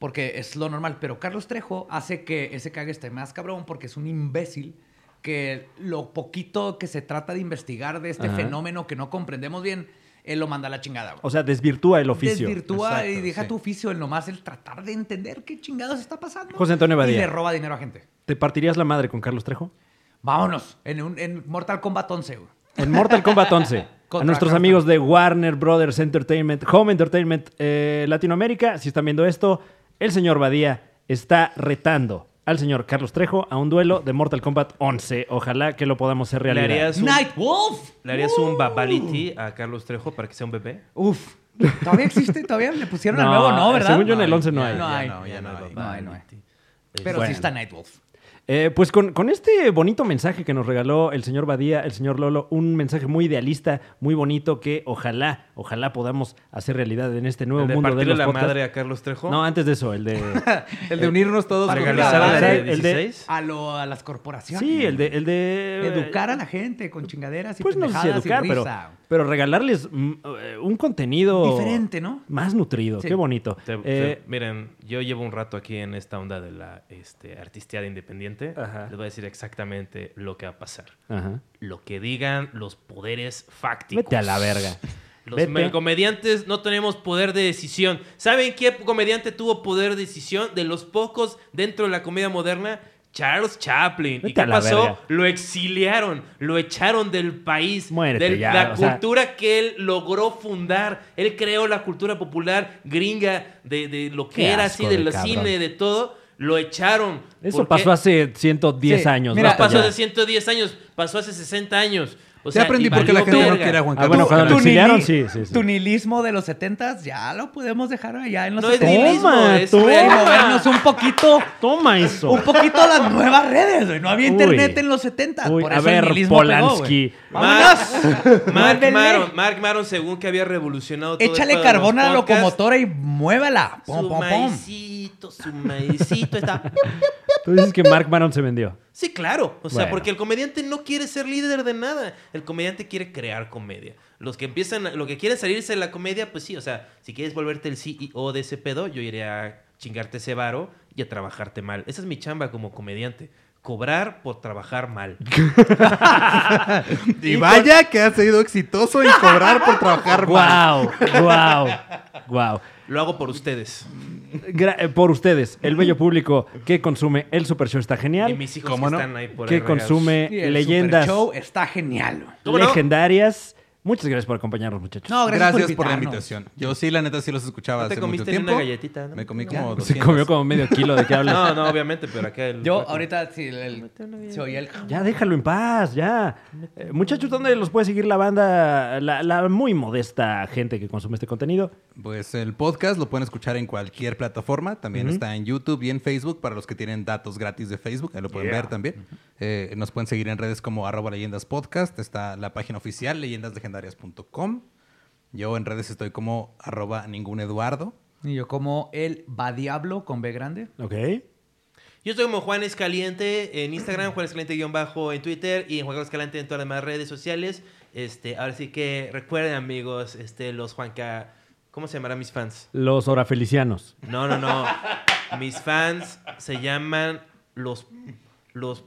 Speaker 3: Porque es lo normal. Pero Carlos Trejo hace que ese cague esté más cabrón porque es un imbécil que lo poquito que se trata de investigar de este
Speaker 2: Ajá.
Speaker 3: fenómeno que no comprendemos bien, él lo manda a la chingada. güey.
Speaker 2: O sea, desvirtúa el oficio.
Speaker 3: Desvirtúa y
Speaker 4: Exacto,
Speaker 3: deja
Speaker 4: sí.
Speaker 3: tu oficio en nomás el tratar de entender qué chingados está pasando.
Speaker 2: José Antonio Badía.
Speaker 3: Y le roba dinero a gente.
Speaker 2: ¿Te partirías la madre con Carlos Trejo?
Speaker 3: Vámonos. En, un, en Mortal Kombat 11, güey.
Speaker 2: En Mortal
Speaker 1: *laughs*
Speaker 2: Kombat 11. A
Speaker 3: Contra
Speaker 2: nuestros
Speaker 3: Carlos.
Speaker 2: amigos de Warner Brothers Entertainment, Home Entertainment eh, Latinoamérica, si están viendo esto, el señor Badía está retando al señor Carlos Trejo a un duelo de Mortal Kombat 11. Ojalá que lo podamos hacer
Speaker 1: ¿Le
Speaker 2: realidad.
Speaker 1: harías un,
Speaker 3: Night Wolf.
Speaker 1: le harías un babality
Speaker 2: Uh.
Speaker 1: a Carlos Trejo para que sea un bebé?
Speaker 3: Uf. ¿Todavía existe? ¿Todavía le pusieron el
Speaker 2: No, eh,
Speaker 3: nuevo? No, ¿verdad?
Speaker 2: según yo en el 11 no
Speaker 3: ya
Speaker 2: hay.
Speaker 3: No
Speaker 4: Ya
Speaker 3: hay.
Speaker 4: no, ya no hay. pues
Speaker 3: No hay, no hay.
Speaker 1: Babality.
Speaker 3: Pero sí
Speaker 2: Bueno.
Speaker 3: está Nightwolf.
Speaker 2: Eh, pues con, con este bonito mensaje que nos regaló el señor Badía, el señor Lolo, un mensaje muy idealista, muy bonito que ojalá, ojalá podamos hacer realidad en este nuevo
Speaker 1: ¿El de
Speaker 2: mundo de
Speaker 1: partirle
Speaker 2: los
Speaker 1: la
Speaker 2: podcasts.
Speaker 1: madre a Carlos Trejo?
Speaker 2: No, antes de eso, el de
Speaker 4: El de unirnos todos
Speaker 1: ¿Para
Speaker 4: con
Speaker 1: realizar
Speaker 4: la-
Speaker 1: la de
Speaker 2: el de- Ah,
Speaker 1: 16?
Speaker 3: A, lo, a las corporaciones.
Speaker 2: Sí, el de, el de...
Speaker 3: Educar a la gente con chingaderas y
Speaker 2: Pues no sé si
Speaker 3: pendejadas
Speaker 2: educar,
Speaker 3: y
Speaker 2: pero,
Speaker 3: risa.
Speaker 2: pero regalarles mm, eh, un contenido...
Speaker 3: Diferente, ¿no?
Speaker 2: Más nutrido,
Speaker 3: Sí.
Speaker 2: qué bonito.
Speaker 1: Te-
Speaker 2: Eh,
Speaker 1: te- miren, yo llevo un rato aquí en esta onda de la este, artisteada independiente.
Speaker 2: Ajá.
Speaker 1: Les voy a decir exactamente lo que va a pasar.
Speaker 2: ajá.
Speaker 1: Lo que digan los poderes fácticos.
Speaker 2: Vete a la verga.
Speaker 1: Los
Speaker 2: Vete.
Speaker 1: me- comediantes no tenemos poder de decisión. ¿Saben qué comediante tuvo poder de decisión? De los pocos dentro de la comedia moderna, Charles Chaplin.
Speaker 2: Vete
Speaker 1: ¿Y qué
Speaker 2: a la
Speaker 1: pasó?
Speaker 2: verga.
Speaker 1: Lo exiliaron, lo echaron del país,
Speaker 2: Muérete
Speaker 1: de
Speaker 2: ya,
Speaker 1: la
Speaker 2: o sea-
Speaker 1: cultura que él logró fundar. Él creó la cultura popular gringa de, de lo que
Speaker 2: Qué
Speaker 1: era
Speaker 2: asco
Speaker 1: así, de
Speaker 2: de
Speaker 1: los
Speaker 2: cabrón.
Speaker 1: cine, de todo. Lo echaron.
Speaker 2: Eso
Speaker 1: ¿Por qué?
Speaker 2: pasó hace 110
Speaker 3: Sí,
Speaker 2: años.
Speaker 3: mira,
Speaker 2: basta
Speaker 1: pasó
Speaker 2: ya.
Speaker 1: hace 110 años, pasó hace 60 años. O
Speaker 4: Ya
Speaker 1: sea,
Speaker 4: aprendí
Speaker 1: y
Speaker 4: por qué la
Speaker 1: valió
Speaker 4: gente no
Speaker 1: verga.
Speaker 4: quiere a Juan
Speaker 2: Ah,
Speaker 4: Carlos.
Speaker 2: bueno, cuando lo
Speaker 4: Trejo.
Speaker 3: Tu
Speaker 2: exiliaron,
Speaker 3: nili-
Speaker 2: sí, sí, sí.
Speaker 3: Tu nihilismo de los 70 ya lo podemos dejar allá en los
Speaker 1: No es
Speaker 3: 70s.
Speaker 1: nihilismo,
Speaker 2: Toma,
Speaker 1: es
Speaker 2: toma.
Speaker 3: Y
Speaker 1: real-
Speaker 3: movernos un poquito
Speaker 2: Toma eso.
Speaker 3: Un poquito a las nuevas redes, güey. No había
Speaker 2: Uy.
Speaker 3: internet en los 70.
Speaker 2: Uy,
Speaker 3: por
Speaker 2: a
Speaker 3: eso
Speaker 2: ver,
Speaker 3: el nihilismo pegó,
Speaker 2: Polanski.
Speaker 3: güey.
Speaker 1: Mark,
Speaker 3: ¡Vámonos!
Speaker 1: Mark
Speaker 3: Mándele.
Speaker 1: Maron, Mark Maron, según que había revolucionado todo
Speaker 3: Échale
Speaker 1: esto de los
Speaker 3: carbón a la
Speaker 1: podcasts,
Speaker 3: locomotora y muévala. Pom,
Speaker 1: Su
Speaker 3: pom, pom.
Speaker 1: maicito, su maicito está.
Speaker 2: Tú dices que Mark Maron se
Speaker 3: *laughs*
Speaker 2: vendió.
Speaker 1: Sí, claro. O sea,
Speaker 2: Bueno.
Speaker 1: porque el comediante no quiere ser líder de nada. El comediante quiere crear comedia. Los que empiezan, lo que quieren salirse de la comedia, pues sí. O sea, si quieres volverte el CEO de ese pedo, yo iré a chingarte ese varo y a trabajarte mal. Esa es mi chamba como comediante. Cobrar por trabajar mal.
Speaker 4: Y vaya que ha sido exitoso en cobrar por trabajar mal.
Speaker 2: Wow, wow, wow.
Speaker 1: Lo hago por ustedes.
Speaker 2: eh, Por ustedes, el bello público que consume el Super Show está
Speaker 1: Y
Speaker 2: genial.
Speaker 1: mis hijos que
Speaker 4: ¿Cómo no?
Speaker 1: están ahí por ahí
Speaker 2: Que
Speaker 1: regados.
Speaker 2: consume
Speaker 3: Y el
Speaker 2: leyendas
Speaker 3: Super Show está genial. güey.
Speaker 1: ¿Cómo no?
Speaker 2: legendarias Muchas gracias por acompañarnos, muchachos.
Speaker 3: No, gracias,
Speaker 4: Gracias por, la
Speaker 3: invitarnos.
Speaker 4: invitación. Yo sí, la neta, sí los escuchaba
Speaker 1: ¿No te
Speaker 4: hace mucho
Speaker 1: comiste ni
Speaker 4: tiempo.
Speaker 1: una galletita, no?
Speaker 4: Me comí
Speaker 1: No.
Speaker 4: como
Speaker 2: Se
Speaker 4: 200.
Speaker 2: comió como medio kilo de qué hablas.
Speaker 1: No,
Speaker 2: *laughs*
Speaker 1: no, obviamente, pero acá el...
Speaker 3: Yo ahorita si el, se oía el...
Speaker 2: Ya déjalo en paz, ya. Eh, muchachos, ¿dónde los puede seguir la banda? La, la muy modesta gente que consume este contenido.
Speaker 4: Pues el podcast lo pueden escuchar en cualquier plataforma. También está en YouTube y en Facebook para los que tienen datos gratis de Facebook. Ahí lo pueden ver también. Eh, nos pueden seguir en redes como arroba leyendas podcast. Está la página oficial leyendaslegendarias.com. Yo en redes estoy como arroba ningún Eduardo.
Speaker 3: Y yo como el va diablo con B grande.
Speaker 2: Ok.
Speaker 1: Yo estoy como Juan Escaliente en Instagram, Juan Escaliente-bajo en Twitter y en Juan Escaliente en todas las demás redes sociales. Este, ahora sí que recuerden, amigos, este, los Juanca... ¿Cómo se llamarán mis fans?
Speaker 2: Los orafelicianos.
Speaker 1: No, no, no. mis fans se llaman los, los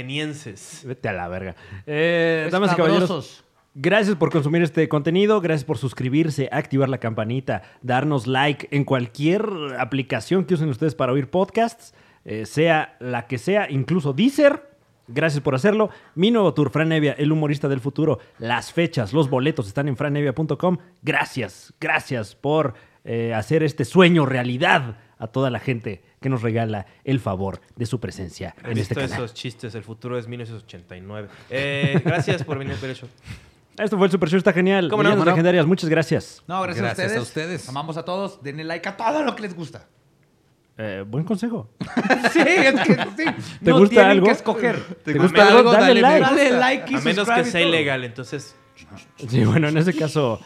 Speaker 1: putogenienses.
Speaker 2: Vete a la verga. Eh,
Speaker 3: Pues,
Speaker 2: damas y caballeros.
Speaker 3: sabrosos.
Speaker 2: Gracias por consumir este contenido, gracias por suscribirse, activar la campanita, darnos like en cualquier aplicación que usen ustedes para oír podcasts, eh, sea la que sea, incluso Deezer. Gracias por hacerlo. Mi nuevo tour, Fran Evia, el humorista del futuro. Las fechas, los boletos están en franevia.com. Gracias, gracias por eh, hacer este sueño realidad a toda la gente que nos regala el favor de su presencia en
Speaker 1: Visto
Speaker 2: este canal.
Speaker 1: esos chistes, el futuro es 1989. Eh, gracias por venir, Perecho.
Speaker 2: Esto fue el Super Show, está genial.
Speaker 1: ¿Cómo no?
Speaker 2: Leyendas
Speaker 1: ¿Cómo no?
Speaker 2: legendarias, muchas gracias.
Speaker 3: No, gracias,
Speaker 4: Gracias
Speaker 3: a ustedes.
Speaker 4: a ustedes.
Speaker 3: Amamos a todos. Denle like a todo lo que les gusta. *laughs*
Speaker 2: Eh, buen consejo.
Speaker 3: sí, es que sí.
Speaker 2: ¿Te
Speaker 3: no
Speaker 2: gusta
Speaker 3: tienen
Speaker 2: algo?
Speaker 3: que escoger.
Speaker 4: ¿Te
Speaker 2: ¿Te
Speaker 4: gusta
Speaker 2: gusta algo?
Speaker 4: algo?
Speaker 2: Dale
Speaker 4: Dale me
Speaker 2: like.
Speaker 4: gusta.
Speaker 3: Dale like y
Speaker 1: A menos
Speaker 3: subscribe
Speaker 1: que
Speaker 3: y
Speaker 1: sea
Speaker 3: todo.
Speaker 1: ilegal, entonces
Speaker 2: Sí, bueno, en ese caso,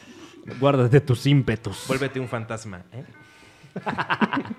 Speaker 2: guárdate tus ímpetus.
Speaker 1: vuélvete un fantasma. ¿eh?